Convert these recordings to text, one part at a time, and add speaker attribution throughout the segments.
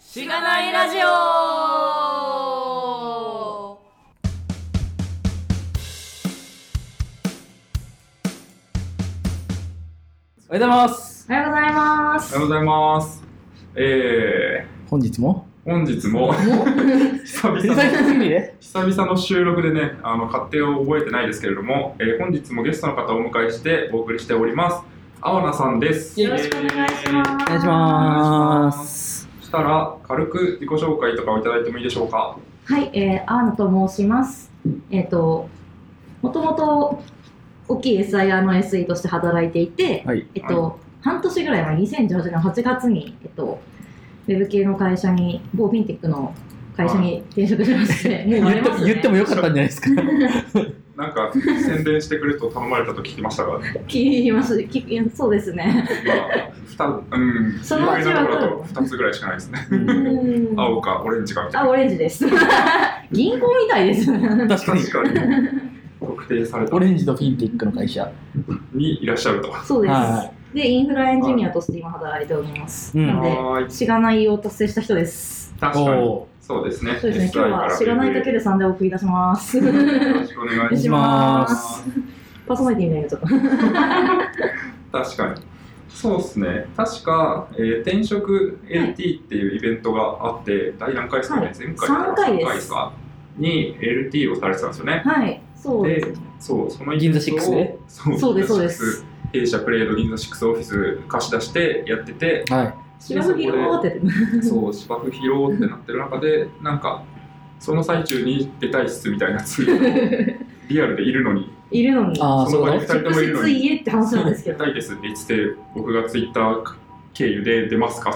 Speaker 1: しがないラジオ
Speaker 2: おはようございます。
Speaker 1: おはようございま
Speaker 3: お
Speaker 1: す
Speaker 3: はようございます。え
Speaker 2: 本日も
Speaker 3: ー、本日も久々
Speaker 2: 手
Speaker 3: の
Speaker 2: 先すぎで
Speaker 3: 久々の収録でね、あの勝手を覚えてないですけれども、えー本日もゲストの方をお迎えしてお送りしております。あわなさんです。
Speaker 1: よろしくお願いします
Speaker 2: お願いします。
Speaker 3: す。したら軽く自己紹介とかをいただいてもいいでしょうか。
Speaker 1: はい、えー、アーナと申しますえっ、ともともと大きい SIR の SE として働いていて、
Speaker 2: はい
Speaker 1: えっと、半年ぐらい前2018年8月に、えっと、ウェブ系の会社に某フィンテックの会社に転職しまして、 もう
Speaker 2: 言
Speaker 1: 割れ
Speaker 2: っ
Speaker 1: ます
Speaker 2: て
Speaker 1: ね
Speaker 2: 言ってもよかったんじゃないですか。
Speaker 3: なんか宣伝してくれと頼まれたと聞きましたが、まあ、
Speaker 1: 聞きます聞きそうですね
Speaker 3: ふたうん、
Speaker 1: そのうち
Speaker 3: 有名なとこ
Speaker 1: わ
Speaker 3: ろだと2つぐらいしかない ですね。
Speaker 1: うん
Speaker 3: 青かオレンジかみたい
Speaker 1: あ、
Speaker 3: な。
Speaker 1: オレン ジです。銀行みたいです。
Speaker 2: 確かに。
Speaker 3: 確かに特定された
Speaker 2: オレンジとフィンテックの会社。
Speaker 3: にいらっしゃると。
Speaker 1: そうです、
Speaker 2: は
Speaker 1: で、インフラエンジニアとして今働いております。
Speaker 2: うん
Speaker 1: なの
Speaker 3: はーい
Speaker 1: で、しがないを達成した人です。
Speaker 3: 確かに。
Speaker 2: お
Speaker 3: そうですね。
Speaker 1: そうですね、今日はしがないかける3でお送り出し ます。
Speaker 3: よろしくお願いしま。
Speaker 2: お願いします
Speaker 1: パーソナリティになりました。
Speaker 3: 確かに。そうですね。確か、えー転職 LT っていうイベントがあって、第何回ですかね、
Speaker 1: はい
Speaker 3: 前回から
Speaker 1: 三回です
Speaker 3: 三かに LT をされてたんですよね。
Speaker 1: はい、そうです
Speaker 3: で。、そう、そのイベ
Speaker 2: 銀
Speaker 3: ン
Speaker 2: 座
Speaker 3: トを
Speaker 2: 6で。
Speaker 3: そう
Speaker 1: そうです、そ
Speaker 3: 銀
Speaker 1: うで。
Speaker 3: 座シックス
Speaker 1: す。
Speaker 3: 弊社プレイド銀座6オフィス貸し出してやってて、
Speaker 2: ーはい。
Speaker 1: 芝生広がってて。
Speaker 3: そう、芝生広ろうってなってる中で、なんか、その最中に出たいっすみたいなやつリアルでいるのに、
Speaker 1: いるのに。
Speaker 2: ああ、
Speaker 3: そ
Speaker 2: そ
Speaker 3: の
Speaker 2: う
Speaker 3: 場
Speaker 2: だ
Speaker 3: に
Speaker 2: ね
Speaker 3: 二。人と
Speaker 1: 直
Speaker 3: もいるの
Speaker 1: 接
Speaker 3: に、
Speaker 1: 言えって話なんですけ
Speaker 3: 出
Speaker 1: ど
Speaker 3: た。いですって言ってて、僕がツイッター経由で出ますか、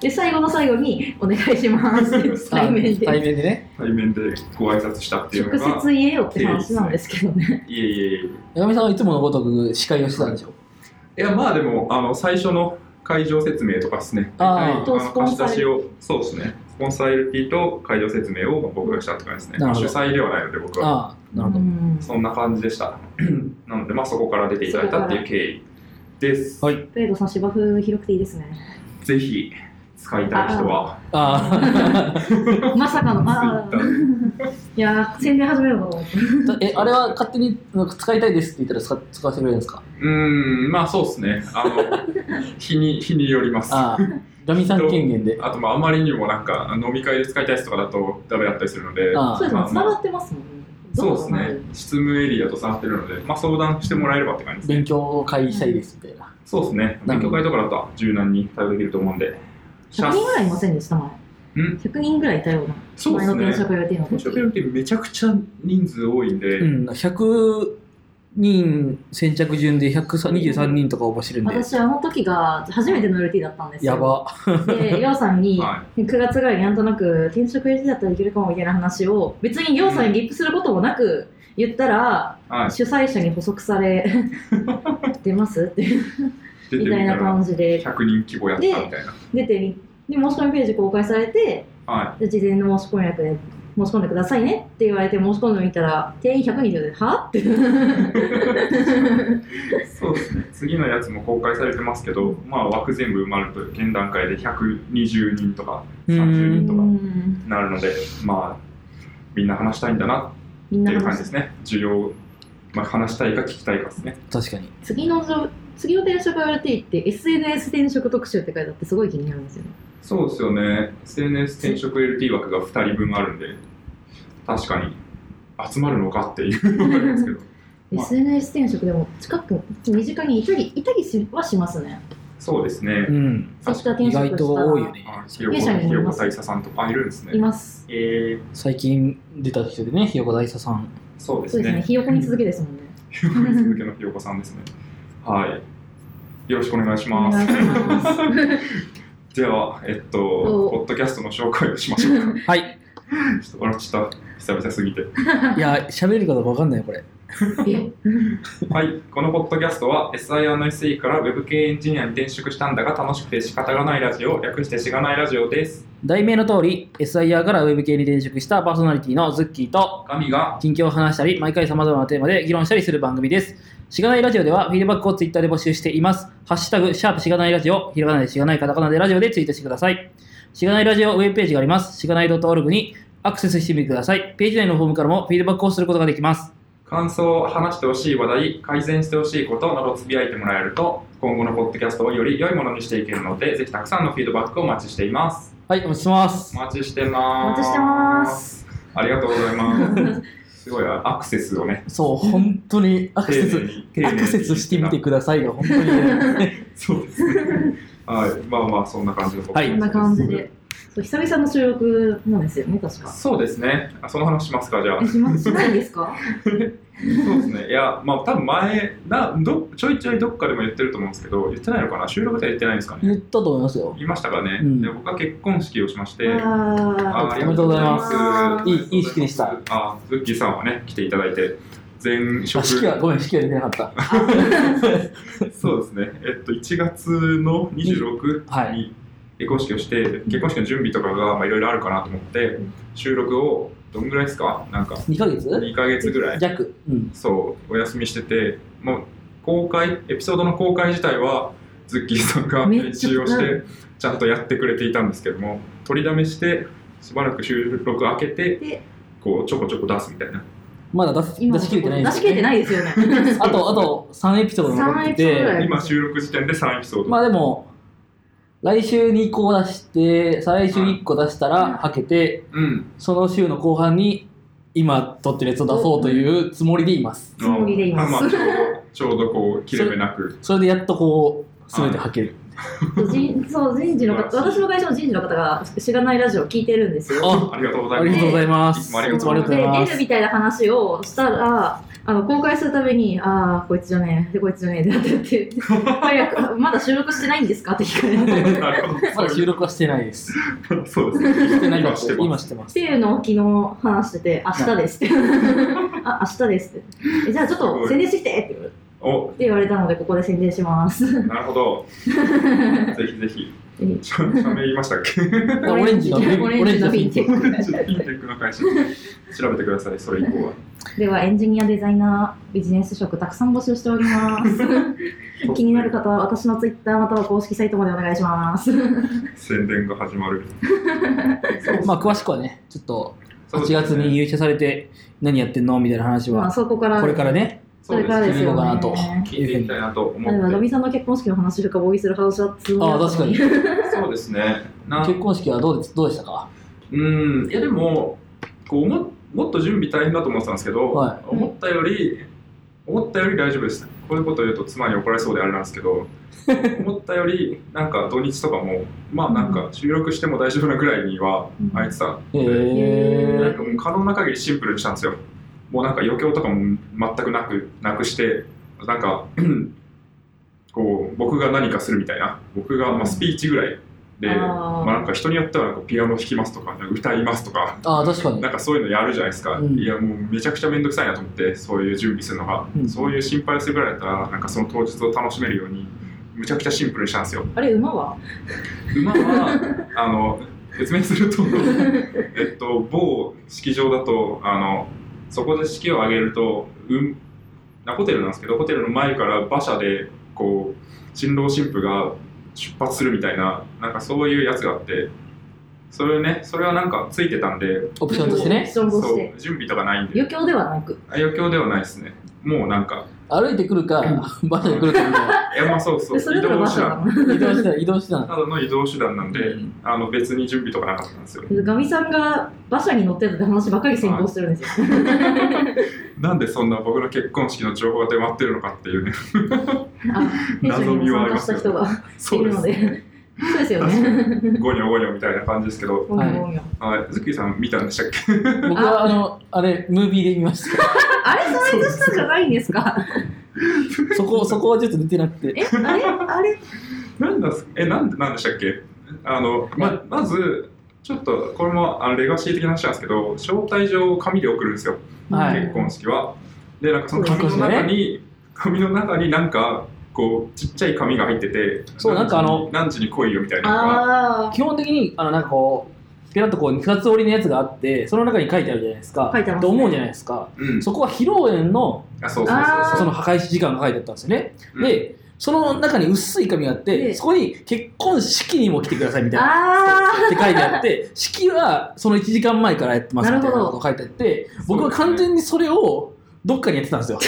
Speaker 1: で、最後の最後に、お願い しますって
Speaker 2: あ
Speaker 1: 対面
Speaker 2: 対
Speaker 1: で。
Speaker 2: 面でね。
Speaker 3: 対面でご挨拶したっていうの
Speaker 1: 直
Speaker 3: が
Speaker 1: 接、言えよって話なんですけどね。
Speaker 3: いえいえいえ、い
Speaker 2: 八神さんはいつものごとく司会をしてたんでしょ。
Speaker 3: や、まあでも、あの最初の会場説明とかですね、
Speaker 2: あー
Speaker 3: 大体の貸し出しを、そうですね、スポンサー LP と会場説明を僕がしたって感じですね、
Speaker 2: なるほ
Speaker 3: 主
Speaker 2: ど
Speaker 3: 催ではないので、僕は。
Speaker 2: ああ、なるほ
Speaker 1: うん
Speaker 3: そんな感じ でした。なので、まあ、そこから出ていただいたっていう経緯です。、
Speaker 2: ど。はいい。
Speaker 1: ペイドさん芝生広くていいですね。
Speaker 3: ぜひ使いたい人は、
Speaker 2: あ
Speaker 1: まさかの、ああ
Speaker 3: Twitter で
Speaker 1: いやー、宣伝始めるのかと思った。
Speaker 2: あ。え、あれは勝手になんか使いたいですって言ったら使使わせてくれるんですか
Speaker 3: うーん、まあそうですね。あの日に日によります。あ
Speaker 2: ああ。ラミさん権限で。
Speaker 3: とまああまりにもなんか飲み会で使いたい人とかだとダメだったりするので、
Speaker 2: あ
Speaker 1: そうですね、
Speaker 3: まあ
Speaker 1: 繋がってますもんね。
Speaker 3: そうです
Speaker 1: どこ
Speaker 3: ね
Speaker 1: も。
Speaker 3: 執務エリアと繋がってるので、まあ相談してもらえればって感じですね。
Speaker 2: 勉強会したいですみたいな。
Speaker 3: そうですね。
Speaker 2: なる
Speaker 3: 勉
Speaker 2: ほど
Speaker 3: 強会とかだと柔軟に対応できると思うんで。
Speaker 1: 100人ぐらいいませんでした、前。
Speaker 3: うん
Speaker 1: 100人ぐらいいたような。
Speaker 3: そうですね。
Speaker 1: 前の転職予定の
Speaker 3: 転職
Speaker 1: 時。
Speaker 3: ってめちゃくちゃ人数多いんで、
Speaker 2: うん、100人先着順で123人とか応募してるんで、
Speaker 1: 私、あの時が初めての LT だったんですよ。
Speaker 2: やば。
Speaker 1: で、ようさん に、
Speaker 3: は
Speaker 1: 9月ぐらいになんとなく転職 LT だったらいけるかもみたいな話を、別にようさんにリップすることもなく言ったら、
Speaker 3: い、はい、
Speaker 1: 主催者に補足され、 出ますって、
Speaker 3: 出て
Speaker 1: み
Speaker 3: み
Speaker 1: たい
Speaker 3: た
Speaker 1: な
Speaker 3: ら
Speaker 1: 感じで、
Speaker 3: 100人規模やったみたいな。
Speaker 1: 出てみ、で、申し込みページ公開されて、
Speaker 3: は
Speaker 1: で事前の申し込み役で申し込んでくださいねって言われて申し込んでみたら定員100人ではって
Speaker 3: い。そうですね。次のやつも公開されてますけど、まあ枠全部埋まると現段階で120人とか30人と
Speaker 1: う
Speaker 3: か
Speaker 1: ん
Speaker 3: なるので、まあみんな話したいんだな
Speaker 1: みん
Speaker 3: ってい
Speaker 1: な
Speaker 3: う感じで
Speaker 1: 話し
Speaker 3: すね。需要、まあ話したいか聞きたいかですね。
Speaker 2: 確かに。
Speaker 1: 次のぞ次の転職 RT って SNS 転職特集って書いてあってすごい気になるんですよね
Speaker 3: そうですよね。SNS 転職 LT 枠が2人分あるんで、確かに集まるのかっていうのがありますけ ど。まあ
Speaker 1: SNS 転職でも近く身近にいたりいたりしはしますね
Speaker 3: そうですね
Speaker 2: う。ん。
Speaker 1: そうした
Speaker 2: 意外
Speaker 1: 転職した
Speaker 2: と
Speaker 1: ら
Speaker 2: 多いよね。
Speaker 3: あひよこ
Speaker 1: 弊社にもいます
Speaker 3: ひよこ大佐さんとか、あ、いるんです
Speaker 1: い
Speaker 3: ね。
Speaker 1: ます
Speaker 3: えー、
Speaker 2: 最近出た人でね、ひよこ大佐さん。
Speaker 3: そうで
Speaker 1: そ
Speaker 3: す
Speaker 1: うですね
Speaker 3: ね。
Speaker 1: ひよこに続けですもんね
Speaker 3: ひよこに続けのひよこさんですね。はい。よろしくお願いし
Speaker 1: お
Speaker 3: ま
Speaker 1: 願
Speaker 3: す
Speaker 1: い。します
Speaker 3: では、えっと、
Speaker 1: お
Speaker 3: ポッドキャストの紹介をしましょうか。
Speaker 2: はい。
Speaker 3: ちょっと笑っちゃった。久々すぎて。
Speaker 2: いや、喋るかどうかわかんないよ、これ。
Speaker 1: え
Speaker 3: はい、このポッドキャストは SIR&SE から Web 系エンジニアに転職したんだが楽しくて仕方がないラジオ、略してしがないラジオです。
Speaker 2: 題名の通り、SIR から Web 系に転職したパーソナリティのズッキーと、
Speaker 3: 神が、
Speaker 2: 近況を話したり、毎回様々なテーマで議論したりする番組です。しがないラジオでは、フィードバックをツイッターで募集しています。ハッシュタグ、シャープしがないラジオ、ひらがなでしがないカタカナでラジオでツイートしてください。しがないラジオウェブページがあります。しがない .org にアクセスしてみてください。ページ内のフォームからもフィードバックをすることができます。
Speaker 3: 感想を話してほしい話題改善してほしいことなどつぶやいてもらえると今後のポッドキャストをより良いものにしていけるのでぜひたくさんのフィードバックをお待ちしています
Speaker 2: はい、お待ちしてます
Speaker 3: お。待ちしてま
Speaker 1: お
Speaker 3: す
Speaker 1: 待ちしてます
Speaker 3: ありがとうございますすごいアクセスをね
Speaker 2: そう、本当にアクセ
Speaker 3: 丁
Speaker 2: ス
Speaker 3: 寧、に丁寧
Speaker 2: ア
Speaker 3: に
Speaker 2: クセスしてみてくださいが、本当にね。
Speaker 3: そうですねはいまあまあそんな感じの
Speaker 2: はい
Speaker 1: こんな感じで。そう久々の収録なんですよね、確か。
Speaker 3: そうですねあその話しますかじゃ あ
Speaker 1: え、しましないんですか
Speaker 3: そうですね。いや、まあ多分前など、ちょいちょいどっかでも言ってると思うんですけど、言ってないのかな収録では言ってないんですかね
Speaker 2: 言ったと思いますよ。
Speaker 3: 言いましたかね、
Speaker 2: うん
Speaker 3: で僕は結婚式をしまして、
Speaker 1: あ
Speaker 3: ー
Speaker 2: おめでとうございます
Speaker 3: ありがとうござます
Speaker 2: いいいい式でした
Speaker 3: あー、ウッキーさんはね、来ていただいて、全
Speaker 2: あ、
Speaker 3: 職、
Speaker 2: 式は、ごめん、式は出てなかっ
Speaker 3: そうですね、えっと、1月の26
Speaker 2: た。はい。
Speaker 3: に結婚式をして、結婚式の準備とかがまあいろいろあるかなと思って
Speaker 1: うん、
Speaker 3: 収録をどんぐらいですか、なんか
Speaker 2: 2ヶ月
Speaker 3: 2ヶ月ぐらい、
Speaker 2: 弱。うん。
Speaker 3: そう、お休みしてて、もう公開、エピソードの公開自体は、ズッキーさんが
Speaker 1: めっ
Speaker 3: 編
Speaker 1: ちゃ
Speaker 3: 集をして、ちゃんとやってくれていたんですけども、取りだめして、しばらく収録開けて、
Speaker 1: で
Speaker 3: こうちょこちょこ出すみたいな。
Speaker 2: まだ出す
Speaker 1: 今
Speaker 2: 出し切れてない
Speaker 1: 出し切れて
Speaker 2: い。
Speaker 1: ないですよね。 うん
Speaker 2: あと、あと3エピソード残って
Speaker 1: 三エピソードぐら
Speaker 2: て、
Speaker 1: い
Speaker 3: 今収録時点で3エピソード。
Speaker 2: まあでも、来週2個出して、再来週1個出した
Speaker 1: うん
Speaker 2: ら、はけて、
Speaker 3: うん。
Speaker 2: その週の後半に、今撮ってるやつを出そうというつもりでいます。
Speaker 1: つもりでいます
Speaker 3: ああちょうど、ちょうどこう、切れ目なく。
Speaker 2: それでやっとこう、すべてはける。
Speaker 1: 人そう人事の方、
Speaker 3: 素晴らしい
Speaker 1: 私の会社の人事の方がしがないラジオを聞いてるんですよ。
Speaker 2: あ
Speaker 3: ありがとうござ
Speaker 2: あ
Speaker 3: い
Speaker 2: りが
Speaker 3: ます。
Speaker 2: とうございま
Speaker 3: い
Speaker 2: す。
Speaker 3: つもありがとうご
Speaker 1: で
Speaker 3: ざ
Speaker 2: いま
Speaker 1: 出
Speaker 2: す
Speaker 1: るみたいな話をしたら、あの公開するたびに、ああ、こいつじゃねえ、でこいつじゃねえでってなってて、早く、まだ収録してないんですかって聞かれて。
Speaker 3: なるほど
Speaker 2: まだ収録はしてないです。し
Speaker 3: そうですね。
Speaker 2: てない
Speaker 3: 今
Speaker 2: か
Speaker 3: して
Speaker 2: 今
Speaker 3: ます。
Speaker 2: してます
Speaker 1: って。いうのを昨日話してて、明日ですって。あ、明日ですって。えじゃあちょっと宣伝してきてって言われて
Speaker 3: お、
Speaker 1: 言われたので、ここで宣伝します。
Speaker 3: なるほど。ぜひぜひ。しゃべりましたっけ
Speaker 2: オレンジの
Speaker 1: オレンジの
Speaker 2: オ
Speaker 1: フ
Speaker 2: レン
Speaker 1: ィン
Speaker 2: ジ
Speaker 1: テ
Speaker 2: の
Speaker 1: ッ
Speaker 3: ちょっとフィンテックの会社調べてください、それ以降は。
Speaker 1: ク。では、エンジニア、デザイナー、ビジネス職、たくさん募集しております。 気になる方は、私のツイッターまたは公式サイトまでお願いします。
Speaker 3: 宣伝が始まる。
Speaker 2: まあ詳しくはね、ちょっと
Speaker 3: そうです
Speaker 2: 8
Speaker 3: ね
Speaker 2: 月に入社されて何やってんのみたいな話
Speaker 1: まあ、
Speaker 2: は、
Speaker 1: そこから、
Speaker 2: これからね、
Speaker 1: それからです
Speaker 2: 聞いていこ
Speaker 1: よ
Speaker 2: うかなと
Speaker 1: ね。
Speaker 3: 聞いていきたいなと
Speaker 1: まあでも、
Speaker 3: 思
Speaker 1: ロ
Speaker 3: って。
Speaker 1: ビさんの結婚式の話とか、ボーイする話は通
Speaker 2: ああ確か に。
Speaker 3: そうですね。な
Speaker 2: 結婚式はどうでどうでしたか
Speaker 3: うん、いやでもこうも、もっと準備大変だと思ってたんですけど、
Speaker 2: は
Speaker 3: 思ったより、思ったより大丈夫です。こういうこと言うと妻に怒られそうであれなんです けど、思ったより、なんか土日とかも、まあなんか収録しても大丈夫なぐらいには
Speaker 1: うん
Speaker 3: あいつさ、
Speaker 2: へ
Speaker 3: なん
Speaker 2: え
Speaker 3: かもう可能な限りシンプルにしたんですよ。もうなんか余興とかも全くなく、なくして、なんか、 こう、僕が何かするみたいな、僕がまあスピーチぐらいで、
Speaker 1: あー
Speaker 3: まあなんか人によってはなんかピアノ弾きますとか、なんか歌いますとか、
Speaker 2: ああ、確かに。
Speaker 3: なんかそういうのやるじゃないですか、
Speaker 2: うん
Speaker 3: いやもうめちゃくちゃ面倒くさいなと思ってそういう準備するのが、
Speaker 2: うん
Speaker 3: そういう心配をするぐらいだったらなんかその当日を楽しめるようにむちゃくちゃシンプルにしたんですよ
Speaker 1: あれ、馬は
Speaker 3: 馬はあの説明するとえっと某式場だとあのそこで式を挙げると、うん、なホテルなんですけどホテルの前から馬車でこう新郎新婦が出発するみたいななんかそういうやつがあってそれねそれはなんかついてたんで
Speaker 2: オプションとして
Speaker 1: オプ
Speaker 2: ね。
Speaker 1: ションとし
Speaker 3: そ
Speaker 1: て。
Speaker 3: う準備とかないんで
Speaker 1: 余興ではなく。
Speaker 3: あ余興ではないですねもうなんか
Speaker 2: 歩いてくる か、バスで来るかみたいない
Speaker 3: やまあそうそう
Speaker 1: でそれ
Speaker 3: 移
Speaker 1: ぞれ
Speaker 3: 動
Speaker 1: 馬
Speaker 3: 手
Speaker 1: 車な
Speaker 3: 段
Speaker 1: の。
Speaker 2: 移動してた、移動してたの。
Speaker 3: ただの移動手段なんで、
Speaker 2: うん
Speaker 3: あの別に準備とかなかったんですよ
Speaker 1: ガミさんが馬車に乗ってたって話ばっかり先行してるんですよ。
Speaker 3: なんでそんな僕の結婚式の情報が出回ってるのかっていう ね
Speaker 1: あ、弊社にも参加した人がい
Speaker 3: そう
Speaker 1: る
Speaker 3: で
Speaker 1: の
Speaker 3: す
Speaker 1: で。
Speaker 3: ね
Speaker 1: そうですよ
Speaker 3: 確か
Speaker 1: ね。
Speaker 3: にゴニョゴニョみたいな感じですけど
Speaker 1: ごめんごめん
Speaker 3: はいズッキーさん見たんでしたっけ
Speaker 2: 僕はあの、あれ、ムービーで見ました。
Speaker 1: あれ、それとしたんじゃないんですか。
Speaker 2: そこ、そこはちょっと出てなくて。
Speaker 1: え、あれ、あれ。
Speaker 3: なんだっすえなんでなんでしたっけあのままずちょっとこれもあのレガシー的な話なんですけど招待状を紙で送るんですよ
Speaker 2: はい
Speaker 3: 結婚式は。で、なんかその紙の中に、紙の中になんか、こう、ちっちゃい紙が入ってて、
Speaker 2: そうなんかあの
Speaker 3: 何時に何時に来いよみたいなのが。
Speaker 1: あ
Speaker 2: 基本的にあのなんかこうピラッとこう2つ折りのやつがあってその中に書いてあるじゃないですか
Speaker 1: 書いてありますね
Speaker 2: と思うじゃないですか
Speaker 3: うん。
Speaker 2: そこは披露宴の
Speaker 3: あ、そうそうそう
Speaker 1: あー
Speaker 3: そ
Speaker 2: そうの破壊時間が書いてあったんですよね、
Speaker 3: うん。
Speaker 2: でその中に薄い紙があっ
Speaker 1: え
Speaker 2: て、
Speaker 1: え
Speaker 2: そこに結婚式にも来てくださいみたいな。
Speaker 1: あ
Speaker 2: って書いてあ って、式はその1時間前からやってますみたいなことが書いてあって、僕は完全にそれをどっかにやってたん ですよ。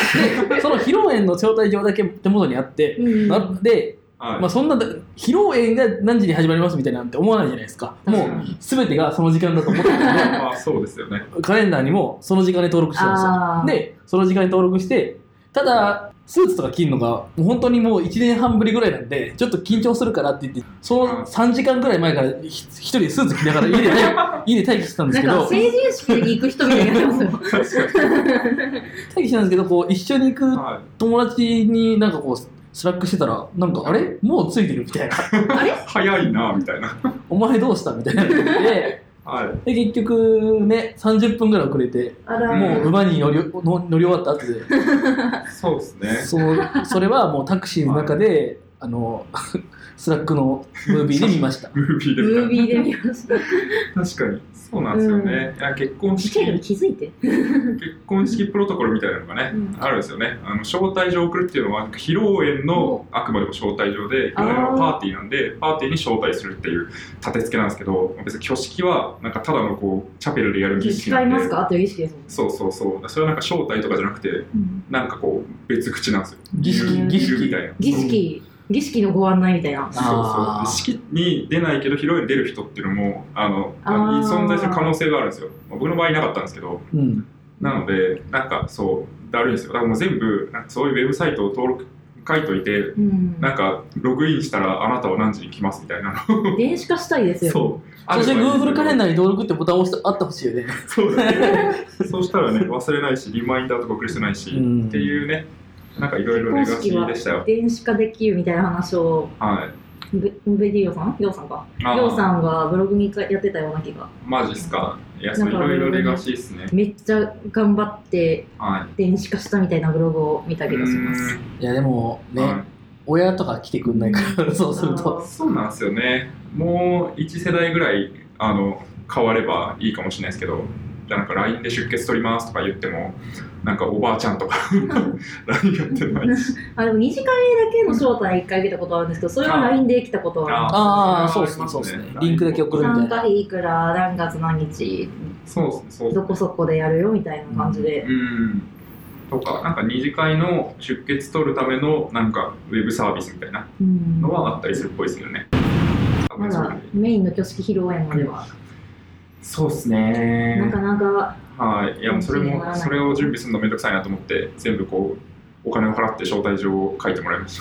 Speaker 2: で、その披露宴の招待状だけ手元にあって、
Speaker 1: ー、
Speaker 2: なで、
Speaker 3: はい
Speaker 2: まあそんな、披露宴が何時に始まりますみたいなんて思わないじゃないですか。もう、全てがその時間だと思ってたんで
Speaker 3: まあそうですよね。
Speaker 2: カレンダーにもその時間で登録してたんですよ。
Speaker 1: あー
Speaker 2: で、その時間に登録して、ただ、スーツとか着るのが、もう本当にもう1年半ぶりぐらいなんで、ちょっと緊張するからって言って、その3時間ぐらい前からひ一人でスーツ着ながら家で待 家で待機してたんです
Speaker 1: なん
Speaker 2: け
Speaker 1: か
Speaker 2: ど、待
Speaker 1: 成人式に行く人みたいになってますよ。
Speaker 2: 機してたんですけど、こう一緒に行く
Speaker 3: は
Speaker 2: 友達になんかこう、スラックしてたら、なんか、あれもうついてるみたいな。
Speaker 1: あれ
Speaker 3: い、早いなみたいな。
Speaker 2: お前どうしたみたいなことで、
Speaker 3: はい。
Speaker 2: で、結局ね、30分ぐらい遅れて、
Speaker 1: あら
Speaker 2: もう
Speaker 1: もう。
Speaker 2: 馬に乗り乗乗り終わった後で、
Speaker 3: そうですね。
Speaker 2: そうそれはもうタクシーの中で、あの スラックの ムービーで見ま した。
Speaker 3: ムービーで
Speaker 1: ム
Speaker 3: みたいな
Speaker 1: ービーで見ました。
Speaker 3: 確かにそうなんですよね、いや結婚
Speaker 1: ちっちゃい時
Speaker 3: 式
Speaker 1: 気づいて。
Speaker 3: 結婚式プロトコルみたいなのがね、
Speaker 1: うん
Speaker 3: あるんですよねあの招待状を送るっていうのは披露宴のあくまでも招待状で披露宴はパーティーなんでパーティーに招待するっていう立て付けなんですけど別に挙式はなんかただのこうチャペルでやる儀式
Speaker 1: 誓
Speaker 3: ないん
Speaker 1: ま
Speaker 3: です
Speaker 1: かという意識ですもん。
Speaker 3: そうそうそうそれはなんか招待とかじゃなくて
Speaker 1: うん
Speaker 3: なんかこう別口なんですよ
Speaker 2: 儀
Speaker 1: う
Speaker 2: 式
Speaker 1: ん
Speaker 2: 儀
Speaker 3: 理由み
Speaker 2: 式
Speaker 3: たいな
Speaker 1: 儀式、儀式のご案内みたいな。
Speaker 3: そう
Speaker 2: あー
Speaker 3: そう式に出ないけど披露宴に出る人っていうのもあのあの
Speaker 1: あー
Speaker 3: 存在する可能性があるんですよまあ僕の場合いなかったんですけど
Speaker 2: うん
Speaker 3: なので、なんかそう、だるいんですよ。だからもう全部、なんかそういうウェブサイトを登録、書いといて、
Speaker 1: うん。
Speaker 3: なんかログインしたらあなたは何時に来ますみたいなの
Speaker 1: 電子化したいですよ。
Speaker 3: そう。
Speaker 2: そして Google カレン
Speaker 3: ダ
Speaker 2: ダ
Speaker 3: ー
Speaker 2: ーに登録ってボタンを押してあってほしいよね。
Speaker 3: そうだね。そうしたらね、忘れないし、リマインダーとか送りしてないし、
Speaker 2: うん
Speaker 3: っていうね、なんかいろいろレガシーでしたよ。
Speaker 1: 電子化できるみたいな話を、
Speaker 3: はい。
Speaker 1: ベベディオさんりょうさんか。
Speaker 3: あー
Speaker 1: りょうさんがブログにやってたような気が。
Speaker 3: マジっすか。いや、
Speaker 1: な
Speaker 3: そ
Speaker 1: ん
Speaker 3: れい
Speaker 1: か
Speaker 3: ろいろレガシーっすね。
Speaker 1: めっちゃ頑張って
Speaker 3: は
Speaker 1: 電子化したみたいなブログを見た
Speaker 3: い。
Speaker 1: 気がします。
Speaker 3: う
Speaker 2: いやでも
Speaker 3: ーん
Speaker 2: ね、
Speaker 3: はい
Speaker 2: 親とか来てくんないからそうすると。
Speaker 3: そうなんですよね。もう1世代ぐらいあの変わればいいかもしれないですけど、じゃあなんか LINE で出血取りますとか言っても、なんかおばあちゃんとか LINE やってないし。
Speaker 1: あでも二次会だけの招待1回受けたことあるんですけど、それは LINE で来たことはある。
Speaker 2: ああ
Speaker 3: そ
Speaker 2: そうう
Speaker 3: で
Speaker 2: ですすね
Speaker 3: ね
Speaker 2: そうですね
Speaker 3: あ。りますね
Speaker 2: リンクだけ送るみ
Speaker 1: 参
Speaker 2: たい
Speaker 1: 加費いくら、何月何日、
Speaker 3: そうですね。そう
Speaker 1: どこそこでやるよみたいな感じで。
Speaker 3: うん。とか、なんか二次会の出血取るためのなんかウェブサービスみたいな
Speaker 1: うん
Speaker 3: のはあったりするっぽいですけどね。多
Speaker 1: ま
Speaker 3: 分そう
Speaker 1: だメインの挙式披露宴までは、
Speaker 3: そうですね。
Speaker 1: なかなか、
Speaker 3: はい、いやもうそれもそれを準備するのめんどくさいなと思って全部こうお金を払って招待状を書いてもらいまし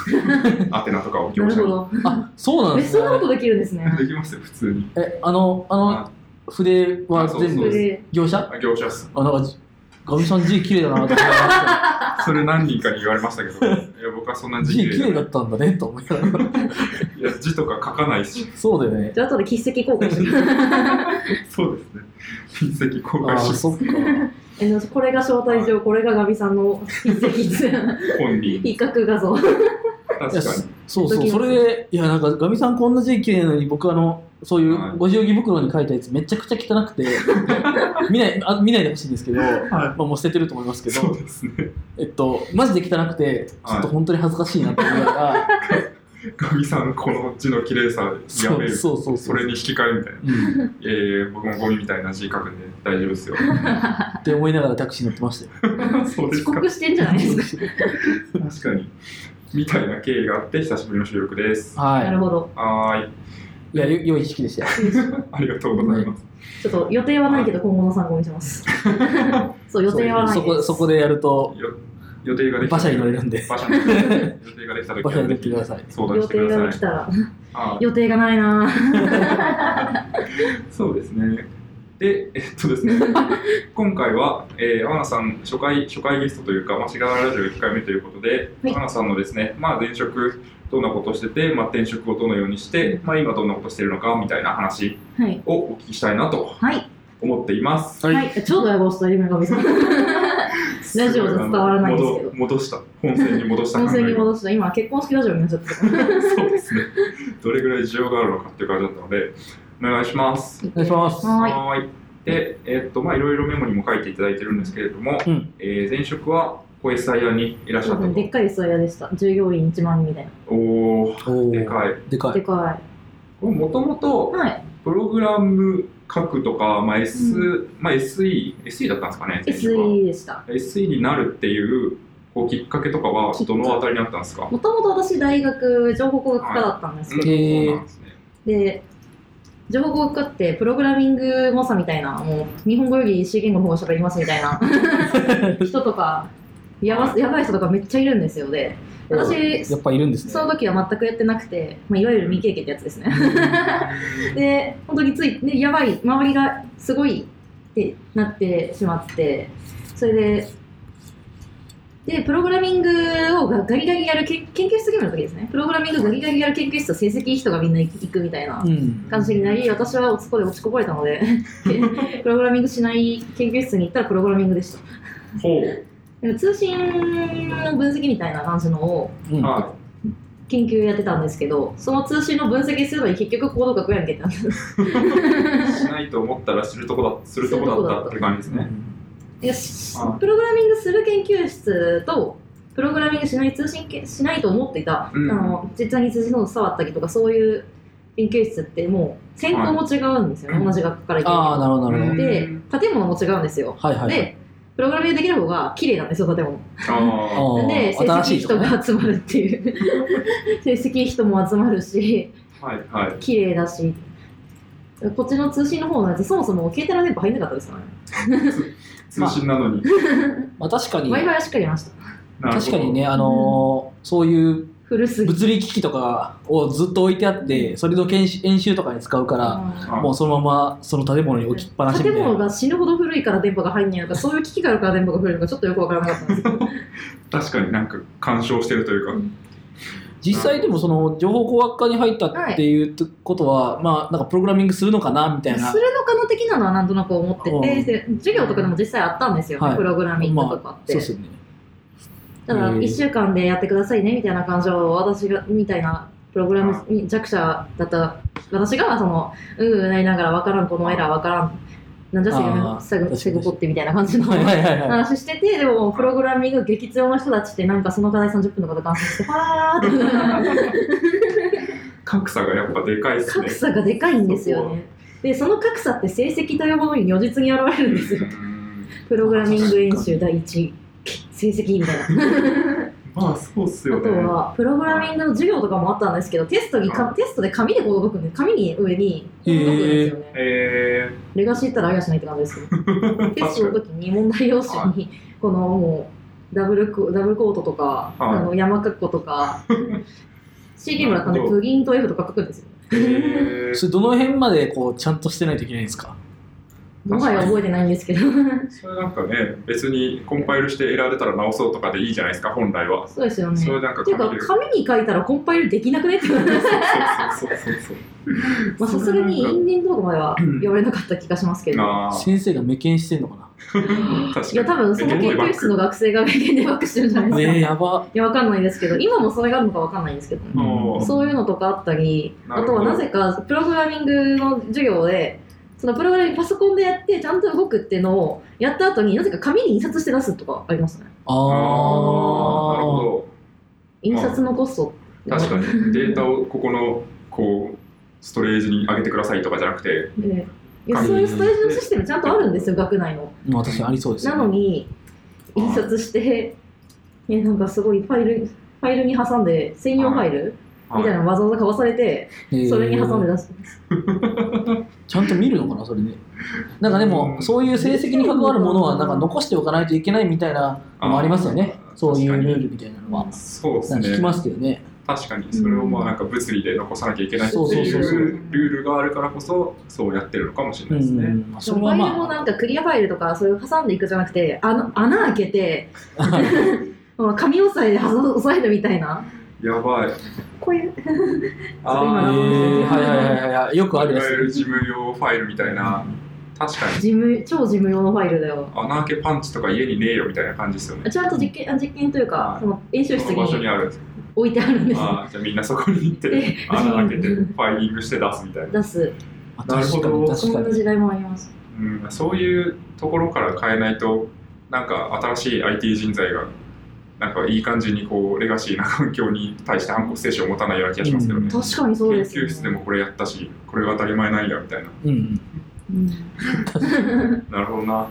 Speaker 3: た アテナとかを
Speaker 1: な
Speaker 3: 業
Speaker 1: る
Speaker 3: 者
Speaker 1: ほ
Speaker 3: に
Speaker 1: ど。
Speaker 2: な。そうなん
Speaker 1: え、
Speaker 2: です
Speaker 1: そんなこ
Speaker 2: ね
Speaker 1: と。できるんですね。
Speaker 3: できますよ普通に
Speaker 2: えあのあの
Speaker 3: あ
Speaker 2: 筆は全
Speaker 3: そう
Speaker 1: そ
Speaker 3: で
Speaker 1: れ
Speaker 3: す
Speaker 2: 部
Speaker 1: で、
Speaker 2: 業者？
Speaker 3: 業者っす
Speaker 2: あなんかガミさん字綺麗だなと思って。
Speaker 3: それ何人かに言われましたけどいや僕はそん な字
Speaker 2: 字
Speaker 3: 綺
Speaker 2: 綺麗
Speaker 3: 麗
Speaker 2: だ
Speaker 3: だ
Speaker 2: ったんだねと思いながら。
Speaker 3: いや字とか書かないし
Speaker 2: そうだよね。
Speaker 1: じゃあ後で筆跡交換して
Speaker 3: そうですね筆跡公
Speaker 2: あ
Speaker 3: 開
Speaker 2: あ
Speaker 3: し
Speaker 2: そっか。
Speaker 1: えでもこれが招待状、これがガビさんの筆跡
Speaker 3: 本人
Speaker 1: 比較画像。
Speaker 2: いや
Speaker 3: 確かに
Speaker 2: そうそう、それで、いや、なんか、ガミさんこんな字綺麗なのに、僕、あの、そうい
Speaker 3: はいう
Speaker 2: ご祝儀袋に書いたやつ、めちゃくちゃ汚 くて、見ない、あ見ないでほしいんですけど、まあ、もう捨ててると思いますけ
Speaker 3: そう
Speaker 2: ど、
Speaker 3: ですね
Speaker 2: えっと、マジで汚くて、ちょっと本当に恥ずかしいなって思いながら、
Speaker 3: ガミさんこの字の綺麗さ
Speaker 2: そ
Speaker 3: やべえ
Speaker 2: うそうそう
Speaker 3: そ
Speaker 2: そう。
Speaker 3: れに引き換えみたいな
Speaker 2: うん、っ
Speaker 3: えー、僕もゴミみたいな字書くんで大丈 夫ですよ
Speaker 2: て思いながらタクシー乗ってましたよ。
Speaker 3: そうです
Speaker 1: 遅
Speaker 3: か
Speaker 1: 刻してんじゃないですか。
Speaker 3: 確かに。みたいな経緯があって、久しぶりの収録です。
Speaker 1: なる
Speaker 2: は
Speaker 1: ほど。
Speaker 3: はーい。
Speaker 2: い。いや、よ良い式でしたよ。
Speaker 3: ありがとうございます。
Speaker 1: ちょっと予定はないけど、今後の参考に します。そう、予定はない
Speaker 2: そ
Speaker 1: で
Speaker 2: こ
Speaker 1: す。
Speaker 2: そこでやると、
Speaker 3: よ予定ができた。
Speaker 2: 馬車に乗れるんで、
Speaker 3: 馬車に乗れる。予定ができた時
Speaker 2: 馬車に乗ってくだ
Speaker 3: は
Speaker 2: さい。
Speaker 3: 相談
Speaker 1: 予
Speaker 3: して
Speaker 1: 定
Speaker 3: く
Speaker 1: が
Speaker 3: だ
Speaker 1: で
Speaker 3: さ
Speaker 1: き
Speaker 3: い。
Speaker 1: たら、
Speaker 3: あー
Speaker 1: 予定がないなぁ
Speaker 3: そうですね。で、えっと ですね、今回は、えー、アナさん、初回、初回ゲストというか、まあ、シガララジオ1回目ということで、
Speaker 1: はい
Speaker 3: アナさんのですね、まあ、前職、どんなことをしてて、まあ、転職をどのようにして、まあ、今どんなことしてるのか、みたいな話
Speaker 1: はい。
Speaker 3: をお聞きしたいなと
Speaker 1: はい。
Speaker 3: 思っています。
Speaker 2: はい
Speaker 1: はい。ちょうどやぼうした、今、ガ ビさん。ラジオじゃ伝わらないんですけど
Speaker 3: 戻戻した本線に戻した
Speaker 1: 温泉に
Speaker 3: が
Speaker 1: 戻した。今、結婚式ラジオになっちゃった。
Speaker 3: そうですねどれぐらい需要があるのかっていう感じだったのでお願いします
Speaker 2: お願いします。
Speaker 1: はーい
Speaker 3: ーいでえっとまあいろいろメモにも書いていただいてるんですけれども、
Speaker 2: うん
Speaker 3: えー前職は小石屋にいらっしゃ
Speaker 1: 多
Speaker 3: った
Speaker 1: 分で
Speaker 3: と
Speaker 1: っかい磯屋でした従業員1万人みたい
Speaker 3: お
Speaker 2: お
Speaker 3: お
Speaker 2: ー
Speaker 3: でかい
Speaker 2: でか
Speaker 1: なで
Speaker 2: い。
Speaker 1: か
Speaker 3: これもともと
Speaker 1: いはい
Speaker 3: プログラム書くとか、まあ S
Speaker 1: う
Speaker 3: まあ、SE, SE だったんですかね最初は
Speaker 1: SE でした
Speaker 3: SE になるっていうこうきっかけとかは
Speaker 1: きっか
Speaker 3: どのあたりにあったんですか
Speaker 1: もともと私大学情報工学科だったんですけど、
Speaker 2: へー
Speaker 3: そうなんですね
Speaker 1: で情報工学科ってプログラミング猛者みたいなもう日本語より C 言語の方が喋りますみた いな人とかやばやばい人とかめっちゃいるんですよで私
Speaker 2: やっぱいるんですね。
Speaker 1: その時は全くやってなくて、まあ、いわゆる未経験ってやつですね で本当につい、ね、やばい周りがすごいってなってしまってそれででプログラミングをがガリガリやるけ研究室義務の時ですねプログラミングガリガリやる研究室は成績いい人がみんな行くみたいな
Speaker 2: うん。
Speaker 1: 感じになり私はそこで落ちこぼれたのでプログラミングしない研究室に行ったらプログラミングでした
Speaker 3: ほう
Speaker 1: でも通信の分析みたいな感じのを
Speaker 2: うん
Speaker 3: は
Speaker 1: 研究やってたんですけどその通信の分析するのに結局行動学やんけってなった
Speaker 3: い、しないと思ったらするとこだするとこだったっていう感じですね。
Speaker 1: よし
Speaker 3: あ
Speaker 1: プログラミングする研究室とプログラミングしない通信けしないと思っていた、
Speaker 3: うん
Speaker 1: あの実際に通信の触ったりとかそういう研究室ってもう専攻も違うんですよね、
Speaker 3: はい
Speaker 1: 同じ学科から
Speaker 2: ああ、な
Speaker 1: 行
Speaker 2: るほど、なるほど。
Speaker 1: け
Speaker 3: う
Speaker 1: る
Speaker 3: ん
Speaker 1: で建物も違うんですよ、
Speaker 2: はいはいはい。
Speaker 1: でプログラミングできる方が綺麗なんですよ建物
Speaker 3: あ
Speaker 2: あ
Speaker 1: で成
Speaker 2: ー新し
Speaker 1: 績
Speaker 2: い
Speaker 1: 人
Speaker 2: ね
Speaker 1: が集まるっていう 成績人も集まるし
Speaker 3: あ、はいはい。
Speaker 1: 綺麗だし、こっちの通信の方なんて、そもそも携帯の電波入んなかったですからね。
Speaker 3: 通信なのに。
Speaker 2: まあ確かに、
Speaker 1: Wi-Fi はしっかりありました。
Speaker 3: なるほど
Speaker 2: 確かに。ね、あのー、そういう
Speaker 1: 古すぎて。
Speaker 2: 物理機器とかをずっと置いてあって、それの研修演習とかに使うから、
Speaker 1: あ
Speaker 3: あ
Speaker 2: もうそのままその建物に置きっぱなしみた
Speaker 1: 建
Speaker 2: いな。
Speaker 1: 物が死ぬほど古いから電波が入んないのか、そういう機器があるから電波が古いのか、ちょっとよくわからなかったんですけど。
Speaker 3: 確かになんか干渉してるというか。
Speaker 2: 実際でもその情報工学科に入ったっていうことは、まあなんかプログラミングするのかなみたいな
Speaker 1: す。るのかな的なのはなんとなく思ってて、で授業とかでも実際あったんですよね、
Speaker 2: はい
Speaker 1: プログラミングとかって。
Speaker 2: そうですよね。
Speaker 1: ただ、
Speaker 2: へー
Speaker 1: 1週間でやってくださいねみたいな感じを私がみたいなプログラ
Speaker 3: あ
Speaker 1: ム弱者だった私がそのうーうーなりながらわからんこのエラーわからんなんじゃ
Speaker 2: あー
Speaker 1: せ
Speaker 2: 確か
Speaker 1: ぐ
Speaker 2: に
Speaker 1: せぐこってみたいな感じの
Speaker 2: はいはいはいはい。
Speaker 1: 話しててでもプログラミング激強の人たちってなんかその課題30分のこと完成してパーって
Speaker 3: 格差がやっぱでかいですね。
Speaker 1: 格差がでかいんですよねでその格差って成績というものに如実に現れるんですよ
Speaker 3: うん
Speaker 1: プログラミング演習第1成績みたいな
Speaker 3: まあそうっす
Speaker 1: あ
Speaker 3: よ
Speaker 1: と
Speaker 3: ね。
Speaker 1: はプログラミングの授業とかもあったんですけどテストにか
Speaker 3: う
Speaker 1: テストで紙でこう動くんで紙に上にこう動くんですよね、
Speaker 3: え
Speaker 1: レガシーったらありゃしないって感じですけど
Speaker 3: ー、
Speaker 1: テストの時に問題用紙にこのもうダブルコダブルコートとか、
Speaker 3: はい
Speaker 1: あの山括弧と か C ゲームだったんで
Speaker 3: なるほ
Speaker 1: プギンと F とか書くんですよ
Speaker 3: 確かにえ
Speaker 2: そ
Speaker 3: ー
Speaker 2: れどの辺までこうちゃんとしてないといけないんですか
Speaker 1: もはや覚えてないんですけど
Speaker 3: それなんかね、別にコンパイルしてエラー出たら直そうとかでいいじゃないですか、本来は。
Speaker 1: そうですよね
Speaker 3: それなんか
Speaker 1: っていうか
Speaker 3: 紙で
Speaker 1: 紙に書いたらコンパイルできなくねって言われて
Speaker 3: そうそう そうそう。
Speaker 1: まあさすがにインディングとかまでは
Speaker 3: うん
Speaker 1: 言われなかった気がしますけど
Speaker 3: なあ
Speaker 2: 先生が目見してんのか
Speaker 3: 確かに。
Speaker 1: いや多分その研究室の学生が経験でバックしてるんじゃない
Speaker 2: な
Speaker 1: ですか、
Speaker 2: えー、やば。
Speaker 1: いやわかんないですけど今もそれがあるのかわかんないんですけど、ね
Speaker 2: うん
Speaker 3: あー
Speaker 1: そういうのとかあったり
Speaker 3: な
Speaker 1: あ
Speaker 3: る
Speaker 1: と
Speaker 3: ほど
Speaker 1: はなぜかプログラミングの授業でそのプログラミングパソコンでやってちゃんと動くっていうのをやった後になぜか紙に印刷して出すとかありましたね
Speaker 2: あ
Speaker 3: あーなるほ
Speaker 2: ー。
Speaker 3: ど。
Speaker 1: 印刷のコスト
Speaker 3: 確か にデータをここのこうストレージに上げてくださいとかじゃなくて
Speaker 1: でいやそういうストレージのシステムちゃんとあるんですよ学内の
Speaker 2: まあ確かにありそうですよ
Speaker 1: な
Speaker 2: ね
Speaker 1: のに印刷して、ね、なんかすごいファイルファイルに挟んで専用ファイルみたいなのわざわざ買わされて
Speaker 2: えー
Speaker 1: それに挟んで出す
Speaker 2: ちゃんと見るのかな、それで。なんかでも、
Speaker 3: うん
Speaker 2: そういう成績に関わるものは、なんか残しておかないといけないみたいなのもありますよね
Speaker 3: あ。ー
Speaker 2: そういう
Speaker 3: 確かに
Speaker 2: ルールみたいなのは。
Speaker 3: そうです
Speaker 2: なんか聞き
Speaker 3: ね
Speaker 2: ますけどね。
Speaker 3: 確かにそれをまあなんか物理で残さなきゃいけないって
Speaker 2: そうそう
Speaker 3: い
Speaker 2: そうそう
Speaker 3: うルールがあるからこそそうやってるのかもしれ
Speaker 2: う
Speaker 3: ないですね、
Speaker 2: ん。それ
Speaker 1: ファ
Speaker 2: は
Speaker 1: イルも
Speaker 2: ま
Speaker 1: なんかクリアファイルとかそういう挟んでいくじゃなくてあの穴開けてまあ紙押さえで挟押さえるみたいな
Speaker 3: やばい
Speaker 1: こういう
Speaker 2: あ、
Speaker 1: 今
Speaker 2: え
Speaker 1: の
Speaker 2: ー、はいはいはいはい。よくあるや
Speaker 3: いわゆる
Speaker 2: つ。
Speaker 3: 事務用ファイルみたいな確かに
Speaker 1: 事務超事務用のファイルだよ
Speaker 3: 穴あけパンチとか家にねえよみたいな感じですよね
Speaker 1: ちゃんと実験あ実験というか
Speaker 3: はい
Speaker 1: その演習室
Speaker 3: その場所に
Speaker 1: に
Speaker 3: ある
Speaker 1: 置いてあるんです
Speaker 3: あーじゃあみんなそこに行って
Speaker 1: で
Speaker 3: 穴開けてファイリングして出すみたいな
Speaker 1: 出す
Speaker 2: あ
Speaker 3: なる
Speaker 2: 確
Speaker 3: ほ
Speaker 2: か
Speaker 3: ど
Speaker 2: に
Speaker 1: そ
Speaker 2: 確か
Speaker 1: んな
Speaker 2: に。
Speaker 1: 時代もあります
Speaker 3: うん、そういうところから変えないと、なんか新しい IT 人材がなんかいい感じにこうレガシーな環境に対して反抗精神を持たないような気がしますけどね、
Speaker 1: 確かにそうです、
Speaker 3: 研究室でもこれやったしこれが当たり前なんやみたいな
Speaker 2: うん。
Speaker 1: うん、
Speaker 3: なるほどな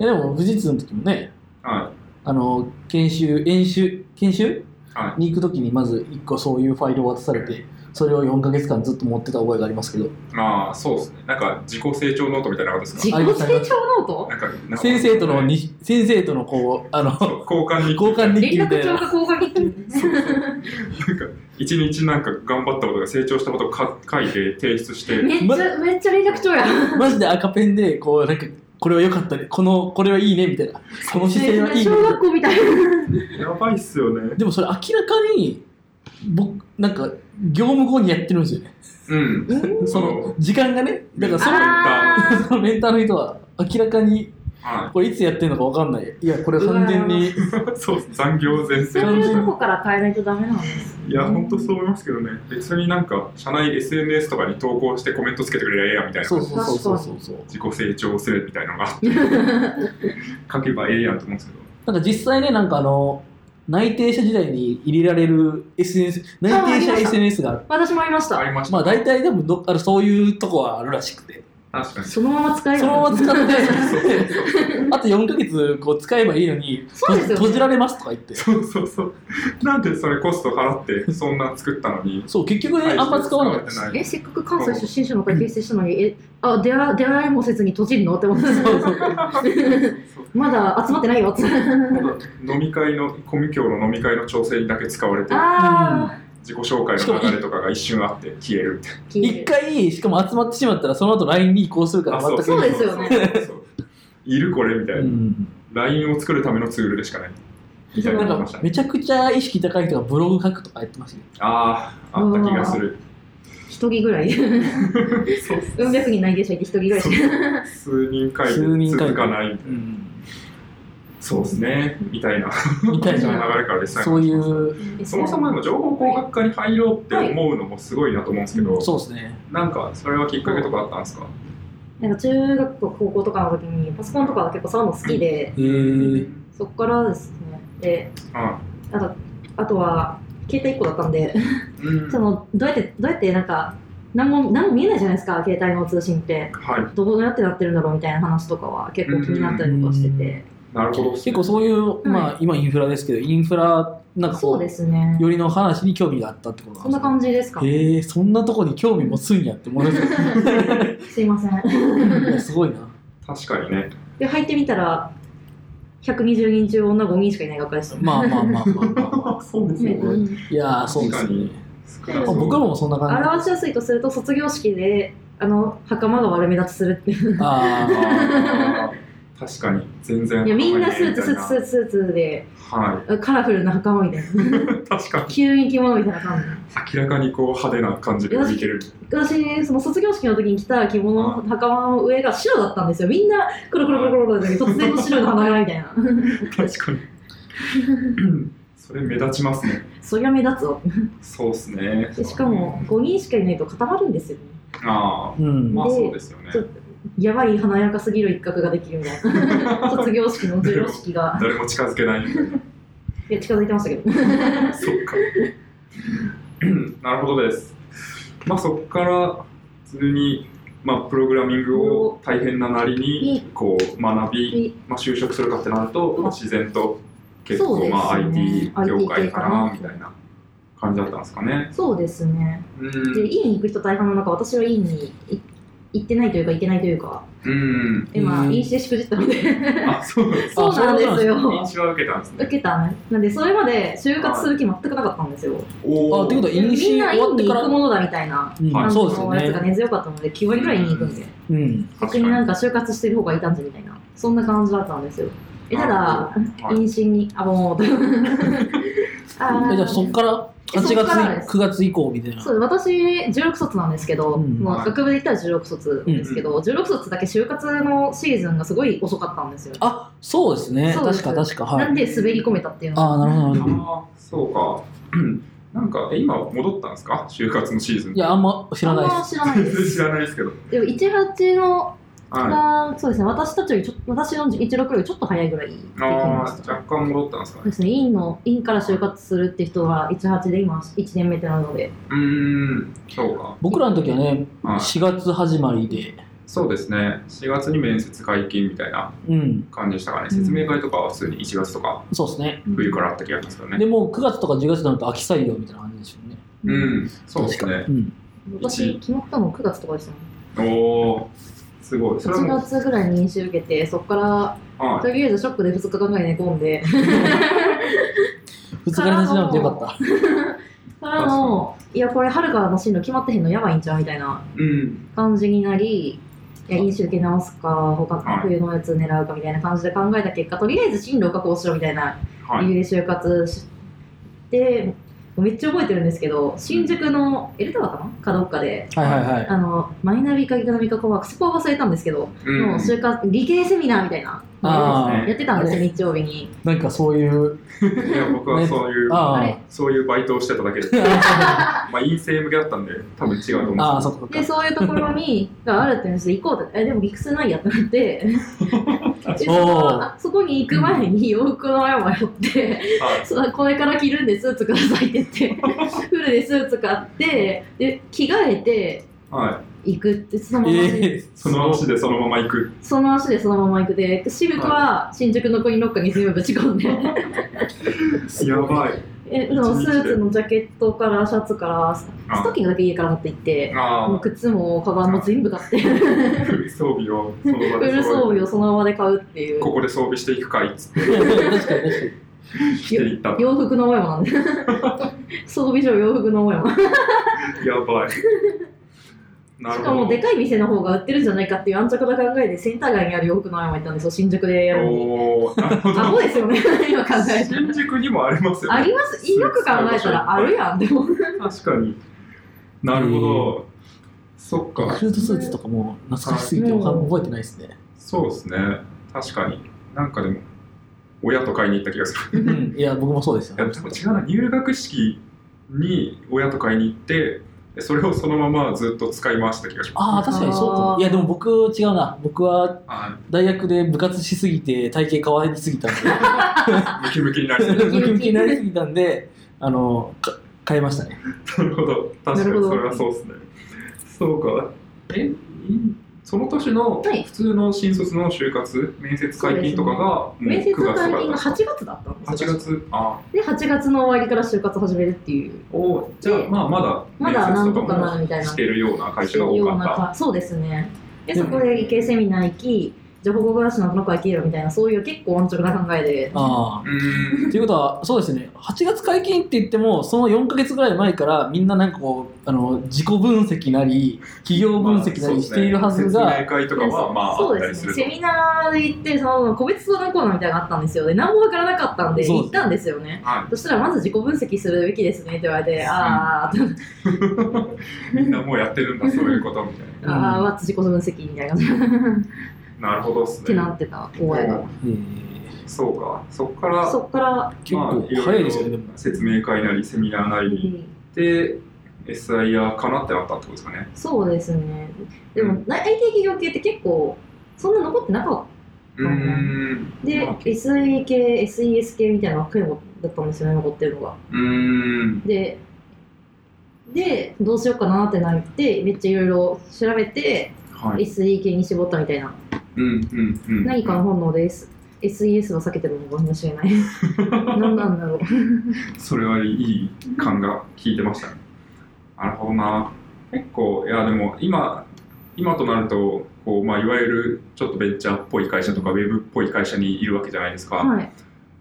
Speaker 2: えでも、富士通の時もね、
Speaker 3: は
Speaker 2: あの、研修、演習、研修
Speaker 3: いはい
Speaker 2: に行く時にまず1個そういうファイルを渡されて、それを4ヶ月間ずっと持ってた覚えがありますけど、
Speaker 3: まあそうですねなんか自己成長ノートみたいなのです
Speaker 1: 自己成
Speaker 3: か
Speaker 1: 長ノート
Speaker 3: なんかなんか
Speaker 2: 先生とのに、先生とのこう、あの、
Speaker 3: そう交換に
Speaker 2: 交換日
Speaker 1: 連
Speaker 2: 記みた
Speaker 1: 絡
Speaker 2: い
Speaker 1: 帳
Speaker 2: な。
Speaker 1: が交換できる
Speaker 3: なんか一日なんか頑張ったことが成長したことをか書いて提出して
Speaker 1: めっちゃめっちゃ連絡帳や
Speaker 2: マジで赤ペンで、こう、なんか、これは良かったね、この、これはいいね、みたいな。この姿勢はいいね。み
Speaker 1: 小
Speaker 2: たいな
Speaker 1: 学校みたいな
Speaker 3: やばいっすよね
Speaker 2: でもそれ明らかに、僕、なんか、業務後にやってるんですよね。
Speaker 3: うん
Speaker 2: その、時間がね。だからその、
Speaker 1: あ ー
Speaker 2: そのメンターの人は明らかに
Speaker 3: は
Speaker 2: これいつやってんのか分かんないいやこれ完全に
Speaker 3: いそうっす残業前
Speaker 1: そ
Speaker 3: 線
Speaker 1: う
Speaker 2: う
Speaker 1: いうとこから変えないとダメなんです
Speaker 3: いや本当そう思いますけどね別になんか社内 SNS とかに投稿してコメントつけてくれりゃええやみたいな
Speaker 2: そうそうそうそうそうそう
Speaker 3: 自己成長するみたいなのがあって 書けばええやんと思うんですけど
Speaker 2: なんか実際ねなんかあの内定者時代に入れられる SNS 内定
Speaker 1: ああ
Speaker 2: 者
Speaker 1: りました
Speaker 2: SNS がある
Speaker 1: 私もありまし
Speaker 3: あ
Speaker 1: た
Speaker 3: りました
Speaker 2: まあ大体多分どっかでそういうとこはあるらしくて
Speaker 3: 確かに
Speaker 1: そのまま使える
Speaker 2: そのまま使ってあと4ヶ月こう使えばいいのに
Speaker 1: そうですよね
Speaker 2: 閉じられますとか言って
Speaker 3: そうそうそうなんでそれコスト払ってそんな作ったのに
Speaker 2: そう結局ねあんま使わなかったし
Speaker 3: 使われてない
Speaker 1: えせっかく関西出身者の会結成したのにえあ出会出会いもせずに閉じるのって思って
Speaker 2: そうそう
Speaker 1: まだ集まってないよって
Speaker 3: 飲み会のコミュ協の飲み会の調整にだけ使われて
Speaker 1: あ
Speaker 3: 自己紹介の流れとかが一瞬あって消えるみたい
Speaker 1: あ
Speaker 2: 一回しかも集まってしまったらその後 LINE に移行するか
Speaker 3: な
Speaker 2: ら全く
Speaker 1: そうですよね
Speaker 3: そうそういるこれみたいうな、
Speaker 2: ん
Speaker 3: LINE を作るためのツールでしかないみたい
Speaker 2: な
Speaker 3: なのがあ
Speaker 2: ん
Speaker 3: りました
Speaker 2: か
Speaker 3: ね
Speaker 2: めちゃくちゃ意識高い人がブログ書くとかやってますね。
Speaker 3: あああった気がする
Speaker 1: 一人ぐらい
Speaker 3: そう
Speaker 1: うん百人内定者いて一人ぐらいしか
Speaker 3: 数人会
Speaker 2: 数人
Speaker 3: で
Speaker 2: 会で
Speaker 3: 続かないそうですねみたいな
Speaker 2: みたい
Speaker 3: その
Speaker 2: な、
Speaker 3: 流れからです
Speaker 2: そういうう、
Speaker 3: そもそもでも情報工学科に入ろうって思うのもすごいなと思うんですけど、
Speaker 2: そうですね。
Speaker 3: なんかそれはきっかけとかあったんですか
Speaker 1: なんか中学校高校とかの時にパソコンとか結構触るの好きで
Speaker 2: えー、
Speaker 1: そこからですねで
Speaker 3: あ
Speaker 1: あとあとは携帯1個だったんで
Speaker 3: うん
Speaker 1: そのどうやってどうやってなんか何も何も見えないじゃないですか携帯の通信って
Speaker 3: はい
Speaker 1: どうやってなってるんだろうみたいな話とかは結構気になったりとかしてて
Speaker 3: なるほど
Speaker 2: 結構そういう、まあ今インフラですけど、インフラなんか
Speaker 1: そ
Speaker 2: こ
Speaker 1: う
Speaker 2: う、
Speaker 1: ですね
Speaker 2: よりの話に興味があったってこと
Speaker 1: そんな感
Speaker 2: じ
Speaker 1: じですか
Speaker 2: えー、そんなとこに興味持つんやって思いまし
Speaker 1: すいません
Speaker 2: たいやすごいな。
Speaker 3: 確かにね
Speaker 1: で入ってみたら120人中女5人しかいない学会でしたね
Speaker 2: まあまあまあまあまあ、まあ。
Speaker 3: そうですよね
Speaker 2: いやー、そうですね。
Speaker 3: 少な
Speaker 2: ま
Speaker 3: そ
Speaker 2: あ
Speaker 3: う
Speaker 2: 僕らもそんな感
Speaker 1: 表しやすいとすると卒業式であの袴が悪目立ちするっていう
Speaker 2: じ。あ
Speaker 3: あー確かに全然
Speaker 1: いやみんなスーツ
Speaker 3: わかん
Speaker 1: スー
Speaker 3: ないみたい
Speaker 1: ツスーツスーツで
Speaker 3: なは
Speaker 1: カラフルな袴みたいな
Speaker 3: い確かに
Speaker 1: 急に着物みたいな感じ
Speaker 3: 明らかにこう派手な感じで見てる
Speaker 1: 私その卒業式の時に着た着物の袴の上が白だったんですよみんな黒黒黒黒黒だけど突然の白の花柄みたいな
Speaker 3: 確かにそれ目立ちますね
Speaker 1: そりゃ目立つわ
Speaker 3: そうですね
Speaker 1: でしかも5人しかいないと固まるんですよね
Speaker 3: あ
Speaker 2: ー、うん
Speaker 3: あ。まあそうですよね
Speaker 1: ちょっとやばい華やかすぎる一角ができるみたい な卒業式の授業式が
Speaker 3: 誰も近づけないみたいない
Speaker 1: や近づいてましたけど
Speaker 3: そっか。なるほどです。まあそこから普通に、まあ、プログラミングを大変ななりにこう学び、まあ、就職するかってなると、まあ、自然と結
Speaker 1: そ
Speaker 3: 構、
Speaker 1: うですね
Speaker 3: まあ、IT 業界か
Speaker 1: IT
Speaker 3: な
Speaker 1: 系
Speaker 3: みたいな感じだったんですかね。
Speaker 1: そうですね
Speaker 3: う
Speaker 1: で
Speaker 3: ん、
Speaker 1: 院に行く人大半の中私は院にい行ってないというか行けないというか
Speaker 3: うん、
Speaker 1: 今
Speaker 2: うん
Speaker 1: 院試でしくじったので
Speaker 3: あそうなんです。
Speaker 1: そうなんですよ
Speaker 3: 一は受けたんです
Speaker 1: 受
Speaker 3: ね。
Speaker 1: けたねなんでそれまで就活する気全くなかったんですよ
Speaker 3: お
Speaker 2: あってことは
Speaker 1: み
Speaker 2: 院試終
Speaker 1: んな
Speaker 2: わ
Speaker 1: 院
Speaker 2: って
Speaker 1: に
Speaker 2: か
Speaker 1: 行
Speaker 2: ら
Speaker 1: くものだみたいな
Speaker 2: うん
Speaker 3: あ
Speaker 2: そうですよ
Speaker 1: のやつが
Speaker 2: ね。
Speaker 1: 根強かったので9割ぐらいに行くんで
Speaker 2: うん。
Speaker 1: 逆になんか就活してる方がいたんじゃみたいなそんな感じだったんですよえただ
Speaker 3: はい
Speaker 1: 妊娠に あもうあ
Speaker 2: え
Speaker 1: ー
Speaker 2: じゃあそっから8月
Speaker 1: そっからです
Speaker 2: 9月以降みたいな。
Speaker 1: そう私16卒なんですけど、
Speaker 2: うん
Speaker 1: も
Speaker 3: は
Speaker 1: う
Speaker 3: い
Speaker 1: 学部で言ったら16卒ですけど、16卒だけ就活のシーズンがすごい遅かったんですよ、
Speaker 2: あそうですね、
Speaker 1: そうです
Speaker 2: 確か確か、はい。
Speaker 1: なんで滑り込めたっていうの
Speaker 2: ああ、なるほど、なるほど。
Speaker 3: あーそうか。 なんかえ今戻ったんですか就活のシーズン。
Speaker 2: いや、あんま知らない
Speaker 1: あん
Speaker 2: で。
Speaker 1: ます知らないで
Speaker 3: 全然
Speaker 1: す
Speaker 3: 知らないですけど。
Speaker 1: でも18の
Speaker 3: は
Speaker 1: が、そうですね、私たちよりちょっと、私の16よりちょっと早いぐらいって聞き
Speaker 3: い。あ
Speaker 1: ま
Speaker 3: あ
Speaker 1: した。
Speaker 3: ー、若干戻ったんですか
Speaker 1: そう
Speaker 3: ね。
Speaker 1: ですね、院の、院から就活するって人が18で今1年目ってなので、
Speaker 3: うーん、そうか。
Speaker 2: 僕らの時はね、
Speaker 3: はい
Speaker 2: 4月始まりで、
Speaker 3: そうですね。4月に面接解禁みたいな
Speaker 2: うん、
Speaker 3: 感じでしたからね。
Speaker 1: うん
Speaker 3: 説明会とかは普通に1月とか
Speaker 2: そうですね。
Speaker 3: 冬からあった気がしますから
Speaker 2: で
Speaker 3: ね。
Speaker 2: もう9月とか10月になると秋採用みたいな感じですよね。
Speaker 1: う
Speaker 3: うんん、そうですね。
Speaker 2: うん。
Speaker 1: 私決まったの9月とかでしたもん
Speaker 3: おお、すごい。それは
Speaker 1: 1
Speaker 3: もう、
Speaker 1: 月ぐらいに飲酒受けてそこから
Speaker 3: はい。
Speaker 1: とりあえずショックで2日間ぐらい寝込ん で
Speaker 2: 2日から始まるとよかった。
Speaker 1: からのいやこれ春からの進路決まってへんのやばいんちゃうみたいな
Speaker 3: うん、
Speaker 1: 感じになりいや飲酒受け直すか他
Speaker 3: はい
Speaker 1: 冬のやつ狙うかみたいな感じで考えた結果とりあえず進路を確保しろみたいな
Speaker 3: はい。
Speaker 1: 理由で就活して、めっちゃ覚えてるんですけど新宿のエルタワーかなかどっかで。
Speaker 2: はいはいはい。
Speaker 1: あのマイナビかギガナビか困惑そこは忘れたんですけど、
Speaker 3: うん
Speaker 1: の就活理系セミナーみたいな
Speaker 2: あ
Speaker 3: ー
Speaker 1: やってたんですよ日曜日に
Speaker 2: あ、なんかそういう。
Speaker 3: いや、僕はそういう、
Speaker 2: あ
Speaker 1: あ
Speaker 2: あ
Speaker 1: れ
Speaker 3: そういうバイトをしてただけです。まあ、陰性向けだったんで、多分違うと思うんで す
Speaker 2: ああ、そっかそっ
Speaker 1: で
Speaker 2: か。
Speaker 1: そういうところにがあるって話で行こうってえでも理屈ないやって なってでそ
Speaker 2: お
Speaker 1: こ
Speaker 2: ー
Speaker 1: あそこに行く前に洋服の前を迷って
Speaker 3: はい
Speaker 1: そうこれから着るんでスーツくださいって 言ってフルでスーツ買ってで着替えて
Speaker 3: はい。
Speaker 1: 行くってそのまま、
Speaker 2: ええ
Speaker 3: その足でそのまま行く。
Speaker 1: その足でそのまま行くで私服は新宿のコインロッカーに全部ぶち 込んで
Speaker 3: やばい。
Speaker 1: えでもスーツのジャケットからシャツからス
Speaker 3: あ
Speaker 1: トッキングだけ家から持って行って
Speaker 3: あ
Speaker 1: もう
Speaker 3: あ、
Speaker 1: 靴もカバンも全 部買って
Speaker 3: フル装備をその場
Speaker 1: フ
Speaker 3: で
Speaker 1: ル装
Speaker 3: 揃え
Speaker 1: 備を
Speaker 3: て
Speaker 1: そのままで買うっていう
Speaker 3: ここで装備していくかいっつって
Speaker 2: 確かに確かに。
Speaker 3: していった。や
Speaker 1: 洋服の親もな んで装備上洋服の親もし
Speaker 3: ばい。なる
Speaker 1: か
Speaker 3: ほ
Speaker 1: も
Speaker 3: ど。
Speaker 1: でかい店の方が売ってるんじゃないかっていう安直な考えでセンター街にある洋服の親も行ったんですよ新宿でやるに
Speaker 3: おお、なるほど。
Speaker 1: アホですよね今考えたら
Speaker 3: 新宿にもありますよ
Speaker 1: あ
Speaker 3: ね。
Speaker 1: りますよく考えたらあるやんでも
Speaker 3: 確かに。なるほど。そっか。
Speaker 2: フルートスーツとかも懐かしすぎてわかん覚えてないですね。
Speaker 3: そうですね。確かに。なんかでも、親と買いに行った気がする。
Speaker 2: うん。いや、僕もそうですよ。
Speaker 3: いや、でも違うな。入学式に親と買いに行って、それをそのままずっと使い回した気がします。
Speaker 2: ああ、確かにそうかも。いや、でも僕違うな。僕は
Speaker 3: あ
Speaker 2: 大学で部活しすぎて体型変わりすぎた んで。
Speaker 3: ムキムキになりそう。
Speaker 2: ムキムキになりすぎたんで、あの、か変えましたね。
Speaker 3: なるほど。確か
Speaker 1: なるほ
Speaker 3: に
Speaker 1: ど
Speaker 3: それはそうですね。そうか。え、いその年の
Speaker 1: はい
Speaker 3: 普通の新卒の就活、面接解禁とかがもう
Speaker 1: 面接
Speaker 3: 9月
Speaker 1: の解禁
Speaker 3: と
Speaker 1: が
Speaker 3: か
Speaker 1: 8月だったん
Speaker 3: だ
Speaker 1: で
Speaker 3: った。
Speaker 1: す
Speaker 3: 8
Speaker 1: よ
Speaker 3: 月あ
Speaker 1: で8月の終わりから就活始めるっていう
Speaker 3: あ。おじゃあ、
Speaker 1: で
Speaker 3: まあ、ま
Speaker 1: ま
Speaker 3: だ
Speaker 1: だな
Speaker 3: 面接
Speaker 1: ん
Speaker 3: と
Speaker 1: とか
Speaker 3: か
Speaker 1: なみた
Speaker 3: も
Speaker 1: いな
Speaker 3: してるような会社が
Speaker 1: っていう
Speaker 3: 多
Speaker 1: よ
Speaker 3: か
Speaker 1: う
Speaker 3: っ
Speaker 1: な
Speaker 3: た。
Speaker 1: かそうですねで
Speaker 2: で
Speaker 1: そ
Speaker 2: も
Speaker 1: こで理系セミナー行き情報語学習のこの子は行けるよみたいなそういう結構安直な考えで
Speaker 2: あ
Speaker 3: うー
Speaker 2: あ。
Speaker 3: ん
Speaker 2: ということは、そうですね、8月解禁って言っても、その4ヶ月ぐらい前から、みんななんかこう、あの自己分析なり、企業分析なりしているはず
Speaker 3: まあそう
Speaker 2: が、
Speaker 3: ですね説明会とかはまあ
Speaker 1: そ
Speaker 3: あ
Speaker 1: う
Speaker 3: った
Speaker 1: で
Speaker 3: り
Speaker 1: す
Speaker 3: す
Speaker 1: ね
Speaker 3: る
Speaker 1: セミナーで行ってその個別相談コーナーみたいなのがあったんですよで何もわからなかったんで
Speaker 2: そう
Speaker 1: 行
Speaker 2: ですね
Speaker 1: ったんですよね
Speaker 3: は
Speaker 1: そしたらまず自己分析するべきですねって言われてあ ー
Speaker 3: い、みんなもうやってるんだ、そういうことみたい
Speaker 1: あーあーは自己分析みたいな っ
Speaker 3: な。なるほどっすね。
Speaker 1: てなってた覚えが
Speaker 3: お
Speaker 2: えー
Speaker 3: そうか、そこから、
Speaker 1: そっから
Speaker 2: 結構
Speaker 3: いろいろ
Speaker 2: 早いですよね、でも。
Speaker 3: 説明会なり、セミナーな
Speaker 1: う
Speaker 3: りに
Speaker 1: ん
Speaker 3: 行って、SIR かなってなったってことですかね。
Speaker 1: そうですねでもな IT 企業系って結構そんな残ってなかった
Speaker 3: うーん。
Speaker 1: で、
Speaker 3: まあ
Speaker 1: SE 系、SES 系みたいなばっかりだったんですよね、残ってるのが。
Speaker 3: うーん。
Speaker 1: で、で、どうしようかなってなって、めっちゃいろいろ調べて、
Speaker 3: はい。
Speaker 1: SE 系に絞ったみたいな。
Speaker 3: うんうんうん。
Speaker 1: 何かの本能です。SES は避けてるのかもしれ ない。何なんだろう。
Speaker 3: それはいい感が効いてましたね。なるほどな。結構、いや、でも今、今となると、こうまあ、いわゆるちょっとベンチャーっぽい会社とか、ウェブっぽい会社にいるわけじゃないですか。
Speaker 1: はい。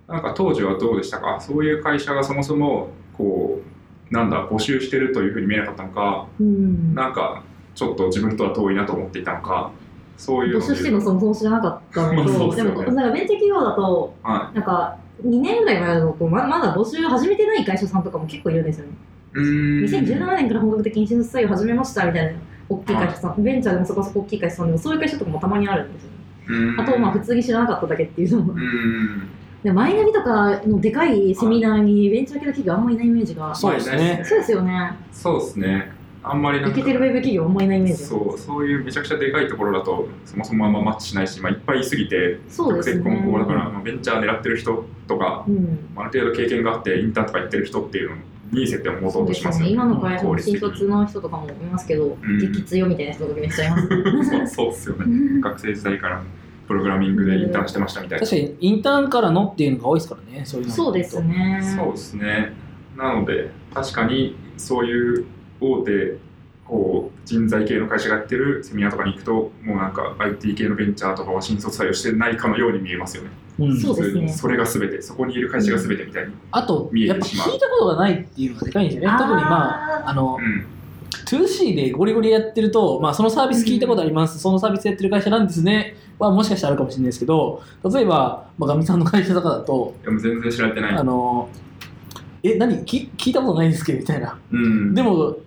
Speaker 3: なんか当時はどうでしたかそういう会社がそもそも、こう、なんだ、募集してるというふうに見えなかったのか、
Speaker 1: うん。
Speaker 3: なんか、ちょっと自分とは遠いなと思っていたのか、そういう
Speaker 1: 募
Speaker 3: ので
Speaker 1: 集して
Speaker 3: 言
Speaker 1: るの
Speaker 3: うと
Speaker 1: そもそも知らなかったの
Speaker 3: まあそう
Speaker 1: と、
Speaker 3: です
Speaker 1: で
Speaker 3: よね
Speaker 1: も、なんかベンチャー企業だと、
Speaker 3: は
Speaker 1: なんか、2年ぐらい前だとこうままだ募集始めてない会社さんとかも結構いるんですよね。
Speaker 3: い。うーん。
Speaker 1: 2017年から本格的に新卒採用始めましたみたいな大きい会社さん、ベンチャーでもそこそこ大きい会社さんでもそういう会社とかもたまにあるんですよね、
Speaker 3: うん
Speaker 1: あとまあ普。通に知らなかっただけっていうのも、
Speaker 3: うーん。
Speaker 1: でマイナビとかのでかいセミナーにベンチャー系の企業あんまりいないイメージが、
Speaker 2: そうですね
Speaker 1: そうですよね
Speaker 3: そうですね。あんまりなん
Speaker 1: イ
Speaker 3: か
Speaker 1: ケてるウェブ企業、あんまいないイメージ
Speaker 3: そうそういうめちゃくちゃでかいところだとそもそもあんまマッチしないし、まあ、いっぱいいすぎて
Speaker 1: そうです
Speaker 3: 結
Speaker 1: ね。
Speaker 3: 婚後だから、まあ、ベンチャー狙ってる人とか
Speaker 1: うん。
Speaker 3: ある程度経験があってインターンとか行ってる人っていうのに設定を持と
Speaker 1: そうう
Speaker 3: と
Speaker 1: で
Speaker 3: し
Speaker 1: す
Speaker 3: ま
Speaker 1: よ
Speaker 3: すよ
Speaker 1: ね。今の会社
Speaker 3: 効
Speaker 1: の
Speaker 3: 率的
Speaker 1: 新
Speaker 3: に
Speaker 1: 卒の人とかもいますけど、
Speaker 3: ん
Speaker 1: 激強みたいな人とかめっちゃいます。
Speaker 3: そうそうっすよね学生時代からプログラミングでインターンしてましたみたいな
Speaker 2: 確かにインターンからのっていうのが多いですからね、そういうの。
Speaker 1: そうです。ね。
Speaker 3: そうですね。なので、確かにそういう大手こう人材系の会社がやってるセミナーとかに行くと、もうなんか IT 系のベンチャーとかは新卒採用してないかのように見えますよね。
Speaker 2: うん、
Speaker 1: そうですね
Speaker 3: 普通にそれが全て、そこにいる会社が全てみたいに。
Speaker 2: あと、
Speaker 3: 見え
Speaker 2: やってぱ
Speaker 3: しまう
Speaker 2: 聞いたことがないっていうのがでかいんですよね。
Speaker 1: あー
Speaker 2: 特にまあ、あの
Speaker 3: う、ん。
Speaker 2: 2C でゴリゴリやってると、まあ、そのサービス聞いたことあります、そのサービスやってる会社なんですねはもしかしたらあるかもしれないですけど、例えば、まあ、ガミさんの会社とかだと、
Speaker 3: でも全然知られてな
Speaker 2: あ
Speaker 3: い。
Speaker 2: の、え、何き聞いたことないんですけどみたいな。
Speaker 3: うん。
Speaker 2: でも、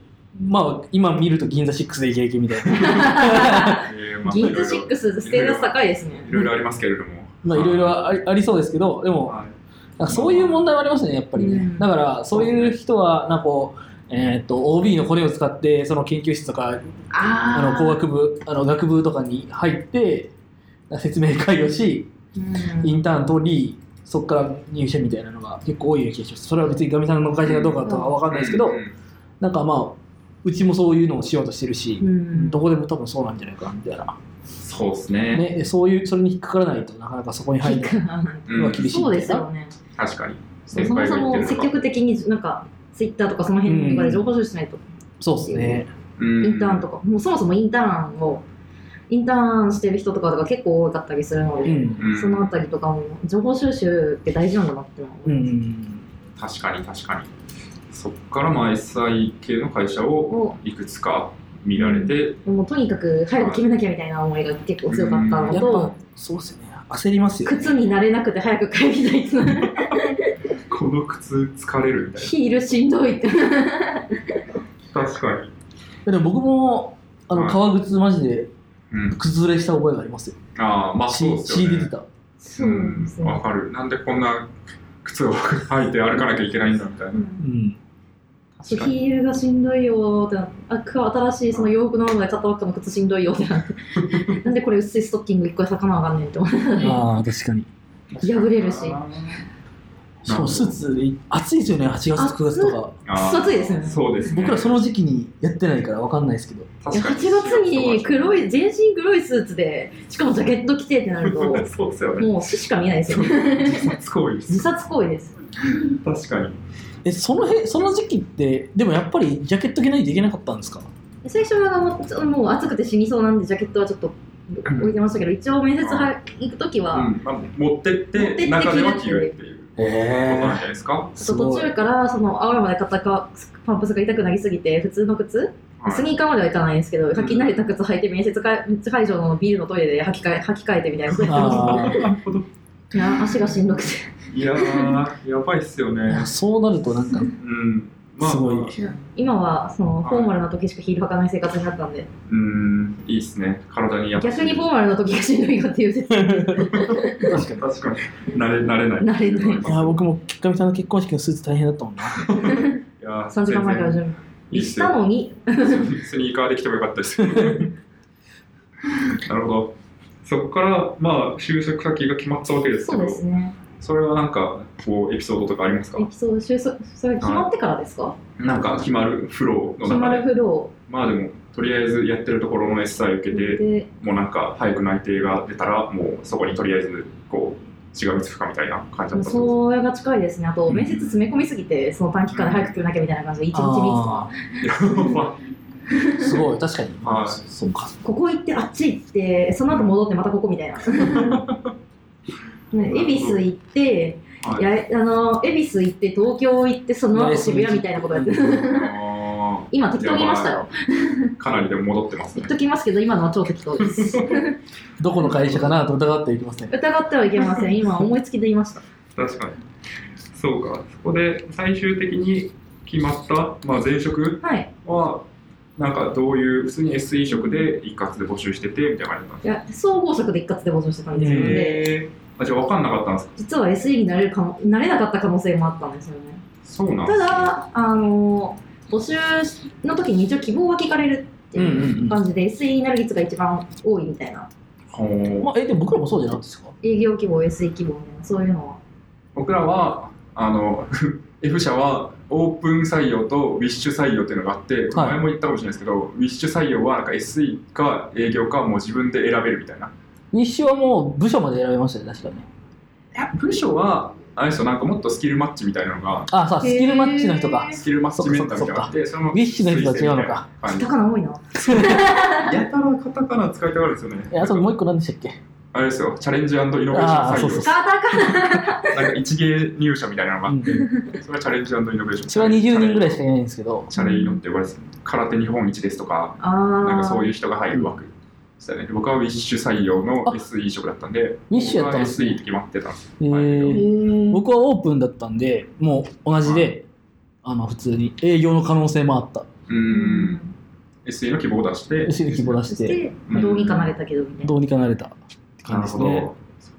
Speaker 2: まあ、今見ると銀座6でイケイケみたいな。
Speaker 3: えー まあい
Speaker 1: 銀座
Speaker 3: ろいろ
Speaker 1: シックスステータス高いですね。
Speaker 3: いろいろありますけれども。
Speaker 2: まあ、いろいろありありそうですけど、でも、
Speaker 3: はい
Speaker 2: なんかそういう問題もありましたね、やっぱりね。
Speaker 1: うん
Speaker 2: だから、そういう人は、なんかこう、えー、と OB のコネを使ってその研究室とかあ
Speaker 1: あ
Speaker 2: の工学部あの学部とかに入って説明会をしインターン取りそこから入社みたいなのが結構多いような気がしますそれは別にガミさんの会社がどうかとかわかんないですけど、
Speaker 3: うん
Speaker 2: なんかまあうちもそういうのをしようとしてるし、
Speaker 1: うん
Speaker 2: どこでも多分そうなんじゃないかなみたいな、
Speaker 3: そうですね
Speaker 2: ね、そういうそれに引っかからないとなかなかそこに入る
Speaker 3: う
Speaker 2: のは
Speaker 3: ん。
Speaker 2: 厳しい
Speaker 1: そ
Speaker 2: みた
Speaker 1: うで
Speaker 2: い
Speaker 1: す
Speaker 2: な、
Speaker 1: よね。
Speaker 3: 確かに。
Speaker 1: そ
Speaker 3: 先
Speaker 1: も
Speaker 3: 輩
Speaker 1: そ
Speaker 3: が言ってるの
Speaker 1: も
Speaker 3: が
Speaker 1: 積極的になんかツイッターとかその辺とかで情報収集しないと、
Speaker 2: そうですね
Speaker 3: うん
Speaker 1: インターンとか、もうそもそもインターンをインターンしてる人とかとか結構多かったりするの
Speaker 2: う
Speaker 1: で、
Speaker 2: ん
Speaker 3: うん
Speaker 1: そのあたりとかも情報収集って大事なんだなってのは
Speaker 2: う
Speaker 1: 思います
Speaker 2: ん
Speaker 3: 確かに確かにそっからまあ SI 系の会社を
Speaker 1: を
Speaker 3: いくつか見られて、
Speaker 1: もうとにかく早く決めなきゃみたいな思いが結構強かった
Speaker 2: や
Speaker 1: の
Speaker 2: っぱ
Speaker 1: と、
Speaker 2: そうですよね焦りますよね
Speaker 1: 靴になれなくて早く帰りたいって なる
Speaker 3: この靴疲れるみたい
Speaker 1: ヒールしんどいって
Speaker 3: な確かに、
Speaker 2: でも僕もあの
Speaker 3: はい
Speaker 2: 革靴マジで
Speaker 3: うん、
Speaker 2: 崩れした覚えがありますよ
Speaker 3: ああまあそう
Speaker 2: 血
Speaker 3: です
Speaker 2: 血
Speaker 3: よ
Speaker 2: 出
Speaker 3: ね
Speaker 2: てた
Speaker 1: そうなんです
Speaker 3: うんわ
Speaker 1: ね、
Speaker 3: かるなんでこんな靴を 履いて歩かなきゃいけないんだみたいな
Speaker 1: うん
Speaker 2: うん
Speaker 1: そう
Speaker 3: 確かに
Speaker 1: ヒールがしんどいよーってなあ今日新しいその洋服のものが買ったばっかの靴しんどいよーってなって なんでこれ薄いストッキング1個で咲かなあかんねんって思って
Speaker 2: ああ確かに
Speaker 1: 破れるし
Speaker 2: しかもスーツで暑いですよね8月9月とか
Speaker 3: あ
Speaker 1: くっそ暑いですよね
Speaker 3: そうですね
Speaker 2: 僕らその時期にやってないから分かんないですけど
Speaker 3: 確か
Speaker 1: 8
Speaker 3: に
Speaker 1: 月に黒い全身黒いスーツでしかもジャケット着てってなると
Speaker 3: そうですよね
Speaker 1: もう死しか見ないですよ
Speaker 3: そう
Speaker 1: ね
Speaker 3: 自殺行為で
Speaker 1: 自
Speaker 3: す
Speaker 1: 殺行為です
Speaker 3: 確かに
Speaker 2: えその辺その時期ってでもやっぱりジャケット着ないといけなかったんですか
Speaker 1: 最初はもうもう暑くて死にそうなんでジャケットはちょっと置いてましたけど一応面接は行く時
Speaker 3: う
Speaker 1: は、
Speaker 3: んまあ、持ってっ
Speaker 1: 持ってってて
Speaker 3: 中では着るっていう
Speaker 2: へ
Speaker 3: ことなん
Speaker 2: え
Speaker 3: じゃないですか、
Speaker 1: ちょっと途中からその青山で買ったかパンプスが痛くなりすぎて普通の靴
Speaker 3: はい
Speaker 1: スニーカーまではいかないんですけど、履き慣れた靴履いて面接会会場のビルのトイレで履き替え履き替えてみたいなことやってま
Speaker 2: あ
Speaker 3: なるほど
Speaker 1: したいや足がしんどくて。
Speaker 3: いやー、やばいっすよ
Speaker 2: ーい
Speaker 3: ね
Speaker 2: や。そうなるとなんか
Speaker 3: うん。
Speaker 2: すごい
Speaker 1: 今はそのフォーマルな時しかヒール履かない生活になったんで、
Speaker 3: うん、いいっすね。体にやっぱ
Speaker 1: 逆にフォーマルな時がしんどいよっていう説
Speaker 2: 確かに
Speaker 3: 確かに。慣れ、慣れない。
Speaker 1: 慣れな
Speaker 2: い
Speaker 1: い
Speaker 2: や僕もかみさんの結婚式のスーツ大変だったもんな
Speaker 1: 3時間前から
Speaker 3: じゃ
Speaker 1: 準備
Speaker 3: いいっ
Speaker 1: し
Speaker 3: す
Speaker 1: た
Speaker 3: よ。
Speaker 1: のに、
Speaker 3: スニーカーできてもよかったです。 なるほど。そこから、まあ、就職先が決まったわけですけ
Speaker 1: そう
Speaker 3: ど
Speaker 1: で、すね、
Speaker 3: それはなんか、こう、エピソードとかありますか
Speaker 1: エピソード収束、それ決まってからですか、
Speaker 3: なんか、決まるフローの
Speaker 1: 決ま
Speaker 3: 中
Speaker 1: る
Speaker 3: で。
Speaker 1: フロ
Speaker 3: まあでも、とりあえずやってるところの S さえ受けて
Speaker 1: ー、で、
Speaker 3: もうなんか早く内定が出たらもうそこにとりあえずこうしがみつくかみたいな感じだったんで
Speaker 1: それが近いですね、あと面接詰め込みすぎて、その短期間で早く来なきゃみたいな感じで、1日3日と
Speaker 2: あ
Speaker 1: か
Speaker 3: すよま
Speaker 2: ーすごい確かに
Speaker 3: はい
Speaker 2: そうか
Speaker 1: ここ行ってあっち行ってその後戻ってまたここみたい な。ね恵比寿行って、
Speaker 3: あはい
Speaker 1: やあの恵比寿行って東京行ってその
Speaker 2: や
Speaker 1: 後
Speaker 2: り
Speaker 1: 渋谷みたいなことやってる
Speaker 3: あ
Speaker 1: 今適当に言いましたよ
Speaker 3: ーかなりでも戻ってます
Speaker 1: 言
Speaker 3: ね
Speaker 1: っときますけど今のは超適当です
Speaker 2: どこの会社かなと疑っていきますね
Speaker 1: 疑ってはいけま せん今思いつきで言いました
Speaker 3: 確かにそうかそこで最終的に決まった、まあ、前職
Speaker 1: はい
Speaker 3: はなんかどういう普通に SE 職で一括で募集しててみたいな感じだっ
Speaker 1: いや総合職で一括で募集してたんです
Speaker 3: た
Speaker 1: よ
Speaker 3: ん
Speaker 1: ね
Speaker 2: へ
Speaker 1: で
Speaker 3: ですよねあじゃあ分かんなかったんですか
Speaker 1: 実は SE になれるかもなれなかった可能性もあったんですよね
Speaker 3: そうなんで
Speaker 1: た
Speaker 3: すね
Speaker 1: だあの募集の時に一応希望は聞かれるって
Speaker 2: うんう
Speaker 1: いうん感じで、SE になる率が一番多いみたいな
Speaker 2: うん。まあ、え、でも僕らもそうじゃないですか。
Speaker 1: 営業希望 SE 希望みたいなそういうのは
Speaker 3: 僕らはあの F 社はオープン採用とウィッシュ採用っていうのがあって、
Speaker 2: はい
Speaker 3: 前も言ったかもしれないですけどウィッシュ採用はなんか SE か営業かもう自分で選べるみたいな
Speaker 2: 日誌はもう部署まで選べましたね、確かね。
Speaker 3: いや部署はあれですよなんかもっとスキルマッチみたいなのが
Speaker 2: あ、さあ、スキルマッチの人か
Speaker 1: へ。ー
Speaker 3: スキルマッチメンターみたいなのがあってその
Speaker 2: ウィッシュの人とは違うのか。
Speaker 3: 感じ
Speaker 1: 高菜多いな
Speaker 3: やたらカタカナ使いたがるんですよね
Speaker 2: え、あともう一個何でしたっけ
Speaker 3: あれですよチャレンジイノベーション
Speaker 2: あー
Speaker 3: 採
Speaker 2: そ
Speaker 3: 用
Speaker 2: うそう
Speaker 1: 高菜か
Speaker 3: なんか一芸入社みたいなのが
Speaker 2: う
Speaker 3: あっ
Speaker 2: ん
Speaker 3: て、それはチャレンジイノベーション
Speaker 2: うちは20人ぐらいしかいないんですけど、
Speaker 3: チャレイノって呼ばれてた空手日本一ですとか
Speaker 1: あー
Speaker 3: なんかそういう人が入る枠でしたね。僕はウィッシュ採用の SE 職だったんで、
Speaker 2: ウィッシュやったんですね
Speaker 3: 僕は SE って決まってたんです。
Speaker 2: え
Speaker 1: へ
Speaker 2: ー
Speaker 1: ー
Speaker 2: 僕はオープンだったんで、もう同じで、あの普通に営業の可能性もあった。
Speaker 3: う。
Speaker 1: うんん
Speaker 3: SE の希望を出して。
Speaker 2: SE の希望を出
Speaker 1: そ
Speaker 2: し、
Speaker 1: してて、まあどうにかなれたけどみたいな
Speaker 2: どうにかなれたって
Speaker 3: な
Speaker 2: 感
Speaker 3: る
Speaker 2: じです
Speaker 3: ほ
Speaker 2: ね。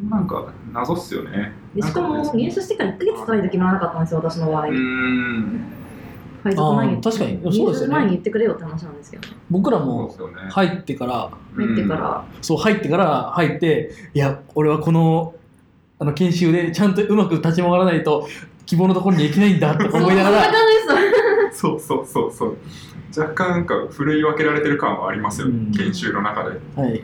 Speaker 3: ど。なんか謎っすよね。
Speaker 1: でしかも入社してから1か月とかに決まらなかったんですよ私の場合、
Speaker 3: うーん。
Speaker 1: 配属前に
Speaker 2: あー確かに
Speaker 1: 入
Speaker 2: そうですよね
Speaker 1: 社前に言ってくれよって話なんですけど
Speaker 2: 僕ら
Speaker 3: そうっ
Speaker 2: も
Speaker 3: すよね。
Speaker 2: 入ってから、
Speaker 1: 入ってから、
Speaker 2: そう入ってから入って、いや、俺はこのあの研修でちゃんとうまく立ち回らないと希望のところに行けないんだとか
Speaker 1: そう
Speaker 2: 思いなが
Speaker 1: そん
Speaker 2: ら、
Speaker 1: な感じです
Speaker 3: うん。そうそうそうそう。若干なんか、ふるい分けられてる感はありますよ、
Speaker 2: うん
Speaker 3: 研修の中で。
Speaker 2: はい、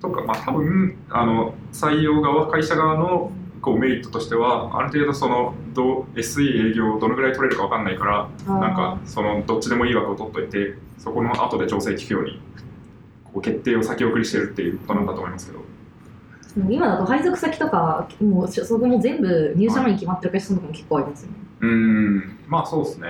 Speaker 3: とか、まあ多分、あの、採用側、会社側のこうメリットとしては、ある程度その、どう SE 営業をどのぐらい取れるかわかんないから、なんかそのどっちでもいい枠を取っといてそこの後で調整聞くようにこう決定を先送りしてるっていうことなんだと思いますけど
Speaker 1: あーもう今だと配属先とかもうそそこも全部入社前に決まってる会社さんとかも結構ありますよね、
Speaker 3: うーんまあそうですね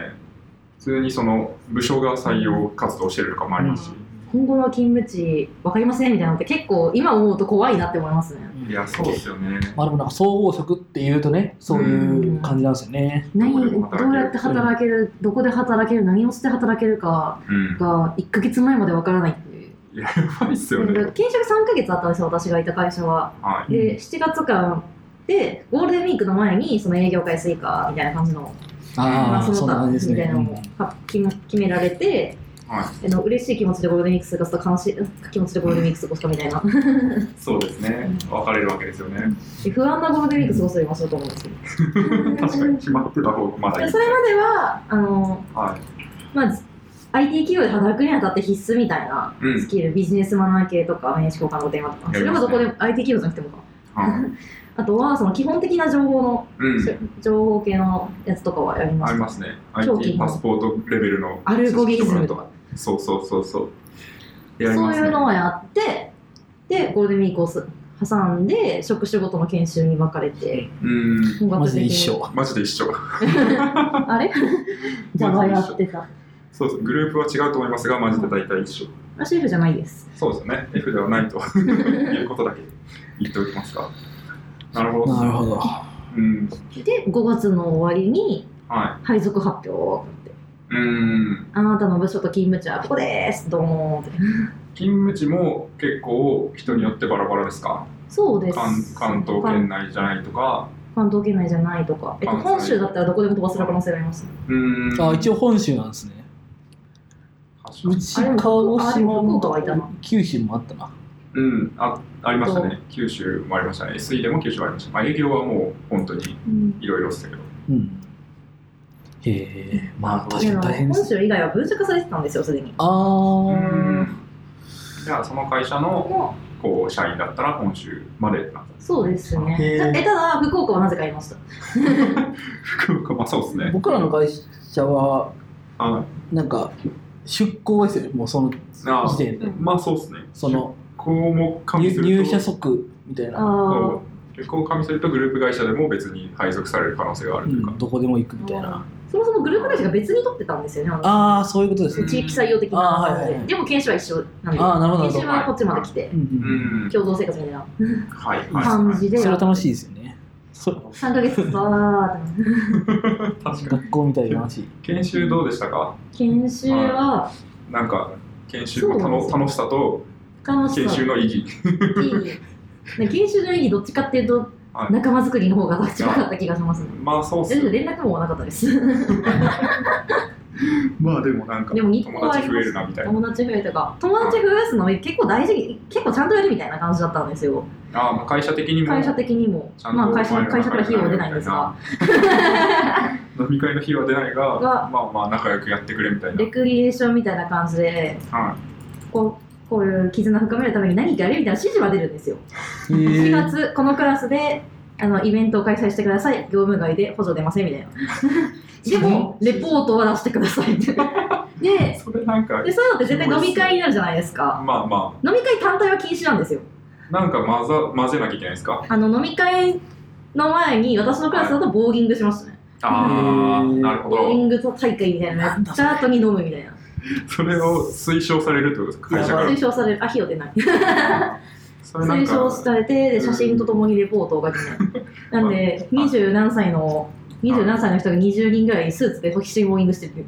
Speaker 3: 普通にその部署が採用活動してるとかもありますし、
Speaker 1: 今後の勤務地分かりませんみたいなのって結構今思うと怖いなって思いますね
Speaker 3: いやそうですよね
Speaker 2: まあでもなんか総合職っていうとね、そういう感じなんですよね。
Speaker 1: 何
Speaker 3: どこで
Speaker 1: ど
Speaker 3: も働ける
Speaker 1: うやって働ける、どこで働ける何をして働けるか
Speaker 3: うん
Speaker 1: が1か月前まで分からないっていう
Speaker 3: いややばいっすよね
Speaker 1: で研修が3か月あったんですよ私がいた会社は
Speaker 3: は
Speaker 2: う
Speaker 3: い
Speaker 2: ん
Speaker 1: で7月間でゴールデンウィークの前にその営業会スイカみたいな感じのま
Speaker 2: あ
Speaker 1: あ
Speaker 2: あ、そ
Speaker 1: そ
Speaker 2: んな
Speaker 1: の他
Speaker 2: 感じです
Speaker 1: み
Speaker 2: ね。
Speaker 1: たいなのもは決め決められて
Speaker 3: はい
Speaker 1: あの嬉しい気持ちでゴールデンウィーク過ごすと悲しい気持ちでゴールデンウィーク過ごすとみたいな
Speaker 3: そうですね分かれるわけですよね
Speaker 1: で不安なゴールデンウィーク過ごすよりもそうと思うんですけ ど
Speaker 3: 確かに決まってた方がまだいい
Speaker 1: でそれまではあの、
Speaker 3: はい
Speaker 1: まあ、IT 企業で働くにあたって必須みたいな
Speaker 3: うん
Speaker 1: スキル、ビジネスマナー系とか名刺交換の電話と
Speaker 3: や
Speaker 1: かそ
Speaker 3: り
Speaker 1: れ
Speaker 3: ま
Speaker 1: は
Speaker 3: すね
Speaker 1: どこでも IT 企業じゃなくてもか
Speaker 3: はい
Speaker 1: あとはその基本的な情報の、
Speaker 3: うん
Speaker 1: 情報系のやつとかはやりま
Speaker 3: あ
Speaker 1: し
Speaker 3: り
Speaker 1: た
Speaker 3: ますね
Speaker 1: 長期
Speaker 3: IT パスポートレベルの
Speaker 1: アルゴリズムとか
Speaker 3: そうそうそうそうやり
Speaker 1: そ
Speaker 3: ま
Speaker 1: う
Speaker 3: す
Speaker 1: い
Speaker 3: ね
Speaker 1: うのをやってでゴールデンウィークをす挟んで職種ごとの研修に分かれて
Speaker 3: うん
Speaker 1: 本
Speaker 2: マジで
Speaker 1: に
Speaker 2: 一緒。
Speaker 3: マジで一緒
Speaker 1: あれ じゃあやってた
Speaker 3: そうですグループは違うと思いますがマジで大体一緒
Speaker 1: あシェフじゃないです
Speaker 3: そうですよね F ではないということだけ言っておきますかなるほど
Speaker 2: なるほど。
Speaker 3: うん
Speaker 1: で5月の終わりに
Speaker 3: は
Speaker 1: 配属発表をって
Speaker 3: いうん
Speaker 1: あなたの部署と勤務地はここですどうもーって
Speaker 3: 勤務地も結構人によってバラバラですか
Speaker 1: そうです
Speaker 3: 関関東圏内じゃないとか
Speaker 1: 関東圏内じゃないとか、えっと、
Speaker 3: 関西
Speaker 1: 本州だったらどこでも飛ばせる可能性があります
Speaker 3: うん
Speaker 2: あ一応本州なんですね。
Speaker 3: 確か
Speaker 2: う
Speaker 3: に
Speaker 2: ち鹿児
Speaker 1: あで
Speaker 2: 島
Speaker 1: も福岡
Speaker 2: も
Speaker 1: はいたな
Speaker 2: 九州もあったな。
Speaker 3: うんあありましたね九州もありましたね SE でも九州もありましたまあ営業はもう本当に
Speaker 1: うん
Speaker 3: いろいろでしたけど
Speaker 2: うん。へえ、まあ
Speaker 1: っ
Speaker 2: 確か
Speaker 1: ていう
Speaker 2: に
Speaker 1: のは
Speaker 2: 大変で
Speaker 1: 本
Speaker 2: す。
Speaker 1: 州以外は分社化されてたんですよすでに
Speaker 2: ああ、
Speaker 3: じゃあその会社の
Speaker 1: も
Speaker 3: こう社員だったら今週までなんで
Speaker 1: うそうですね
Speaker 2: へー
Speaker 1: えただ福岡はなぜかいました
Speaker 3: 福岡まあそうですね
Speaker 2: 僕らの会社は
Speaker 3: あ
Speaker 2: なんか出向ですよね。もうその時点で、
Speaker 3: まあそうですね
Speaker 2: その
Speaker 3: こうも加味
Speaker 2: 入
Speaker 3: すると
Speaker 2: 入社即みたいな、
Speaker 1: あ
Speaker 3: そ
Speaker 1: あ
Speaker 3: う結婚を加味するとグループ会社でも別に配属される可能性があ
Speaker 2: う
Speaker 3: るというか、
Speaker 2: ん、どこでも行くみたいな。
Speaker 1: そもそもグループ会社が別に取ってたんですよねあの
Speaker 2: ああ、そういうことですね。
Speaker 1: 地域採用的な感じで、
Speaker 2: あーはいはいはい
Speaker 1: でも研修は一緒なんで
Speaker 2: ああ、なるほどなるほ
Speaker 1: 研修
Speaker 2: ど。
Speaker 1: はこっちまで来て、
Speaker 2: うん
Speaker 3: う
Speaker 2: うん
Speaker 3: ん
Speaker 1: 共同生活みたいな
Speaker 3: はいはい
Speaker 1: 感じで、
Speaker 2: それは楽しい
Speaker 1: い
Speaker 2: ですよね。そう
Speaker 1: 3ヶ月バーっ
Speaker 3: 確
Speaker 1: て
Speaker 3: かに
Speaker 2: 学校みたいな話。
Speaker 3: 研修どうでしたか
Speaker 1: 研修は
Speaker 3: なんか研修の
Speaker 1: そうなんです
Speaker 3: 楽
Speaker 1: よ
Speaker 3: 楽しさと
Speaker 1: 楽し
Speaker 3: 研
Speaker 1: さ
Speaker 3: 修の意義
Speaker 1: いいね研修の意義どっちかっていうと
Speaker 3: はい
Speaker 1: 仲間作りの方が近かった気がしますね
Speaker 3: まあそうっす
Speaker 1: 全
Speaker 3: よ
Speaker 1: 然連絡もなかったです
Speaker 3: まあでもなんか
Speaker 1: でも日本
Speaker 3: 友
Speaker 1: はあ
Speaker 3: 達増
Speaker 1: りま
Speaker 3: え
Speaker 1: す
Speaker 3: るなみたいな。
Speaker 1: 友達増えたか友達増やすの結構大事結構ちゃんとやるみたいな感じだったんですよ
Speaker 3: ああ、まあ会社的にも
Speaker 1: 会社的にも
Speaker 3: ちゃんと
Speaker 1: まあ会社
Speaker 3: お前ら
Speaker 1: 会社から費用は出ないんですが
Speaker 3: 飲み会の日は出ないが、
Speaker 1: が
Speaker 3: まあまあ仲良くやってくれみたいな。
Speaker 1: レクリエーションみたいな感じで
Speaker 3: は
Speaker 1: こうこういう絆深めるために何かやるみたいな指示は出るんですよ
Speaker 2: え
Speaker 1: 4
Speaker 2: ー
Speaker 1: 月このクラスであのイベントを開催してください業務外で補助出ません みたいなでもレポートは出してくださいって
Speaker 3: い。
Speaker 1: で
Speaker 3: それなんか、
Speaker 1: でそういうのって絶対飲み会になるじゃないですか
Speaker 3: まあま
Speaker 1: 飲み会単体は禁止なんですよ
Speaker 3: あ、なんか混ざ混ぜなきゃいけないですか。
Speaker 1: あの飲み会の前に私のクラスだとボーギングしましたね
Speaker 3: ああ、
Speaker 2: うん
Speaker 3: なるほ
Speaker 1: ボーギ
Speaker 3: ど。
Speaker 1: ングと大会みたいなのやった後に飲むみたいな
Speaker 3: それを推奨されるってことですか、会社
Speaker 2: や
Speaker 3: か
Speaker 2: ば
Speaker 1: 推奨されるあ費用出ない
Speaker 3: ら。 それなん
Speaker 1: 推
Speaker 3: か、
Speaker 1: 奨されてで写真とともにレポートを書きなな んで二十何歳の二十何歳の人が20人ぐらいスーツでボキシンボーイングしてるって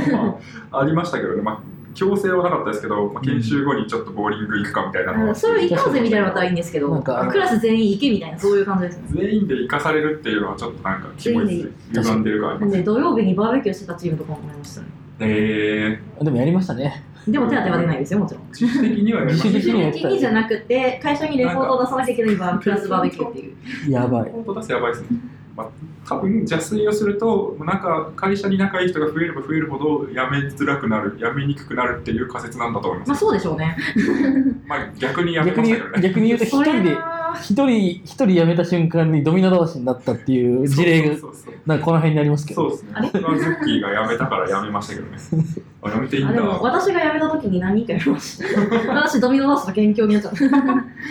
Speaker 1: いう
Speaker 3: まあ、ありましたけどね、まあ、強制はなかったですけど、まあ、研修後にちょっとボーリング行くかみたいな
Speaker 1: あ
Speaker 3: の
Speaker 1: の
Speaker 3: は
Speaker 1: それを行こうぜみたいなことはいいんですけ
Speaker 2: な
Speaker 1: ど
Speaker 2: んか
Speaker 1: クラス全員行けみたいなそういう感じですね
Speaker 3: 全員で生かされるっていうのはちょっとなんかキモいですね歪んでる感
Speaker 1: なん
Speaker 3: じ
Speaker 1: で土曜日にバーベキューしてたチームとかも思いましたね
Speaker 3: え
Speaker 2: でもやりましたね。
Speaker 1: でも手当ては出ないですよもちろん
Speaker 3: ー、知識的にはやりました
Speaker 2: 自
Speaker 1: 自
Speaker 2: 主的
Speaker 1: 主的
Speaker 2: にやった
Speaker 1: にじゃなくて会社にレポートを出さなきゃいけないバークラスバーベキューっていう
Speaker 2: やばい。
Speaker 3: 本当出すやばいですね、まあ、多分邪推をするとなんか会社に仲いい人が増えれば増えるほど辞めづらくなる辞めにくくなるっていう仮説なんだと思います、
Speaker 1: まあそうでしょうね
Speaker 3: まあ、逆に辞め
Speaker 2: 逆
Speaker 3: まし
Speaker 2: に
Speaker 3: たけどね
Speaker 2: 逆に言うと一
Speaker 1: それ
Speaker 2: 人で
Speaker 1: な
Speaker 2: 一人一人辞めた瞬間にドミノ倒しになったっていう事例が
Speaker 3: そうそうそう
Speaker 2: なんかこの辺にありますけ
Speaker 3: そ
Speaker 2: ど
Speaker 3: うですね
Speaker 1: あれ
Speaker 3: それはズッキーが辞めたから辞めましたけどねあ辞めていいん
Speaker 1: あ
Speaker 3: だ
Speaker 1: でも私が辞めた時に何人かやりました 私ドミノダスの元凶になっちゃった
Speaker 2: い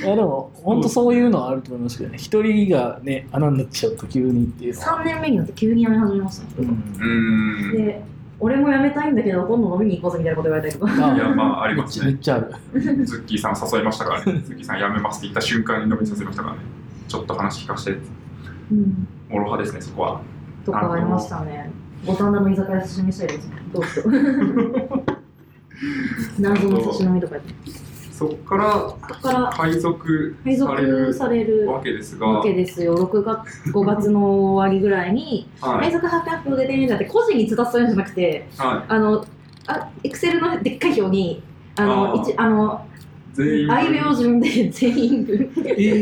Speaker 2: やでも本当そういうのはあると思いますけどね一人がね穴になっちゃうと急にっていうのは、
Speaker 1: 3年目になって急に辞め始めました
Speaker 2: う、
Speaker 1: ね
Speaker 3: うんーん
Speaker 1: で俺も辞めたいんだけど今度飲みに行こうぜみたいなこと言われたりとか
Speaker 2: あ
Speaker 3: いやまああり
Speaker 2: めっ
Speaker 3: ま
Speaker 2: ち
Speaker 3: す
Speaker 2: ゃ
Speaker 3: ね
Speaker 2: めっちゃある
Speaker 3: ズッキーさん誘いましたからね、ズッキーさん辞めますって言った瞬間に飲みさせましたからね、ちょっと話聞かせて、
Speaker 1: うん
Speaker 3: もろはですね、そこは。
Speaker 1: とかありましたね。五反田の居酒屋刺身したいですね。どう しよう。謎の刺身とか言って。
Speaker 3: そこから
Speaker 1: そこから
Speaker 3: 配属
Speaker 1: 配
Speaker 3: され
Speaker 1: 属
Speaker 3: る
Speaker 1: される
Speaker 3: わけですが、
Speaker 1: わけですよ。六月、五月の終わりぐらいに、
Speaker 3: は
Speaker 1: 配
Speaker 3: い、
Speaker 1: 属発表で出るんじゃって、個人に伝達するんじゃなくて、
Speaker 3: は
Speaker 1: あの、あ、エクセルのでっかい表に、あの、
Speaker 3: あー
Speaker 1: 一、あの、
Speaker 3: い、全員分
Speaker 1: 愛名順で全員分。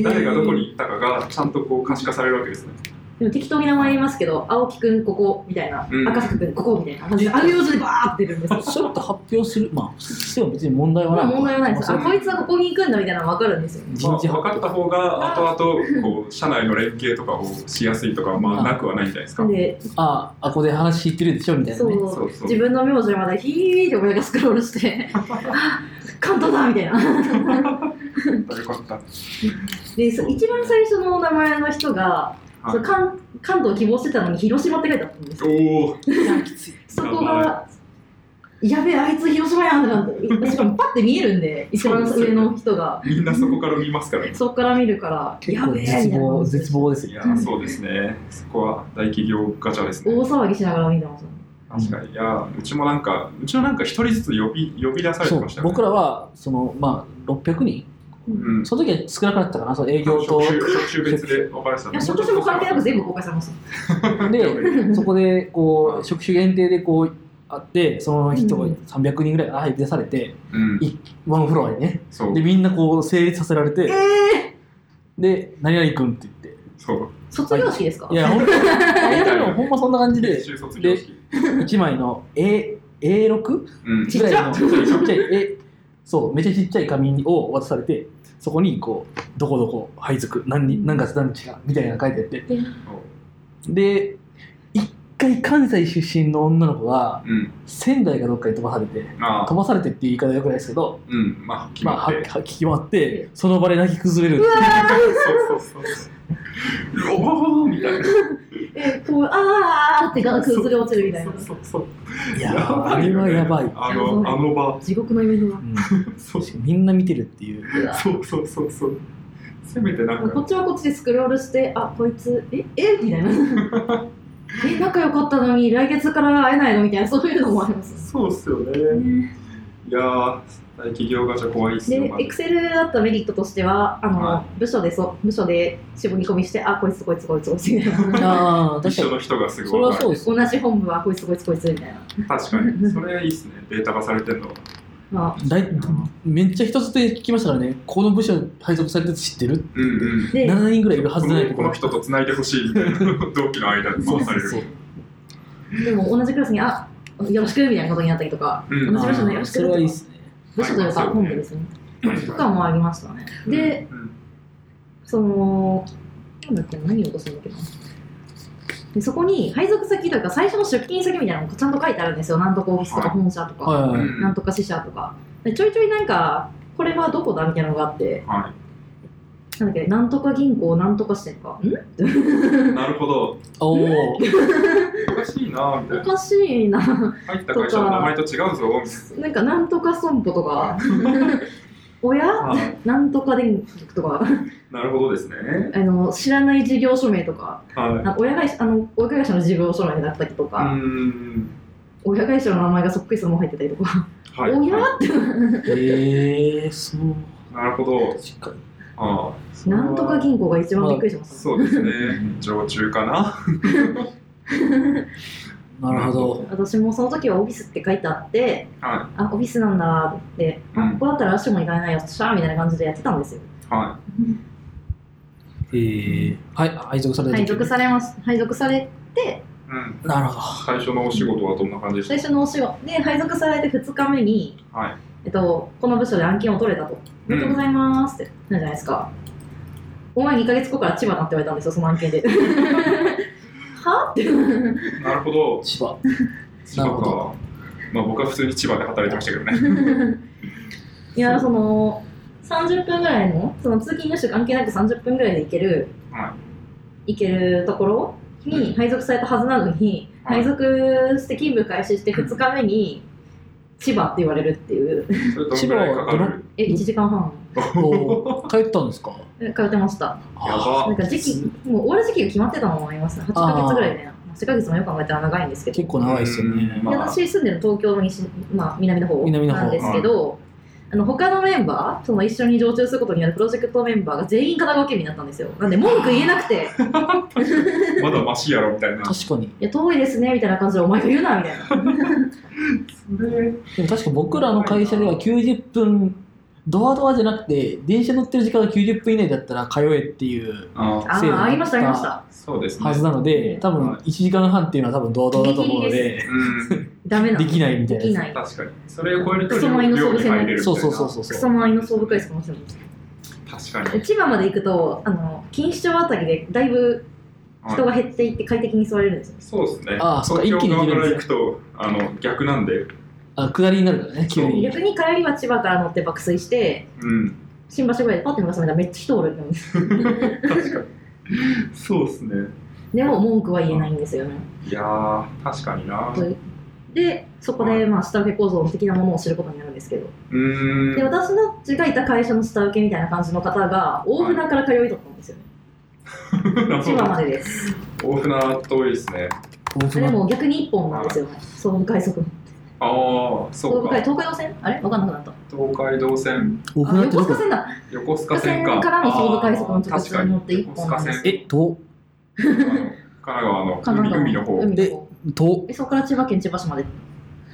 Speaker 3: 誰がどこに行ったかがちゃんとこう可視化されるわけですね。
Speaker 1: でも適当に名前言いますけど、青木くんここ、みたいな、
Speaker 3: うん
Speaker 1: 赤坂くんここ、みたいな感じで、愛名順でバーって出るんですよ。
Speaker 2: それって発表するまあしても別に問題はな
Speaker 1: まあ
Speaker 2: い
Speaker 1: 問題はないです。
Speaker 2: ま
Speaker 1: あ、
Speaker 2: あ
Speaker 1: こいつはここに行くんだみたいなの分かるんですよ。
Speaker 2: 人
Speaker 3: まあ、
Speaker 2: 事
Speaker 3: 分
Speaker 2: 発
Speaker 3: かった方が後々こう社内の連携とかをしやすいとかはまあなくはないんじゃないですか。
Speaker 1: で、
Speaker 2: ああここで話聞いてるでしょみたいな
Speaker 1: そ
Speaker 2: ね
Speaker 1: う、
Speaker 3: そうそう
Speaker 1: 自分の名字までヒーって親がスクロールして、あ関東だみたいな。
Speaker 3: よかった。
Speaker 1: で、そう一番最初のお名前の人が、
Speaker 3: はい
Speaker 1: そう関関東を希望してたのに広島って書いてあったんですよ。
Speaker 3: おお、
Speaker 1: そこが、やべえ、あいつ広島やんってなって、しかもパッて見えるんで、一番上の人が、
Speaker 3: みんなそこから見ますからね。
Speaker 1: そこから見るから、
Speaker 2: 結
Speaker 1: や
Speaker 2: 構
Speaker 1: べえみたい
Speaker 2: 絶
Speaker 1: な。
Speaker 2: 望
Speaker 1: 大
Speaker 2: 絶望です
Speaker 3: い
Speaker 2: よ
Speaker 3: やー、そうですね。そこは大企業ガチャですね。
Speaker 1: 騒ぎしながら見てました。
Speaker 3: 確かに、いや、うちもなんか、うちはなんか一人ずつ呼び呼び出され
Speaker 2: そ
Speaker 3: て
Speaker 2: う
Speaker 3: ましたよね。
Speaker 2: 僕らはそのまあ600人
Speaker 3: うん、
Speaker 2: その時は少なくなったかなその営業と
Speaker 3: 職種職種別で分かれてた
Speaker 1: いや、職種も関係なく全
Speaker 3: 部。
Speaker 1: 部公開されました。
Speaker 2: で、そこでこ
Speaker 3: は
Speaker 2: う
Speaker 3: い
Speaker 2: 職種限定でこうあって、その人が
Speaker 1: うん
Speaker 2: 300人ぐらいあ入り出されて、
Speaker 3: うん、
Speaker 2: ワンフロアにね、
Speaker 3: そう
Speaker 2: で、みんなこう整列させられ
Speaker 1: え
Speaker 2: て、
Speaker 1: え
Speaker 2: で、何々君って言って、
Speaker 3: そう。
Speaker 1: ー、卒業式ですか
Speaker 2: いや、本当に、でもほんまそんな感じで
Speaker 3: 研、修卒業式。
Speaker 2: 1枚の A A6
Speaker 3: うん、
Speaker 1: ち
Speaker 2: ぐら
Speaker 1: っち
Speaker 2: い
Speaker 1: ゃ
Speaker 2: のちっちゃい、A、そう、めちゃちっちゃい紙を渡されて、そこにこう、どこどこ配属、何に何月何日かみたいなの書いてあって、で、一回関西出身の女の子が、
Speaker 3: うん、
Speaker 2: 仙台かどっかに飛ばされて、
Speaker 3: まあ、
Speaker 2: 飛ばされてっていう言い方はよくないですけど、
Speaker 3: うん、まあ、決
Speaker 2: まあ、
Speaker 3: まっ
Speaker 2: は
Speaker 3: て。
Speaker 2: は決まって、その場で泣き崩れる
Speaker 1: う。わ
Speaker 3: そ
Speaker 1: ー
Speaker 3: うそうそう。おおみたいな。
Speaker 1: えこうあーってが崩れ落ちるみたいな
Speaker 3: そうそうそう。
Speaker 2: いやー、あれはやばい。
Speaker 3: あの、あの場。
Speaker 1: 地獄のイベントだ
Speaker 2: うん
Speaker 3: そう、
Speaker 2: みんな見てるっていう。
Speaker 1: うわ
Speaker 3: そうそうそうそう。せめてなん
Speaker 1: こ
Speaker 3: か。
Speaker 1: っちはこっちでスクロールしてあこいつええみたいな え仲良かったのに来月から会えないのみたいなそういうのもあります
Speaker 3: そうっすよね。
Speaker 1: ね
Speaker 3: いやー、大企業会社怖いっすよ、
Speaker 1: で
Speaker 3: ま、
Speaker 1: エクセルあったメリットとしては、あの、
Speaker 3: は
Speaker 1: 部署でそ、部署で絞り込みして、あ、こいつこいつこいつこいつみたいな。
Speaker 2: ああ、確
Speaker 3: 一
Speaker 2: か
Speaker 3: 緒
Speaker 2: に。
Speaker 3: の人がすぐ
Speaker 2: それ
Speaker 3: 分
Speaker 2: は
Speaker 3: か
Speaker 2: そう
Speaker 3: る。
Speaker 2: です。
Speaker 1: 同じ本部はこいつこいつこいつみたいな。
Speaker 3: 確かに。それいいっすね。データ化されてんのは。
Speaker 1: まあ、
Speaker 2: だいめっちゃ一つで聞きましたからね、この部署に配属されてるって知ってる
Speaker 3: うんうん。
Speaker 1: で、
Speaker 2: ?7 人ぐらいいるは
Speaker 3: こ
Speaker 2: ずじゃない
Speaker 3: の
Speaker 2: と
Speaker 3: こ
Speaker 2: こ
Speaker 3: の人と繋いでほしいみたいな同期の間に回される。
Speaker 2: そう
Speaker 1: でも同じクラスに、あ、よろしくみたいなことになったりとか、
Speaker 3: うん
Speaker 1: 同じ部署のよろしく
Speaker 2: それはいいっすね。
Speaker 1: 部署というか
Speaker 3: はい
Speaker 1: 本部ですね。とかもありましたね。で、
Speaker 3: うん
Speaker 1: その、なんだっけな、何を落としたんだっけな。でそこに配属先というか、最初の出勤先みたいなのがちゃんと書いてあるんですよ。なんとかオフィスとか本社とか。
Speaker 2: はいはいは
Speaker 3: う
Speaker 2: い。
Speaker 3: ん
Speaker 1: なんとか死者とか、でちょいちょいなんか、これはどこだみたいなのがあって、
Speaker 3: は
Speaker 1: なんだっけ、なんとか銀行、なんとか支店か、ん
Speaker 3: い。なるほど。
Speaker 2: おお。
Speaker 3: おかしいなみたい
Speaker 1: おかしいな、
Speaker 3: な。入った会社の名前と違うぞみたいな。
Speaker 1: なんかなんとか損保とか、 おや
Speaker 3: あ
Speaker 1: なんとか電力とか、
Speaker 3: なるほどですね。
Speaker 1: あの知らない事業所名とか、
Speaker 3: はい。
Speaker 1: あ親会社あの親会社の事業所名だったりと
Speaker 3: うー
Speaker 1: か、
Speaker 3: ん。
Speaker 1: 親会社の名前がそっくりそのまま入ってたりとか、
Speaker 3: はい。
Speaker 1: おやって、
Speaker 2: ええー、そう。
Speaker 3: なるほど。
Speaker 2: しっかり。
Speaker 3: ああ。
Speaker 1: なんとか銀行が一番びっくりしました。
Speaker 3: そうですね。常駐かな。
Speaker 2: なるほど。
Speaker 1: 私もその時はオフィスって書いてあって、
Speaker 3: は
Speaker 1: あオフィスなんだって、
Speaker 3: う
Speaker 1: あ
Speaker 3: ん
Speaker 1: ここだったら足も行かないよっしゃーみたいな感じでやってたんですよ
Speaker 3: い。は
Speaker 2: ええー。はい、配属された時
Speaker 1: 配属されます配属されて
Speaker 3: い。うん。
Speaker 2: なるほど。
Speaker 3: 最初のお仕事はどんな感じで
Speaker 1: 最
Speaker 3: し
Speaker 1: 初のお仕事で配属されて2日目に、
Speaker 3: たはい。
Speaker 1: えっと、この部署で案件を取れたと「おめでとうございます」ってなるじゃないですか、お前2ヶ月後から千葉だって言われたんですよその案 件ではって
Speaker 3: なるほど。
Speaker 2: 千葉。
Speaker 3: 千葉
Speaker 2: なるほ
Speaker 3: か
Speaker 2: ど。
Speaker 3: まあ僕は普通に千葉で働いてましたけど ね。
Speaker 1: いやその30分ぐらいのその通勤入手関係なく30分ぐらいで行ける、
Speaker 3: は
Speaker 1: 行けるところに配属されたはずなのに、
Speaker 3: はい
Speaker 1: 配属して勤務開 始して2日目に千葉って言われるっていう
Speaker 3: それどんぐらいかかる
Speaker 1: え1時間半
Speaker 2: おー帰ったんですか
Speaker 1: え通ってました
Speaker 3: や
Speaker 2: あー
Speaker 3: ば
Speaker 1: なん。か時期もう終わる時期が決まってたのもありますね8ヶ月ぐらいで、ね、8ヶ月もよく考えたら長いんですけど
Speaker 2: 結構長いですよね。
Speaker 3: うんま
Speaker 1: で
Speaker 3: あ
Speaker 1: 私住んでるの東京の西、まあ、南の方
Speaker 2: 南の方
Speaker 1: なんですけど、あの他のメンバーその一緒に常駐することになるプロジェクトメンバーが全員神奈川県民だったんですよなんで文句言えなく て
Speaker 3: まだマシやろみたいな。
Speaker 2: 確かに。
Speaker 1: いや遠いですねみたいな感じでお前が言うなみたいな
Speaker 3: それ
Speaker 2: でも確か僕らの会社では90分、ドアドアじゃなくて、電車乗ってる時間が90分以内だったら通えっていう
Speaker 3: あ
Speaker 1: あ
Speaker 2: せやな
Speaker 1: あありましたありました
Speaker 3: そうですね
Speaker 2: は。ずなので、多分1時間半っていうのは多分ドアドアだと思うの
Speaker 1: ギリギ
Speaker 2: で、
Speaker 3: うん。
Speaker 1: ダメなの
Speaker 2: できないみたいな
Speaker 1: できない
Speaker 3: 確かに。それを超えると
Speaker 1: クソマイの
Speaker 3: 寮に入れるみたいな。
Speaker 2: そうそうそうそう
Speaker 1: ク
Speaker 2: そ
Speaker 1: ソ
Speaker 2: う。
Speaker 1: マイの総部会しかもちろん
Speaker 3: 確かに。
Speaker 1: 千葉まで行くとあの錦糸町あたりでだいぶ人が減っていって快適に座れるんですよ、
Speaker 3: そうですね。
Speaker 2: あーそっか
Speaker 3: 東京
Speaker 2: 一気に
Speaker 3: 側
Speaker 2: 行け
Speaker 3: か
Speaker 2: るん
Speaker 3: ら行
Speaker 2: で
Speaker 3: くと、あの、逆なんで。
Speaker 2: あ、下りになるからね、急に。
Speaker 1: 逆に帰りは千葉から乗って爆睡して
Speaker 3: うん。
Speaker 1: 新橋ぐらいでパッて目が覚めたらめっちゃ人おるって思うんです
Speaker 3: 確かに。そうですね。
Speaker 1: でも文句は言えないんですよね
Speaker 3: いやー、確かにな。う
Speaker 1: でそこでまあ下請け構造的なものを知ることになるんですけど
Speaker 3: ーん。
Speaker 1: で私のちがいた会社の下請けみたいな感じの方が大船から通いとったんですよね千葉までです
Speaker 3: 大船遠いですね。
Speaker 2: 大
Speaker 1: で
Speaker 2: 船
Speaker 1: も逆に一本なんですよね総務快速
Speaker 3: ああ、
Speaker 1: 総
Speaker 3: そう
Speaker 1: 務快
Speaker 3: か。
Speaker 1: 東海道線あれ分かんなくなった
Speaker 3: 東海道線、
Speaker 2: 大
Speaker 1: あ
Speaker 2: 船って
Speaker 1: 横
Speaker 2: ど
Speaker 1: 須
Speaker 2: こ
Speaker 1: 賀線だ
Speaker 3: 横須賀
Speaker 1: 横須賀
Speaker 3: 線
Speaker 1: 線
Speaker 3: か。
Speaker 1: からの総務快速
Speaker 3: あ
Speaker 1: の直
Speaker 3: ー確
Speaker 1: 通
Speaker 3: か
Speaker 1: に乗
Speaker 3: に。
Speaker 1: って一本なんです
Speaker 2: え、と、
Speaker 3: あの神奈川の
Speaker 1: 神奈
Speaker 3: 海
Speaker 1: 川
Speaker 3: 海の方。
Speaker 1: 海の方
Speaker 2: と、
Speaker 1: えそこから千葉県千葉市まで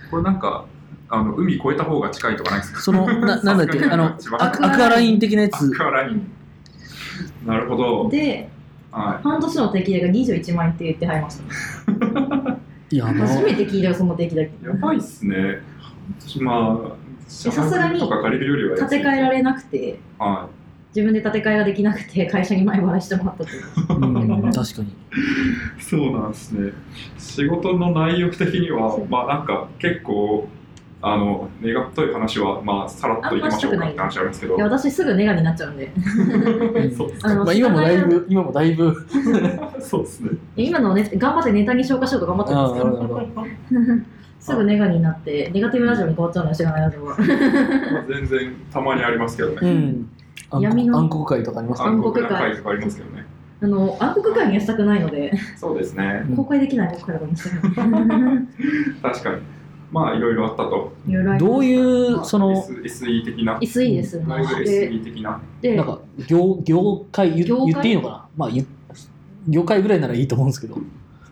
Speaker 3: これなんか、あの、海越えた方が近いとかないですか
Speaker 2: その、ななんだっけ、あの、アクアクアライン的なや
Speaker 3: ア
Speaker 2: つ。
Speaker 3: クアライン。なるほど。
Speaker 1: で
Speaker 3: は
Speaker 1: 半年の定期代が21万円って言って入りました
Speaker 2: いや、あ
Speaker 1: 初
Speaker 2: の、
Speaker 1: めて聞いたよその定期代
Speaker 3: い。やばいっすね。まあ、
Speaker 1: えさすがに
Speaker 3: とか借りるよりは
Speaker 1: 建て替えられなくて
Speaker 3: は
Speaker 1: 自分で建て替えができなくて会社に前払いしてもらったという
Speaker 2: うん、確かに。
Speaker 3: い。そうなんですね。仕事の内容的には、まあなんか結構、あの、願っとい話は、まあ、さらっといきましょうかって話あるんですけど
Speaker 1: いや、私すぐネガになっちゃうんで
Speaker 3: そうっす
Speaker 1: あの
Speaker 2: まあ、今もだいぶ、今もだいぶ、
Speaker 3: そうですね。
Speaker 1: え今のね頑張ってネタに消化しようと頑張って
Speaker 2: あ
Speaker 1: る
Speaker 2: あ、
Speaker 1: ん
Speaker 2: な
Speaker 1: で
Speaker 2: るほど。
Speaker 1: すけどすぐネガになってネガティブラジオに変わっちゃうのよ知らないラジ オは
Speaker 3: まあ全然たまにありますけど
Speaker 2: う
Speaker 3: ね。
Speaker 2: ん。暗
Speaker 1: 闇
Speaker 2: 黒
Speaker 1: の
Speaker 2: 暗黒会とかあります
Speaker 1: 暗黒会
Speaker 3: な会とかありますけどね。
Speaker 1: あの暗黒会にはしたくないので
Speaker 3: そうですね。
Speaker 2: うん
Speaker 1: 公開できない公開とかにしたくない
Speaker 3: 確かに。まあいろいろあったと。
Speaker 1: いろいろあります
Speaker 2: どういうその
Speaker 3: S- SE 的な。
Speaker 1: SE ですね
Speaker 3: ライブ SE 的な。
Speaker 1: で
Speaker 2: なんか業業界言
Speaker 1: 業界
Speaker 2: 言っていいのかな、まあ、言業界ぐらいならいいと思うんですけど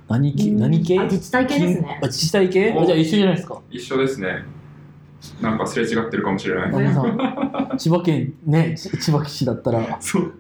Speaker 2: 何系
Speaker 1: うん
Speaker 2: 何系
Speaker 1: あ自治体系ですね
Speaker 2: あ自治体系
Speaker 3: お
Speaker 2: あじゃあ一緒じゃないです か
Speaker 3: 一緒ですね。なんかすれ違ってるかもしれない。
Speaker 2: 皆さん千葉県ねち千葉市だったら
Speaker 3: そう。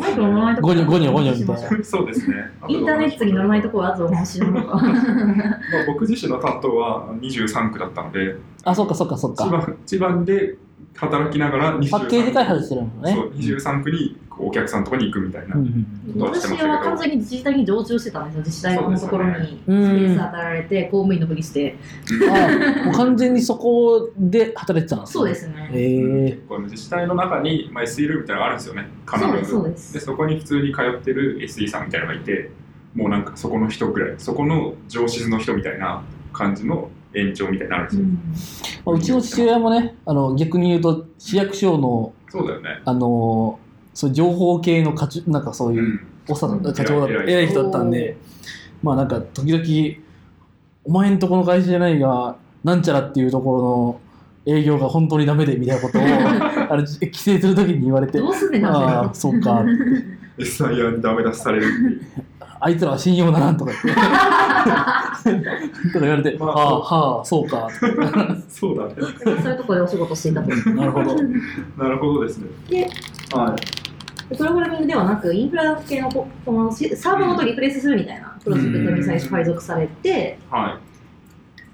Speaker 1: マイクの名前とか
Speaker 2: ゴニョゴニョゴニョみたいな
Speaker 3: そうですね。
Speaker 1: インターネットに乗らないとこはあと面白いのか
Speaker 3: まあ僕自身の担当は23区だったので、
Speaker 2: あそっかそっかそっ
Speaker 3: 千
Speaker 2: か
Speaker 3: 葉千葉で働きながら23区
Speaker 2: パッケージ開発してるのね
Speaker 3: そう23区にこうお客さんとかに行くみたいな。
Speaker 2: うんうん
Speaker 1: 私は完全に自治体に同調してたんですよ自治体のところにスペ
Speaker 2: そうですよね
Speaker 1: ース与えられて公務員のふりして
Speaker 3: うん
Speaker 2: あもう完全にそこで働いてたんですね
Speaker 1: そうですね
Speaker 2: へえ
Speaker 3: この自治体の中に、まあ、SE ルームみたいなのがあるんですよね、必
Speaker 1: そうで
Speaker 3: ず。
Speaker 1: すそうです
Speaker 3: でそこに普通に通ってる SE さんみたいなのがいて、もうなんかそこの人ぐらい、そこの上司の人みたいな感じの延長みたいになのあるんですよ。
Speaker 2: まあ、うちの父親もねあの逆に言うと市役所の
Speaker 3: そうだよね。
Speaker 2: あのそう情報系の課長なんかそう
Speaker 3: う。
Speaker 2: いうんおっさんだった課
Speaker 3: 偉い
Speaker 2: 長だった
Speaker 3: 偉
Speaker 2: 偉
Speaker 3: い
Speaker 2: い人だったんでまあなんか時々お前んとこの会社じゃないがなんちゃらっていうところの営業が本当にダメでみたいな ことをあの帰省するときに言われて
Speaker 1: どうすんねんな
Speaker 2: ああ
Speaker 1: んて
Speaker 2: そうか
Speaker 3: SIR にダメ出しされるっていう。
Speaker 2: あいつらは信用ならんとか言ってとか言われて、
Speaker 3: ま
Speaker 2: ま
Speaker 3: あ
Speaker 2: あ、あはあそうか
Speaker 3: そうだね。
Speaker 1: そういうところでお仕事していたと
Speaker 2: なるほど
Speaker 3: なるほどですね。
Speaker 1: で
Speaker 3: はい。
Speaker 1: プログラミングではなくインフラ系のここのシサーバーごとリプレイスするみたいなプロジェクトに最初配属されて
Speaker 3: は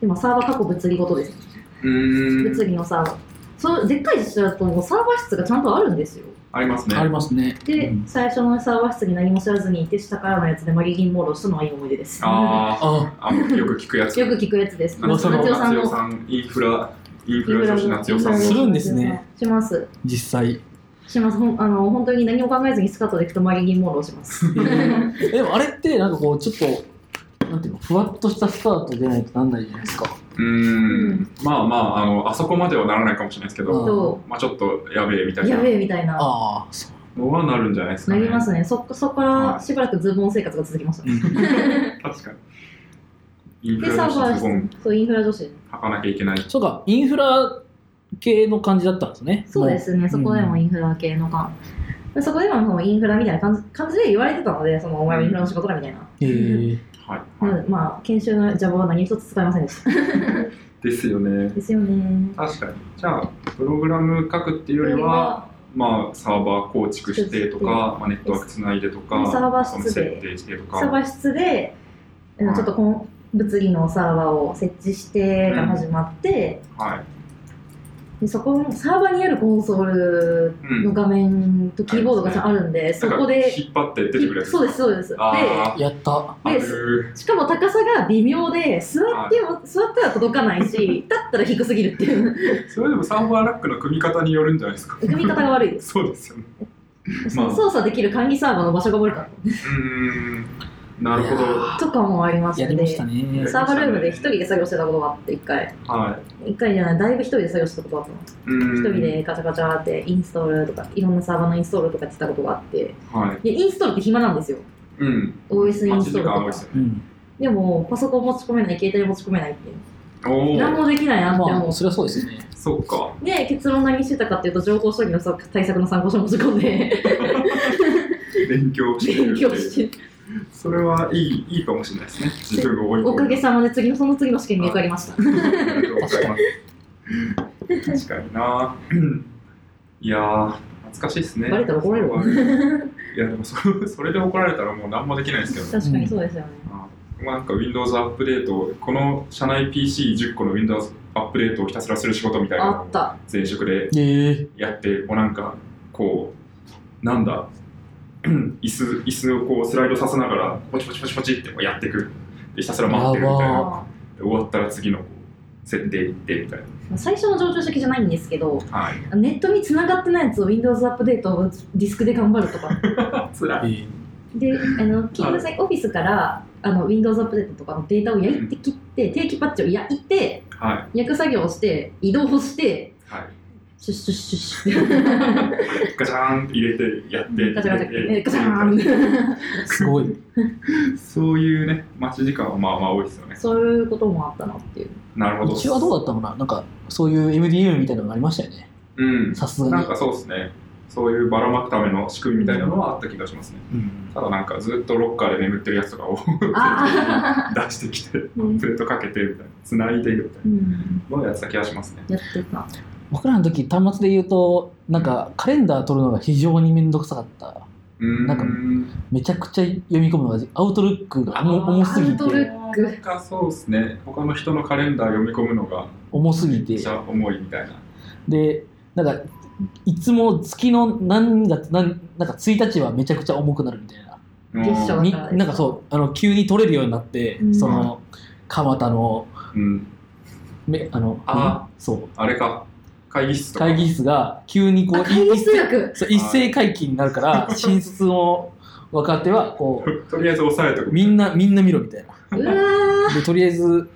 Speaker 1: 今サーバー過去物理ごとです
Speaker 3: い。うーん。
Speaker 1: 物理のサーバーそうでっかい自治体だともうサーバー室がちゃんとあるんですよ
Speaker 3: ありますね。
Speaker 2: ありますね
Speaker 1: で、
Speaker 2: うん
Speaker 1: 最初のサーバー室に何も知らずに行って下からのやつでマリリン・モードしたのはいい思い出ですよ
Speaker 3: あ
Speaker 2: あ
Speaker 3: あ、あの、よく聞くやつ。
Speaker 1: く聞くやつです
Speaker 3: 夏代
Speaker 1: 夏
Speaker 3: さん
Speaker 1: 代さんの
Speaker 3: インフラ、インフラ女子夏代さん
Speaker 2: す
Speaker 3: の。
Speaker 2: るんですね
Speaker 1: します
Speaker 2: 実際
Speaker 1: しますほんあの本当に何も考えずにスカートで行くとマリリン・モードします
Speaker 2: えでもあれってなんかこうちょっとなんていうのふわっとしたスタートでないとなんないじゃないですか
Speaker 3: うーん。まあまあ、あの、あそこまではならないかもしれないですけ
Speaker 2: うん
Speaker 3: ど、
Speaker 1: と
Speaker 3: まあちょっとやべえみたいな
Speaker 1: やべえみたいな
Speaker 2: ああそう
Speaker 3: のはなるんじゃないですか
Speaker 1: な
Speaker 3: ね。
Speaker 1: りますねそそこからしばらくズボン生活が続きましたね
Speaker 3: 確かに。インフ
Speaker 1: でサ
Speaker 3: ラ
Speaker 1: ーバ
Speaker 3: の
Speaker 1: ー
Speaker 3: 質問
Speaker 1: 室そうインフラ女子
Speaker 3: 履かなきゃいけない。
Speaker 2: そうか、インフラ系の感じだったんですね。
Speaker 1: そうですねそこでもインフラ系の感、でそこでももうインフラみたいな感じ感じで言われてたのでそのお前はインフラの仕事だみたいな、
Speaker 2: もう。へえ
Speaker 3: はい。
Speaker 1: うん、まあ研修の Java は何一つ使いませんでした。
Speaker 3: ですよね。
Speaker 1: ですよね。
Speaker 3: 確かに。じゃあ、プログラム書くっていうよりは、まあ、サーバー構築してとか、まあ、ネットワークつないでとか、
Speaker 1: サーバー室で
Speaker 3: その設定してと
Speaker 1: サーバ
Speaker 3: か、
Speaker 1: ー室で、あのちょっとこの物理のサーバーを設置してが始まって、
Speaker 3: はい。
Speaker 1: でそこのサーバーにあるコンソール
Speaker 3: うん
Speaker 1: の画面とキーボードがちゃんとあるんで、そこ
Speaker 3: なんか
Speaker 1: で、
Speaker 3: 引っ張って出てくるやつ。
Speaker 1: そうです、そうです。で、
Speaker 3: あ
Speaker 2: やった。
Speaker 3: あ、
Speaker 1: で
Speaker 3: ある
Speaker 1: しかも高さが微妙で、座っても、座っては届かないし、立ったら低すぎるっていう、
Speaker 3: それでもサーバーラックの組み方によるんじゃない ですか。
Speaker 1: 組み方が悪いです。
Speaker 3: そうですよね。まあ
Speaker 1: 操作できる管理サーバーの場所が悪かっ
Speaker 3: うーん、なるほ
Speaker 2: いや
Speaker 3: ど。
Speaker 1: たとかもありまし
Speaker 2: や
Speaker 1: た
Speaker 2: り
Speaker 1: ね
Speaker 2: ましたね。
Speaker 1: サーバールームで一人で作業してたことがあって、一回。
Speaker 3: はい。
Speaker 1: 一回じゃない、だいぶ一人で作業したことあった
Speaker 3: う
Speaker 1: の。
Speaker 3: ーん
Speaker 1: 一人。でガチャガチャってインストールとか、いろんなサーバーのインストールとかやってたことがあって、
Speaker 3: はい。
Speaker 1: でインストールって暇なんですよ。
Speaker 3: うん。
Speaker 1: OS イン
Speaker 3: 待
Speaker 1: ス
Speaker 3: ち
Speaker 1: ト
Speaker 3: 時
Speaker 1: ール
Speaker 3: 間多い
Speaker 1: と
Speaker 3: で
Speaker 1: か
Speaker 3: す。よね。
Speaker 2: うん。
Speaker 1: でも、パソコン持ち込めない、携帯持ち込めないっていう。
Speaker 3: お
Speaker 1: 何
Speaker 3: お、
Speaker 1: もできないなって
Speaker 2: ま
Speaker 1: 思
Speaker 2: あ、
Speaker 1: う。
Speaker 2: それはそうですよね。
Speaker 3: そっか。
Speaker 1: で、結論何してたかっていうと、情報処理のさ対策の参考書持ち込んで、
Speaker 3: 勉強してる
Speaker 1: 勉
Speaker 3: っていう
Speaker 1: 強して、
Speaker 3: それはいい、いいかもしれないですね。自分が多い
Speaker 1: おかげさまで次の、その次の試験に受かりました。
Speaker 3: ありがとうございます。確かにな。うんいやー、懐かしいですね。
Speaker 1: バレたら怒られるわ
Speaker 3: いや、でもそ、 それで怒られたらもう何もできないですけどね。
Speaker 1: 確かにそうですよね。
Speaker 3: あまあなんか Windows アップデート、この社内 PC10 個の Windows アップデートをひたすらする仕事みたいなの
Speaker 1: あ
Speaker 3: を
Speaker 1: った。
Speaker 3: 前職
Speaker 2: へ
Speaker 3: で
Speaker 2: え
Speaker 3: やって、もうなんか、こう、なんだ、 椅子椅子をこうスライドさせながら、ポチポチポチポチってこうやっていく。でひたすら待ってるみたい
Speaker 2: や
Speaker 3: な。
Speaker 2: ば
Speaker 1: あ
Speaker 3: で終わったら次のこう設定行ってみたい
Speaker 1: ー最初の上場式じゃないんですけど、
Speaker 3: な。はい。
Speaker 1: ネットに繋がってないやつを Windows アップデートをディスクで頑張るとか。
Speaker 3: つらい。
Speaker 2: へえ
Speaker 1: で、あの、勤務先、オフィスから、あの、Windows アップデートとかのデータを焼いて切って、定期パッチを焼いて、
Speaker 3: はい。
Speaker 1: 焼く作業をして、移動をして、
Speaker 3: はい。
Speaker 1: シュッシュッシュッシュッ
Speaker 3: ガチャーンって入れてやって
Speaker 1: ガチャガチ
Speaker 3: 入
Speaker 1: ャ
Speaker 3: れて
Speaker 1: えガチャーン
Speaker 2: すごい。
Speaker 3: そういうね待ち時間はまあまあ多いですよね
Speaker 1: そういうこともあったなっていう
Speaker 3: なるほど
Speaker 2: うちはどうだったのかななんか、そういう MDM みたいなのがありましたよね。
Speaker 3: うん
Speaker 2: さすが
Speaker 3: なん
Speaker 2: に。
Speaker 3: かそうですねそういうばらまくための仕組みみたいなのはあった気がしますね
Speaker 2: うん
Speaker 3: ただなんかずっとロッカーで眠ってるやつとかを
Speaker 1: あ
Speaker 3: 出してきて
Speaker 1: あ、うん
Speaker 3: プレートかけてみたいな繋いでみたい
Speaker 1: うん、
Speaker 3: なのをやってた気がしますね
Speaker 1: やってた
Speaker 2: 僕らの時端末で言うと、なんかカレンダー取るのが非常に面倒くさかった。
Speaker 3: うーん
Speaker 2: なんかめちゃくちゃ読み込むのが、アウトルックが重重すぎ
Speaker 1: アウトル
Speaker 2: て、
Speaker 1: ック
Speaker 3: なんかそうですね他の人のカレンダー読み込むのが
Speaker 2: 重すぎ
Speaker 3: め
Speaker 2: て
Speaker 3: っち。ゃ重いみたいな
Speaker 2: で、なんか、いつも月の何月、何なんか1日はめちゃくちゃ重くなるみたいな。
Speaker 1: 月初
Speaker 2: に
Speaker 1: だから
Speaker 2: なんかそう、あの急に取れるようになって、
Speaker 1: うん
Speaker 2: その、蒲田の、
Speaker 3: うん、
Speaker 2: めあの、
Speaker 3: あ
Speaker 2: そう、
Speaker 3: あれか会議室とか
Speaker 2: 会議室が急にこ
Speaker 1: あ
Speaker 2: う、
Speaker 1: 会議数学
Speaker 2: そう一斉回帰になるから、進出の若手は、こう、
Speaker 3: とりあえず押さえとく
Speaker 2: みんな、みんな見ろみたいな。
Speaker 1: うわ
Speaker 2: で、とりあえず、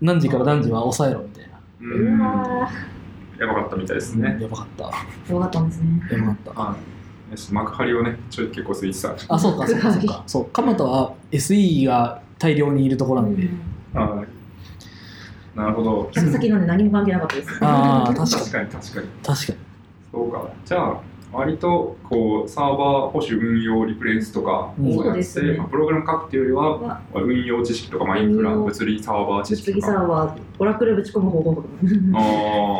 Speaker 2: 何時から何時は抑えろみたいな。
Speaker 3: う
Speaker 1: ーうんわ
Speaker 3: やばかったみたいですね
Speaker 2: やばかった。
Speaker 1: ーよかったんですね
Speaker 2: やばかった。
Speaker 3: はいよし幕張をねちょい結構過ぎてた
Speaker 2: あ、そうか、そうか、そうか。そう、蒲田は SE が大量にいるところなんで。
Speaker 3: はいなるほど
Speaker 1: 客先なんで何も関係なかったです
Speaker 2: ああ、確か
Speaker 3: 確かに確かに
Speaker 2: に。確かに。
Speaker 3: そうかじゃあ割とこうサーバー保守運用リプレイスとか
Speaker 2: うん
Speaker 3: をや
Speaker 1: そう
Speaker 3: って、
Speaker 1: ですね
Speaker 3: まあプログラム書くっていうよりは運用知識とかマインフラ
Speaker 1: 運用
Speaker 3: 物理サーバー知
Speaker 1: 物
Speaker 3: 識
Speaker 1: 理
Speaker 3: と
Speaker 1: サー
Speaker 3: か
Speaker 1: バーオラクルぶち込む方法とか
Speaker 3: あ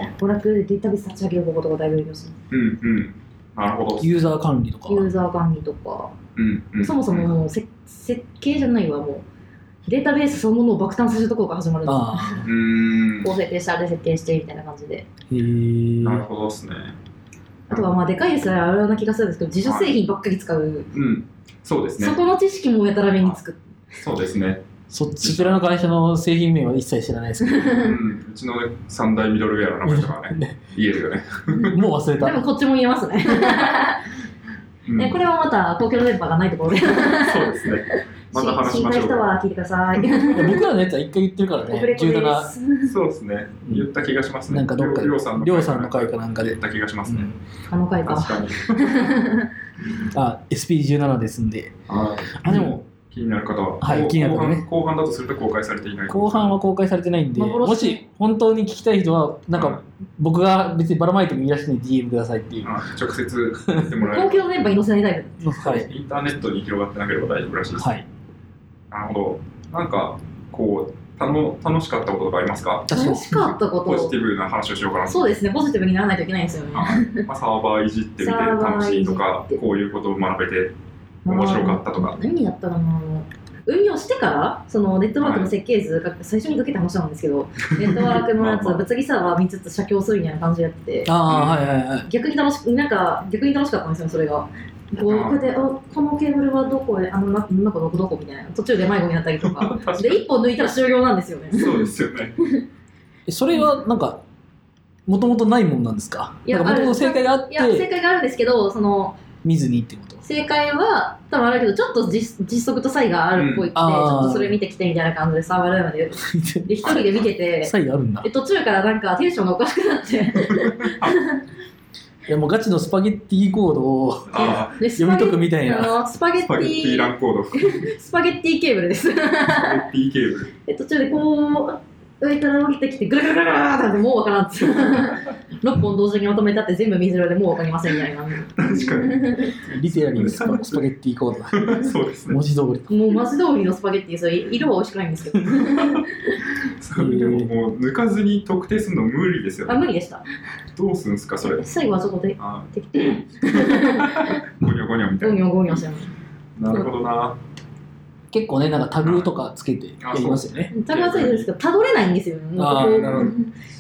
Speaker 3: あ
Speaker 1: オラクルでデータベース立ち上げる方法とかだいぶ勉強し
Speaker 3: うんうんなるほど
Speaker 2: ユーザー管理とか。
Speaker 1: ユーザー管理とか
Speaker 3: うんうん
Speaker 1: そもそももうせ設計じゃないわもうデータベースそのものを爆誕させるところから始まるんですよ
Speaker 2: ああ
Speaker 3: うーん
Speaker 1: こう設定してあれ設定してみたいな感じで、
Speaker 2: へ
Speaker 3: なる
Speaker 2: え。
Speaker 3: ほどですね
Speaker 1: あとはまあでかいですらあれな気がするんですけど自社製品ばっかり使う、
Speaker 3: うんそうですね
Speaker 1: そこの知識もやたら目につ く
Speaker 3: そうですね
Speaker 2: そっちらの会社の製品名は一切知らないですけど。
Speaker 3: うんうちのね三大ミドルウェアの名前とかはね言えるよね、
Speaker 2: もう忘れ
Speaker 1: 多
Speaker 2: た。
Speaker 1: 分こっちも言えますね
Speaker 3: うん
Speaker 1: ねこれはまた公共の電波がないところで
Speaker 3: そうです ね また話
Speaker 1: 知
Speaker 3: し
Speaker 1: り
Speaker 3: ま
Speaker 1: た
Speaker 3: し
Speaker 1: い
Speaker 3: ょう
Speaker 1: 人は聞いてください
Speaker 2: いや僕らのやつは一回言ってるから
Speaker 1: オ
Speaker 2: ね
Speaker 1: フレコで
Speaker 2: 17
Speaker 1: す
Speaker 3: そうですね言った気がしますね
Speaker 2: なんかどっかで
Speaker 3: りょうさんの
Speaker 2: りょうさんの回かなんかで
Speaker 3: 言った気がします
Speaker 2: う
Speaker 3: ね、
Speaker 2: ん
Speaker 1: あの回
Speaker 3: 確
Speaker 1: か
Speaker 3: かに
Speaker 2: あ SP17 ですんであでも
Speaker 3: 気になる方は、
Speaker 2: はい
Speaker 3: 後
Speaker 2: 気になる方ね
Speaker 3: 後半後半だとすると公開されていない
Speaker 2: 後半は公開されてないんで
Speaker 1: 幻
Speaker 2: もし本当に聞きたい人はなん
Speaker 3: う
Speaker 2: か僕が別にばらまいてもいいらしいんで DM くださいっていう、
Speaker 3: あ直接言ってもらえ
Speaker 1: 公
Speaker 3: る
Speaker 1: 共の電波に載せないタ
Speaker 2: は
Speaker 1: イ
Speaker 2: い、
Speaker 3: インターネットに広がってなければ大丈夫らしいです、
Speaker 2: はい、
Speaker 3: なるほどなんかこうたの楽しかったこととかありますか
Speaker 1: プ楽しか
Speaker 2: に
Speaker 1: ったこ
Speaker 3: ポジ
Speaker 1: と
Speaker 3: ティブな話をしようかな
Speaker 1: そうですねポジティブにならないといけないんですよね
Speaker 3: はいまあ、サーバーいじってみて
Speaker 1: サーバー
Speaker 3: 楽しいと
Speaker 1: い
Speaker 3: か
Speaker 1: じって
Speaker 3: こういうことを学べて面白かったとか
Speaker 1: 何やったかな運用してからそのネットワークの設計図が、最初にかけた話なんですけ どネットワークのやつ
Speaker 3: まあまあ
Speaker 1: 物理サーバー見つつ写経するみたいな感じでやってて
Speaker 2: ああ、はいはいはい
Speaker 1: 逆に楽しなんか逆に楽しかったんですよそれが。こう
Speaker 3: あー
Speaker 1: こうやってあこのケーブルはどこへあのななんかどこどこみたいな途中で迷子になったり とかで1本抜いたら終了なんですよね
Speaker 3: そうですよね
Speaker 2: えそれはなんかもともとないもんなんですか
Speaker 1: いや
Speaker 2: もともと正解があっ
Speaker 1: いや正
Speaker 2: て
Speaker 1: 解があるんですけどその
Speaker 2: 見ずにって こと
Speaker 1: 正解は多分あるけどちょっと実実測と差異があるっぽいって、
Speaker 2: うんあー
Speaker 1: ちょっとそれ見てきてみたいな感じでサーバールームでで一人で見てて
Speaker 2: 差異があるんだ
Speaker 1: え途中からなんかテンションがおかしくなって
Speaker 2: いやもうガチのスパゲッティコードを
Speaker 3: あ
Speaker 1: で
Speaker 2: 読み解くみたいな
Speaker 1: あのスパゲ
Speaker 3: あス
Speaker 1: ッテ
Speaker 3: パゲッティ
Speaker 1: ィ
Speaker 3: ランコードスパゲ
Speaker 1: スパゲッティケーブルです
Speaker 3: ッティケーブル
Speaker 1: で途中でこう上から降りてきてグラグラグラグラってなってもう分 からんって6本同時にまとめたって全部水色でもう分かりませんみたいな
Speaker 3: 確かに
Speaker 2: リテラリーのスパスパゲッティコードだ
Speaker 3: そうですね
Speaker 2: 文字通り
Speaker 1: もうマジ通りのスパゲッティそれ色は美味しくないんですけど
Speaker 3: それでももう抜かずに特定するの無理ですよ
Speaker 1: あ
Speaker 3: ね
Speaker 1: 無理でした
Speaker 3: どうするんですかそれ
Speaker 1: 最後はそこで
Speaker 3: あ
Speaker 1: 適当に
Speaker 3: ゴニョゴニョみた
Speaker 1: ゴ
Speaker 3: い
Speaker 1: ニョゴニョしてます
Speaker 3: ななるほどな
Speaker 2: 結構ね、なんかタグとかつけてやりますよね。
Speaker 1: たどり着いてるんですけどたどれないんですよねなんか
Speaker 2: あ
Speaker 1: こ
Speaker 2: ー
Speaker 1: う
Speaker 2: なるほど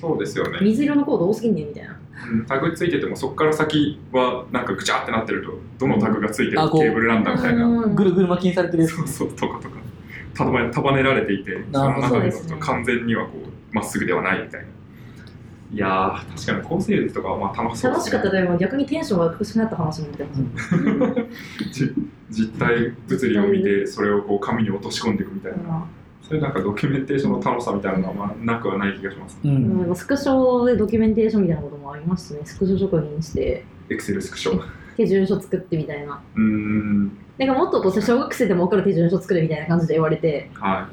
Speaker 3: そうですよね、
Speaker 1: 水色のコード多すぎんねみたいな
Speaker 3: うんタグついててもそこから先はなんかぐちゃってなってるとどのタグがついてるケ
Speaker 2: あこう
Speaker 3: ーブルなんだみたいな
Speaker 1: うん
Speaker 2: ぐるぐる巻きにされてるやつ。
Speaker 3: そうそうとかとか束ね束ねられていてそ
Speaker 2: なる
Speaker 3: の
Speaker 2: ほど
Speaker 3: 中で
Speaker 1: そうですね
Speaker 3: 完全にはこうまっすぐではないみたいないやー確かに構成力とかはまあ楽しそうで
Speaker 1: 楽
Speaker 3: す
Speaker 1: しか
Speaker 3: ね
Speaker 1: ったでも逆にテンションが苦しくなった話も見てます
Speaker 3: じ実体物理を見てそれをこう紙に落とし込んでいくみたいな
Speaker 1: うん
Speaker 3: そういうなんかドキュメンテーションの楽しさみたいなのはまあなくはない気がします。
Speaker 2: う。
Speaker 1: うんん、スクショでドキュメンテーションみたいなこともありますしねスクショ職人して
Speaker 3: エクセルスクショ。う
Speaker 1: 手順書作ってみたいな
Speaker 3: ーん。
Speaker 1: なんかもっとこう小学生でも分かる手順書作るみたいな感じで言われて
Speaker 3: は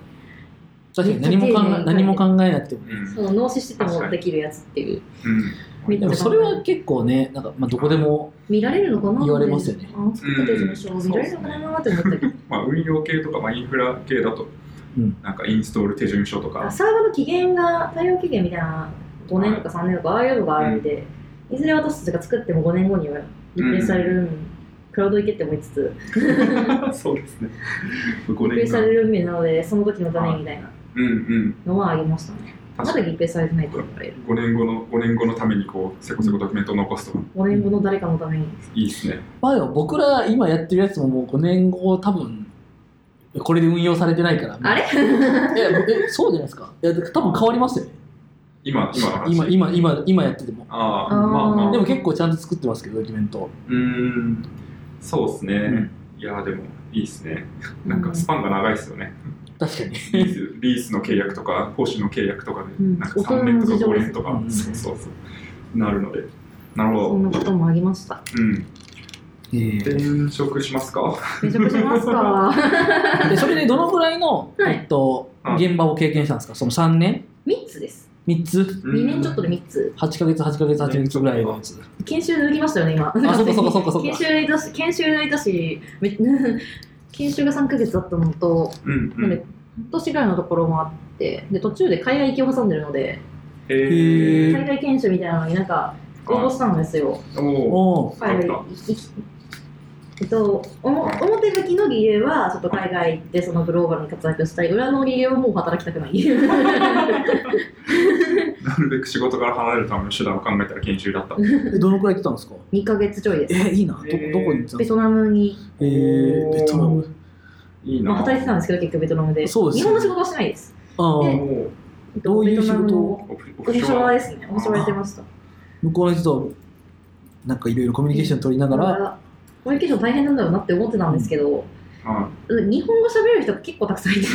Speaker 2: 確かに何も考え何も考えなくてもね。
Speaker 3: い。うん。
Speaker 1: そう脳死しててもできるやつっていう
Speaker 3: うん
Speaker 1: めっ
Speaker 2: でもそれは結構ね、なんかまあどこでも、
Speaker 1: 見られるのかな
Speaker 2: 言われますよね
Speaker 1: あ作った手順書見られるのかなって思ったけど、
Speaker 3: まあ、運用系とか、まあ、インフラ系だと、
Speaker 2: うん
Speaker 3: なんかインストール手順書とか、
Speaker 1: サーバーの期限が対応期限みたいな5年とか3年とかああいうのがあるんで、いずれ私たちが作っても5年後にはリプレイされる、クラウド行けって思いつつ
Speaker 3: そうですね。
Speaker 1: リ
Speaker 3: 5
Speaker 1: プレイ
Speaker 3: 年
Speaker 1: さ
Speaker 3: 間。
Speaker 1: れる運命なのでその時のためにみたいな
Speaker 3: うんうん。
Speaker 1: のはありましたねま
Speaker 3: 確
Speaker 1: だ
Speaker 3: か
Speaker 1: リ
Speaker 3: に。
Speaker 1: プレイされてないと思われる
Speaker 3: 5年後の、5年後のために、こう、せこせこドキュメントを残すとか、
Speaker 1: 5年後の誰かのために
Speaker 3: いいですね。
Speaker 2: まあでも僕ら今やってるやつももう5年後多分、これで運用されてないから。
Speaker 1: あれ
Speaker 2: いやえそうじゃないですか。いや多分変わりますよね。
Speaker 3: 今、今の話。
Speaker 2: 今、今、今、今やってても。
Speaker 3: ああ、
Speaker 1: あー
Speaker 3: まあまあ。
Speaker 2: でも結構ちゃんと作ってますけど、ドキュメント。
Speaker 3: うーん。そうですね。
Speaker 2: うん
Speaker 3: いやー、でも、いいですね。なんか、スパンが長いですよね。
Speaker 2: 確かに。
Speaker 3: リースリースの契約とか、報酬の契約とかで、
Speaker 1: うん
Speaker 3: なんか3年とか5年とか、
Speaker 2: 大人の事情
Speaker 3: そう
Speaker 2: です
Speaker 3: そうそう。なるので。なる
Speaker 1: そ
Speaker 3: ほ
Speaker 1: ん
Speaker 3: ど。
Speaker 1: なこともあり ました
Speaker 3: うん。
Speaker 2: えー
Speaker 3: 転職しますか
Speaker 1: 転職しますか
Speaker 2: でそれでどのぐらいの、
Speaker 1: はい
Speaker 2: えっと
Speaker 3: うん、
Speaker 2: 現場を経験したんですかその3年
Speaker 1: 3つです
Speaker 2: ?3 つ
Speaker 1: 2年ちょっとで3つ
Speaker 2: ?8 ヶ月、8ヶ月、8ヶ月ぐらいのやつ。
Speaker 1: 研修抜きましたよね今
Speaker 2: あ、そっかそっかそっかそっ
Speaker 1: 研
Speaker 2: か。
Speaker 1: 修抜いたし研修抜いたしめ 研修が3ヶ月だったのと
Speaker 3: うんう
Speaker 1: なん
Speaker 3: ん。
Speaker 1: で半年ぐらいのところもあってで途中で海外行きを挟んでるので
Speaker 3: へ
Speaker 2: へえ
Speaker 3: ー
Speaker 1: 海外研修みたいなのになんか応募したんですよ
Speaker 3: おお。
Speaker 2: おう
Speaker 1: 海外行きえっと、おも表向きの理由はちょっと海外行ってそのグローバルに活躍したい裏の理由はもう働きたくない
Speaker 3: なるべく仕事から離れるための手段を考えたら研修だった。
Speaker 2: えどのくらい来たんですか
Speaker 1: 2ヶ月ちょいです
Speaker 2: えいいな。どどこ
Speaker 3: えー
Speaker 2: に行ったん
Speaker 1: ベ
Speaker 2: ですか
Speaker 1: トナムに、
Speaker 2: えー、ベトナム。
Speaker 3: いい
Speaker 1: ま
Speaker 3: な。
Speaker 1: あ、働いてたんですけど結局ベトナムで
Speaker 2: そうです
Speaker 1: 日
Speaker 2: よね
Speaker 1: 本の仕事はしてないです
Speaker 2: ああ
Speaker 3: お
Speaker 1: で
Speaker 3: お。
Speaker 1: えっと
Speaker 2: どういう仕事
Speaker 1: ベトナムの
Speaker 3: オフ
Speaker 1: オフ
Speaker 3: オフ
Speaker 1: ィ
Speaker 3: シ
Speaker 1: シ
Speaker 3: ョ
Speaker 1: ョア
Speaker 3: ア。
Speaker 1: ですねオフィショアやってました
Speaker 2: 向こうの人となんかいろいろコミュニケーション取りなが、
Speaker 1: だかららコミュニケーション大変なんだろうなって思ってたんですけど、
Speaker 3: は
Speaker 1: 日本語喋れる人が結構たくさんいて
Speaker 3: い。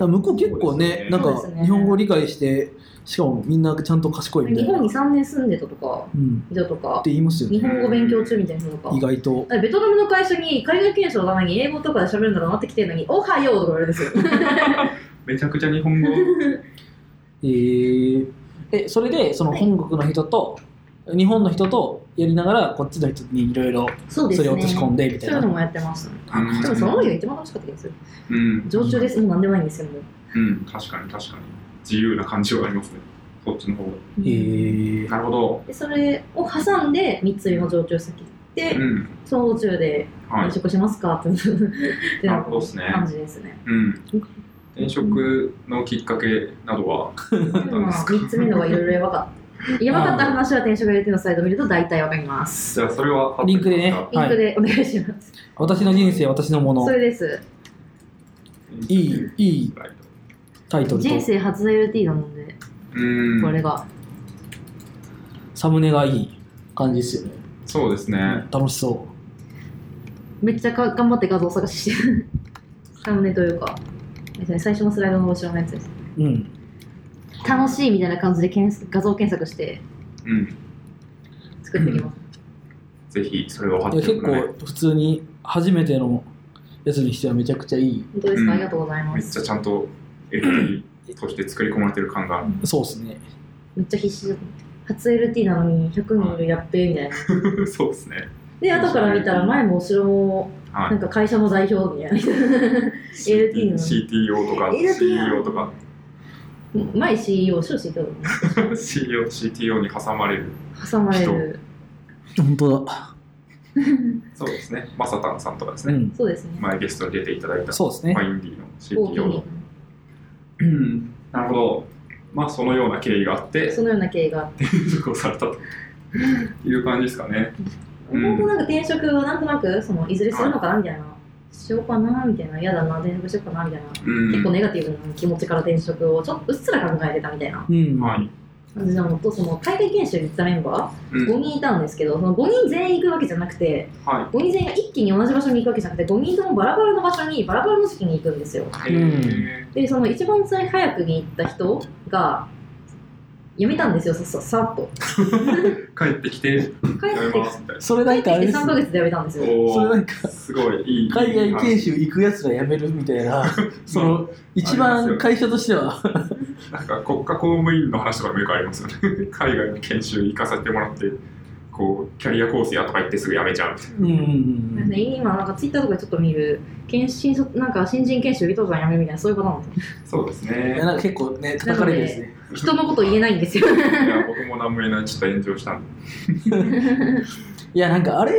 Speaker 3: うん。
Speaker 2: 向こう結構
Speaker 3: そうです
Speaker 2: ね
Speaker 3: ね、
Speaker 2: なん
Speaker 1: そう
Speaker 2: か
Speaker 1: ですね
Speaker 2: 日本語理解して、しかもみんなちゃんと賢いみた
Speaker 1: 日
Speaker 2: いな。う
Speaker 1: 本
Speaker 2: ん。っ
Speaker 1: に3年住んでたとかいたとか
Speaker 2: て言いますよ
Speaker 1: 日
Speaker 2: ね、
Speaker 1: 本語勉強中みたいな人とか
Speaker 2: 意外と。
Speaker 1: だからベトナムの会社に海外研修のために英語とかで喋るんだろうなってきてるのに「おはよう」とか言われるんですよ
Speaker 3: めちゃくちゃ日本語。
Speaker 2: えー、えそれで、その本国の人と、日本の人とやりながら、こっちの人にいろいろ
Speaker 1: そうです
Speaker 2: そ
Speaker 1: ね
Speaker 2: れを落とし込んでみたい
Speaker 1: そうい
Speaker 2: な。
Speaker 1: うのもやってましたね
Speaker 3: うん
Speaker 1: でもその時が一番楽しかったですよ
Speaker 3: うん。
Speaker 1: 常駐ですもう何でもないんですよもう
Speaker 3: うん。確かに確かに。自由な感じはありますね。そっちの方が。
Speaker 2: えー、
Speaker 3: なるほど。
Speaker 1: でそれを挟んで三井の常駐先行って、
Speaker 3: うん。
Speaker 1: その途中で
Speaker 3: は
Speaker 1: 転
Speaker 3: い。
Speaker 1: 職しますかって って
Speaker 3: な
Speaker 1: な
Speaker 3: る
Speaker 1: っ
Speaker 3: ほどですね
Speaker 1: た。感じですね
Speaker 3: うん。転職のきっかけなどは。
Speaker 1: まあ3つ目のがいろいろやばかったやばかった話は転職やり手のサイトを見ると大体わかります
Speaker 3: じゃあそれは貼っ
Speaker 2: リンクでね
Speaker 3: とき
Speaker 1: リンクでお願いします、
Speaker 2: 私の人生、私のもの
Speaker 1: そ。れです
Speaker 3: ますか。
Speaker 2: いい、いいタイトルと
Speaker 1: 人、生初 LT なので、
Speaker 3: うん。
Speaker 1: これが
Speaker 2: サムネがいい感じですよね。
Speaker 3: そうですね。
Speaker 2: 楽しそ
Speaker 1: めっちゃか頑張って画像探ししてる サムネというかですね最初のスライドの後ろのやつです
Speaker 2: う。うん。
Speaker 1: 楽しいみたいな感じで検索画像検索して
Speaker 3: うん。
Speaker 1: 作ってきます、
Speaker 3: ぜひそれを貼っ
Speaker 2: い
Speaker 3: て
Speaker 2: や
Speaker 3: お
Speaker 2: 結
Speaker 3: くね
Speaker 2: 構、普通に初めてのやつにしてはめちゃくちゃいい。
Speaker 1: 本当ですか、
Speaker 3: うん
Speaker 1: ありがとうございま
Speaker 3: めっち
Speaker 1: す
Speaker 3: ゃちゃんと LT として作り込まれてる 感がある。
Speaker 2: そうですね。
Speaker 1: めっちゃ必死だった初 LT なのに100人いるやっべーみたいな
Speaker 3: そうですね。
Speaker 1: で後から見たら前も後ろも
Speaker 3: は
Speaker 1: な ん
Speaker 3: い。
Speaker 1: か会社の代表みたいな LT の
Speaker 3: CTO とか
Speaker 1: LT
Speaker 3: CEO とか
Speaker 1: 前 CEO 少子どう
Speaker 3: CEO、CTO に挟まれる。
Speaker 1: 挟まれる
Speaker 2: 本当だ。
Speaker 3: そうですね。マサタンさんとかです
Speaker 2: う
Speaker 3: ね。
Speaker 2: ん。
Speaker 1: そうですね
Speaker 3: 前ゲストに出ていただいたフ
Speaker 2: そうですね。
Speaker 3: ァインディの
Speaker 1: 大き
Speaker 3: CTO
Speaker 1: に
Speaker 3: の。うんなるほど。まあそのような経緯があって
Speaker 1: そのような経緯があって
Speaker 3: 転職をされたという感じですかね。うん
Speaker 1: 本当なんか転職はなんとなくそのいずれするのかなみたいなしようかなみたいな嫌だな転職しようかなみたいな
Speaker 3: うん
Speaker 1: 結構ネガティブな気持ちから転職をちょっとうっすら考えてたみたいな
Speaker 2: うん。
Speaker 3: はい。
Speaker 1: 私はもっとその海外研修に行ったメンバ
Speaker 3: う
Speaker 1: ー5
Speaker 3: ん、
Speaker 1: 人いたんですけど、その5人全員行くわけじゃなくて、
Speaker 3: は
Speaker 1: 5人全員が一気に同じ場所に行くわけじゃなくて、5人ともバラバラの場所に、バラバラの時期に行くんですよ。
Speaker 3: い。
Speaker 2: うん
Speaker 3: へ
Speaker 1: で、その一番最早くに行った人が、やめたんですよ、さささっと。
Speaker 3: ー帰ってきて、や
Speaker 1: 帰っ
Speaker 3: め
Speaker 1: て
Speaker 3: ますみたい
Speaker 2: それなん
Speaker 1: きて
Speaker 2: かあれです
Speaker 1: 3ヶ月でやめたんですよ。
Speaker 3: な。お
Speaker 2: それ
Speaker 3: ー
Speaker 2: なんか
Speaker 3: すごい、いい。
Speaker 2: 海外
Speaker 3: い
Speaker 2: 研
Speaker 3: い
Speaker 2: 修行くやつらやめるみたい なその一
Speaker 3: ありま
Speaker 2: 番
Speaker 3: すよ
Speaker 2: 会社としては
Speaker 3: なんか国家公務員の話とかもよくありますよね。 海外の研修行かさせてもらって、こう、キャリア構成やとか言ってすぐ辞めちゃうみたい
Speaker 2: うんうん
Speaker 1: なんかね今、なんかツイッターとかでちょっと見る、研修卒なんか新人研修、尾藤さんやめるみたいな、そういうことなんですよ。
Speaker 3: な。そうです
Speaker 2: うんいや
Speaker 3: ね。
Speaker 2: なんか結構ね叩かれるですね
Speaker 1: 人のこと言えないんですよ。
Speaker 3: いや、僕も何も言えない、ちょっと炎上したんで。
Speaker 2: いやなんかあれ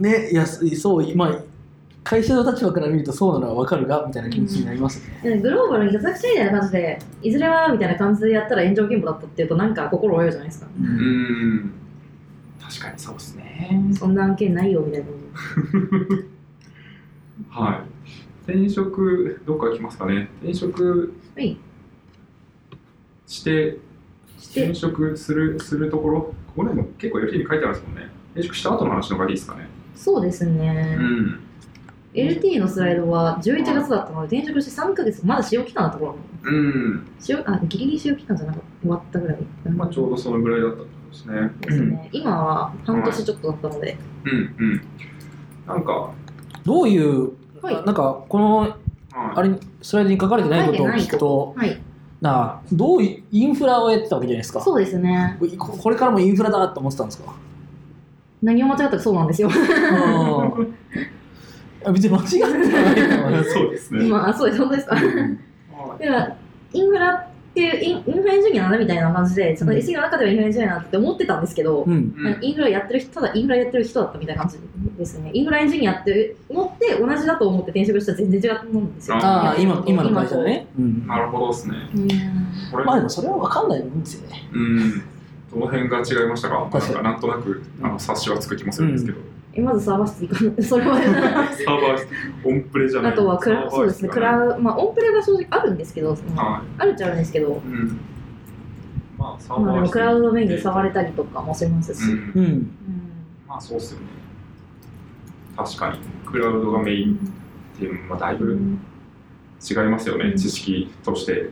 Speaker 2: ねいやそうまあ会社の立場から見るとそうなのはわかるがみたいな気持ちになりますね、
Speaker 1: グローバルに活躍しないみたいな感じで、いずれはみたいな感じでやったら炎上現場だったっていうと、なんか心折れるじゃないですか。
Speaker 2: う
Speaker 3: うんん。確かにそうですね。
Speaker 1: そんな案件ないよみたいな。
Speaker 3: はい。転職、どっから来ますかね。転職
Speaker 1: はい
Speaker 3: して、
Speaker 1: して
Speaker 3: 転、職するするところ、これも結構予定に書いてあるんですもんね。転職した後の話の方がいいですかね。
Speaker 1: そうです
Speaker 3: う
Speaker 1: ね、
Speaker 3: ん。
Speaker 1: LT のスライドは11月だったので、転職して3ヶ月、まだ使用期間のところ
Speaker 3: うん。
Speaker 1: 使用あ、ギリギリ使用期間じゃなかった、終わったぐらい。
Speaker 3: まあ、ちょうどそのぐらいだったってことですね。
Speaker 1: ですね、今は半年ちょっとだったので、
Speaker 3: うんうん。なんか、はい、
Speaker 2: どういう、
Speaker 1: はい
Speaker 2: あなんかこのあれにスライドに書かれてないことを聞くと
Speaker 1: はい、
Speaker 2: なあどういうインフラをやってたわけじゃないですか
Speaker 1: そうですね、
Speaker 2: ここれからもインフラだと思ってたんですか
Speaker 1: 何を間違ったかそうなんですよ。
Speaker 2: うん あ別に間違ってないと思います
Speaker 3: そうですね。
Speaker 1: まあ、そうです、本当ですか。
Speaker 3: はい
Speaker 1: だから、インフラっていうイン、インフラエンジニアなんだみたいな感じで、その SE の中ではインフラエンジニアなんだって思ってたんですけど、
Speaker 2: うん
Speaker 3: うん
Speaker 1: インフラやってる人、ただインフラやってる人だったみたいな感じですね。インフラエンジニアって思って、同じだと思って転職したら全然違うと思うんですよ。
Speaker 2: ああ今今の会社
Speaker 1: と
Speaker 2: で。ね、うん
Speaker 3: なるほどですね。
Speaker 1: うん
Speaker 3: これ、
Speaker 2: まあでもそれは分かんないもんですよね
Speaker 3: うん。どの辺が違いましたか。なん
Speaker 2: 確か
Speaker 3: か
Speaker 2: に
Speaker 3: なんとなくあの察しはつく気もするんですけど。
Speaker 1: えまずサーバー室行かない。 それは。
Speaker 3: サーバーオンプレじゃない。
Speaker 1: あとはクラウド、そうですね、ク
Speaker 3: ウ
Speaker 1: ラウまあ、オンプレが正直あるんですけど、その
Speaker 3: は
Speaker 1: あるっちゃあるんですけど
Speaker 3: い。、うん。まあサー
Speaker 1: まあ、で
Speaker 3: バー
Speaker 1: も
Speaker 3: 室
Speaker 1: クラウドメインで触れたりとかもします
Speaker 3: う
Speaker 1: し、う
Speaker 3: ん。
Speaker 1: ん
Speaker 2: うん
Speaker 3: まあそうっすよね。確かにクラウドがメインっていうのはだいぶ違いますよね。知識として。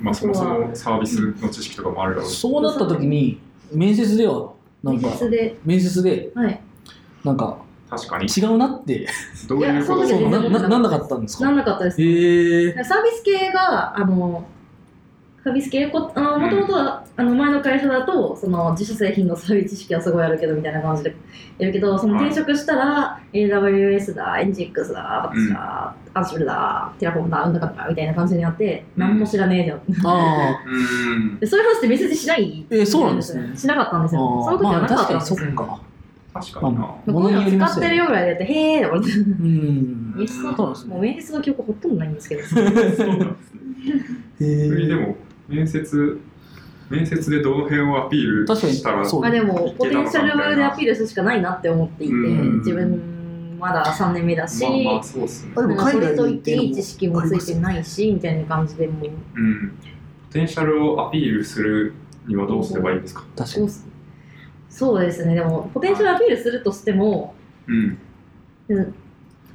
Speaker 3: まあそもそもサービスの知識とかもあるだろうし。
Speaker 2: そうなった時に面接ではなんか
Speaker 1: 面接で、
Speaker 2: 面接で
Speaker 1: はい、
Speaker 2: なんか
Speaker 3: 確かに。
Speaker 2: 違うなって
Speaker 3: どういうこと
Speaker 1: いや
Speaker 3: です
Speaker 1: そ
Speaker 3: か
Speaker 1: うです
Speaker 2: な
Speaker 1: ね
Speaker 2: ななんなかったんです
Speaker 1: な
Speaker 2: か
Speaker 1: んなかったです。
Speaker 2: へえ
Speaker 1: サービス系があのサービス系こあのもともとあの前の会社だとその自社製品のサービス知識はすごいあるけどみたいな感じでやるけどその
Speaker 3: はい
Speaker 1: 転職したら、AWS だ NGX だ Apache だ、Ansible だ Terraform だうんだかんだみたいな感じになって、
Speaker 3: うん
Speaker 1: 何も知らねえじゃん
Speaker 2: ああ
Speaker 3: うん。
Speaker 1: でそういう話って面接しない
Speaker 2: えーそうなんですね
Speaker 1: しなかったんですよそ
Speaker 2: ああ
Speaker 1: の時は
Speaker 2: ま
Speaker 1: な
Speaker 2: あ
Speaker 1: かっ
Speaker 2: 確かに
Speaker 1: たんで
Speaker 2: そ
Speaker 1: す
Speaker 2: っか
Speaker 3: 確かにな。
Speaker 1: まあこう
Speaker 2: 物によ
Speaker 1: い
Speaker 2: り
Speaker 1: うの
Speaker 2: ますよ
Speaker 1: 使ってるよぐらいでやって、へえーって思って、
Speaker 2: うん
Speaker 1: 面接の
Speaker 2: そうなんです
Speaker 1: もう
Speaker 2: ね
Speaker 1: 面接の記憶ほとんどないんですけど、
Speaker 3: そうなんですね。
Speaker 2: へ
Speaker 3: それで
Speaker 2: え
Speaker 3: も面接面接でどの辺をアピール
Speaker 2: 確かに
Speaker 3: したら
Speaker 2: そう
Speaker 1: まあでも
Speaker 3: いけ
Speaker 1: ポ
Speaker 3: た
Speaker 1: テ
Speaker 3: のか
Speaker 1: ン
Speaker 3: み
Speaker 1: シ
Speaker 3: たい
Speaker 1: ャ
Speaker 3: な
Speaker 1: ルでアピールするしかないなって思っていて、
Speaker 3: うん
Speaker 1: 自分まだ3年目だし、
Speaker 3: まあまあそうですね。
Speaker 2: あでも
Speaker 1: なんかそ
Speaker 2: 海
Speaker 1: れ
Speaker 2: 外
Speaker 1: と
Speaker 2: に
Speaker 1: い
Speaker 2: 行
Speaker 1: っ
Speaker 2: って
Speaker 1: て
Speaker 2: いうのも
Speaker 1: いい知識もついてないしみたいな感じでもう
Speaker 3: うん。ポテンシャルをアピールするにはどうすればいいんですか。
Speaker 2: 確か
Speaker 1: そう
Speaker 2: に
Speaker 1: っすそうですねでもポテンシャルアピールするとしても、
Speaker 3: うん。
Speaker 1: うん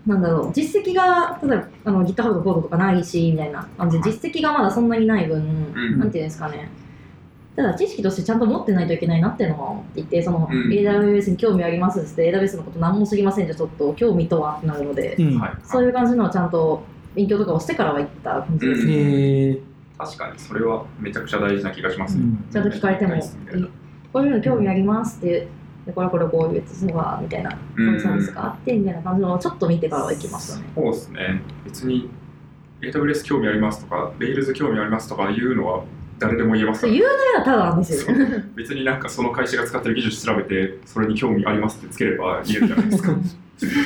Speaker 1: なんだろう実績が例えばあの GitHub のコードとかないしみたいな感じ
Speaker 3: は
Speaker 1: で
Speaker 3: い
Speaker 1: 実績がまだそんなにない分、
Speaker 3: うん
Speaker 1: なんていうんですかねただ知識としてちゃんと持ってないといけないなっていうのは思っていてその、
Speaker 3: うん
Speaker 1: AWS に興味ありますっつって AWS のこと何も知りませんじゃちょっと興味とはってなるので、
Speaker 2: うん
Speaker 3: はい。
Speaker 1: そういう感じのをちゃんと勉強とかをしてからは行った感じですね、
Speaker 2: へえ
Speaker 3: 確かにそれはめちゃくちゃ大事な気がします
Speaker 2: う
Speaker 3: ね。
Speaker 2: ん
Speaker 1: ちゃんと聞かれても、
Speaker 3: 大事みたいな
Speaker 1: こういうの興味ありますって、でこれこれこういうのがみたいな、こういうサービスがあってみたいな感じのをちょっと見てからは行きましたね。
Speaker 3: そうですね。別に AWS 興味ありますとか Rails 興味ありますとかいうのは誰でも言えます
Speaker 1: そ
Speaker 3: か
Speaker 1: う
Speaker 3: ら
Speaker 1: 言。うのはただなんです
Speaker 3: そ
Speaker 1: よ。
Speaker 3: う別になんかその会社が使ってる技術調べてそれに興味ありますってつければ言えるじゃないですか。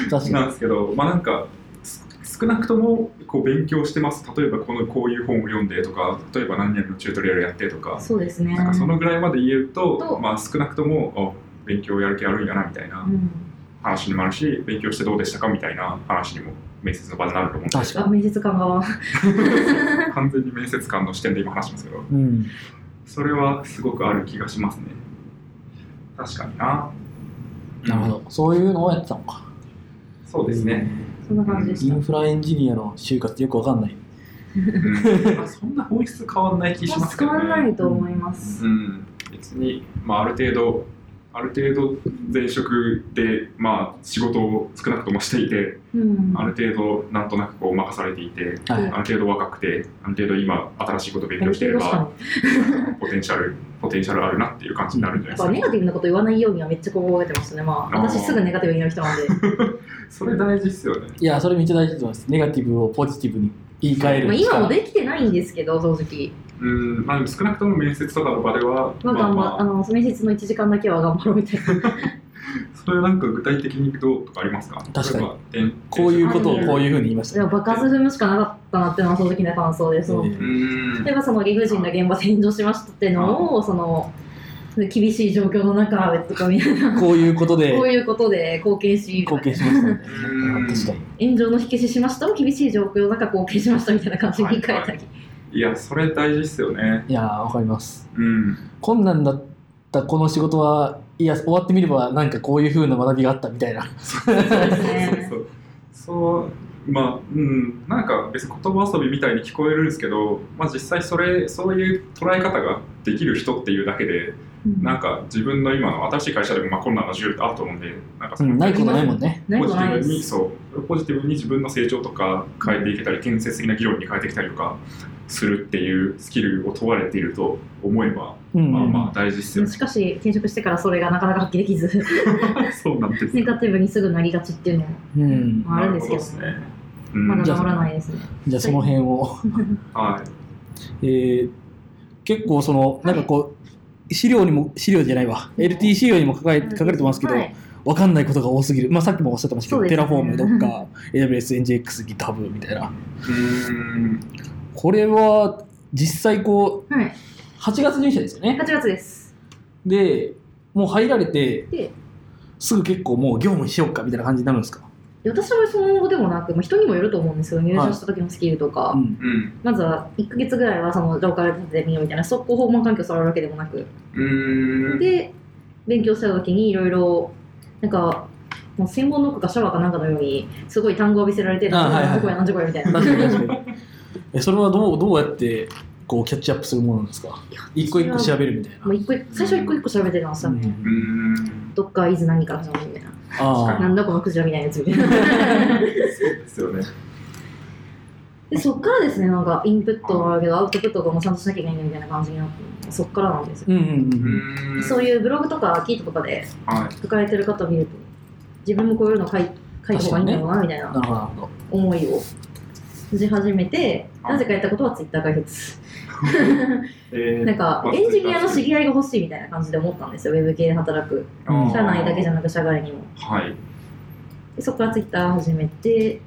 Speaker 2: 確か
Speaker 3: なんですけど、まあなんかす少なくともこう勉強してます例えばこのこういう本を読んでとか例えば何年のチュートリアルやってとか
Speaker 1: そうですね。
Speaker 3: なんかそのぐらいまで言えると、
Speaker 1: と
Speaker 3: まあ、少なくともあ勉強やる気あるんやなみたいな
Speaker 1: うん
Speaker 3: 話にもなるし勉強してどうでしたかみたいな話にも面接の場でなると思うん
Speaker 2: に
Speaker 3: で
Speaker 2: 確か
Speaker 1: あ面接官が、
Speaker 3: 完全に面接官の視点で今話してますけど
Speaker 2: にうん
Speaker 3: それはすごくある気がしますね確かにな
Speaker 2: なるほど。そういうのをやってたのか。
Speaker 3: そうです ね、
Speaker 1: そんな感じでし
Speaker 2: イ
Speaker 1: た。
Speaker 2: ンフラエンジニアの就活ってよくわかんない。
Speaker 3: うんまあそんな本質変わんない気し
Speaker 1: ま
Speaker 3: ま
Speaker 1: あ、
Speaker 3: すけ
Speaker 1: 変
Speaker 3: どね
Speaker 1: わらないと思います。
Speaker 3: うん、別に、まあ、ある程度ある程度前職で、まあ、仕事を少なくともしていて
Speaker 1: うん。
Speaker 3: ある程度なんとなくこう任されていて
Speaker 2: はいい。
Speaker 3: ある程度若くてある程度今新しいことを勉
Speaker 1: や
Speaker 3: 強
Speaker 1: る
Speaker 3: してい
Speaker 1: 程
Speaker 3: れ
Speaker 1: 度しか
Speaker 3: ば
Speaker 1: ね
Speaker 3: ポテンシャルポテンシャルあるなっていう感じになるんじゃ
Speaker 1: や
Speaker 3: ない
Speaker 1: っぱ
Speaker 3: ですか、
Speaker 1: ネガティブなこと言わないようにはめっちゃ心がけてましたね。まあ、
Speaker 3: あー
Speaker 1: 私すぐネガティブになる人なんで。
Speaker 3: それ大事ですよね
Speaker 2: いや、それめっちゃ大事だと思います。ネガティブをポジティブに言い換え
Speaker 1: まあ、
Speaker 2: る
Speaker 1: 今
Speaker 2: 力。
Speaker 1: もできてないんですけど、正直。
Speaker 3: うんまあでも少なくとも面接とかの場では、
Speaker 1: まあ、
Speaker 3: まあ
Speaker 1: 頑張、
Speaker 3: ま
Speaker 1: あ
Speaker 3: あ、
Speaker 1: の、面接の1時間だけは頑張ろうみたい な。
Speaker 3: それはなんか具体的にどうとかありますか
Speaker 2: 確かに
Speaker 3: に
Speaker 2: こういうことをこういうふうに言いまし
Speaker 1: で
Speaker 2: た。
Speaker 1: も爆発踏むしかなかったなっていうのは正直な感想で、その、
Speaker 2: うん
Speaker 3: うん
Speaker 1: 例えばその理不尽な現場で炎上しましたっていうのを、その、厳しい状況の中、別とかみたいな。
Speaker 2: こういうことで
Speaker 1: こういうことで貢献し、
Speaker 2: 貢献しましたね。
Speaker 3: うん
Speaker 2: 確かに。
Speaker 1: 炎上の火消ししましたも厳しい状況の中貢献しましたみたいな感じに変えたり、
Speaker 3: はいいやそれ大事ですよね
Speaker 2: いやー、わかります。
Speaker 3: うん
Speaker 2: 困難だったこの仕事は、いや、終わってみれば、なんかこういうふうな学びがあったみたいな。
Speaker 1: そうです
Speaker 3: そう
Speaker 1: ね
Speaker 3: そうそうまあうんなんか別に言葉遊びみたいに聞こえるんですけど、まあ、実際それそういう捉え方ができる人っていうだけで
Speaker 1: うん
Speaker 3: なんか自分の今の新しい会社でもまあ困難な授業ってあると思うんでなんか
Speaker 2: う
Speaker 3: その
Speaker 2: ん、ないことないもんね。
Speaker 1: ない
Speaker 3: ポ
Speaker 1: こ
Speaker 3: ジ
Speaker 1: と
Speaker 3: ティ
Speaker 1: ない
Speaker 3: ブ
Speaker 1: で
Speaker 3: に
Speaker 1: す
Speaker 3: そうポジティブに自分の成長とか変えていけたり建設的な議論に変えてきたりとかするっていうスキルを問われていると思えば、
Speaker 2: うん。
Speaker 3: まあまあ大事ですよね。
Speaker 1: しかし転職してからそれがなかなか発揮でき ず
Speaker 3: そうなんです
Speaker 1: ネガティブにすぐなりがちっていうの
Speaker 2: うん。
Speaker 1: もあるんですけ
Speaker 3: なるほどっ
Speaker 1: ど
Speaker 3: すねうん
Speaker 1: まだ
Speaker 2: じ
Speaker 1: 治
Speaker 2: ゃあ
Speaker 1: らないですね
Speaker 2: じゃあその辺を。
Speaker 3: は、
Speaker 2: えー結構そのなんかこう資料にも資料じゃないわ LT 資料にも書かれ書かれてますけど、
Speaker 1: はい
Speaker 2: わかんないことが多すぎる、まあ、さっきもおっしゃってましたけど、
Speaker 1: そう
Speaker 2: テ
Speaker 1: です
Speaker 2: ラ
Speaker 1: ね
Speaker 2: フォームどっ か AWS、NGX、GitHub みたいない
Speaker 3: うーん
Speaker 2: これは実際こ
Speaker 1: はいう
Speaker 2: 8月入社ですよね
Speaker 1: 8月です
Speaker 2: でもう入られて
Speaker 1: です
Speaker 2: ぐ結構もう業務しようかみたいな感じになるんですか、
Speaker 1: 私はその後でもなく、まあ、人にもよると思うんですよ入社した時のスキルとか、
Speaker 2: うん
Speaker 3: うん
Speaker 1: まずは1ヶ月ぐらいはそのローカル立ててみようみたいな速攻訪問環境を触るわけでもなく
Speaker 3: うーん
Speaker 1: で勉強した時にいろいろなんかもう専門の句かシャワーかなんかのようにすごい単語を見せられて
Speaker 2: あはいはい
Speaker 1: 何時こや何時こやみたいな
Speaker 2: 確かに確かにえそれはどうどうやってこうキャッチアップするものなんですか一個一個調べるみたいな、
Speaker 1: もう一個最初一個一個調べてたんですよね、
Speaker 2: うん
Speaker 3: うーん
Speaker 1: どっか伊豆何から始まるみたいな
Speaker 2: あ
Speaker 1: な
Speaker 2: あ
Speaker 1: んだこのクジラみたいなやつみたい な
Speaker 3: ですよね
Speaker 1: でそっからですねなんかインプットもあるけどアウトプットがもうちゃんとしなきゃいけないみたいな感じになってそっからなんですよ、
Speaker 2: うんうんう
Speaker 3: うん
Speaker 2: うん
Speaker 3: ーん
Speaker 1: そういうブログとかキートとかで
Speaker 3: は
Speaker 1: 書かれてる方を見ると自分もこういうの書い書いた方がいいんだろうなみたいな
Speaker 2: なるほどなるほど
Speaker 1: 思いをし始めて、
Speaker 3: はい
Speaker 1: なぜかやったことはツイッター解説。
Speaker 3: いえー
Speaker 1: なんか、
Speaker 3: まあ
Speaker 1: エンジニアの知り合いが欲しいみたいな感じで思ったんですよ、ウェブ系で働く。
Speaker 3: あー
Speaker 1: 社内だけじゃなく、社外にも。
Speaker 3: はい
Speaker 1: でそこからツイッター始めて、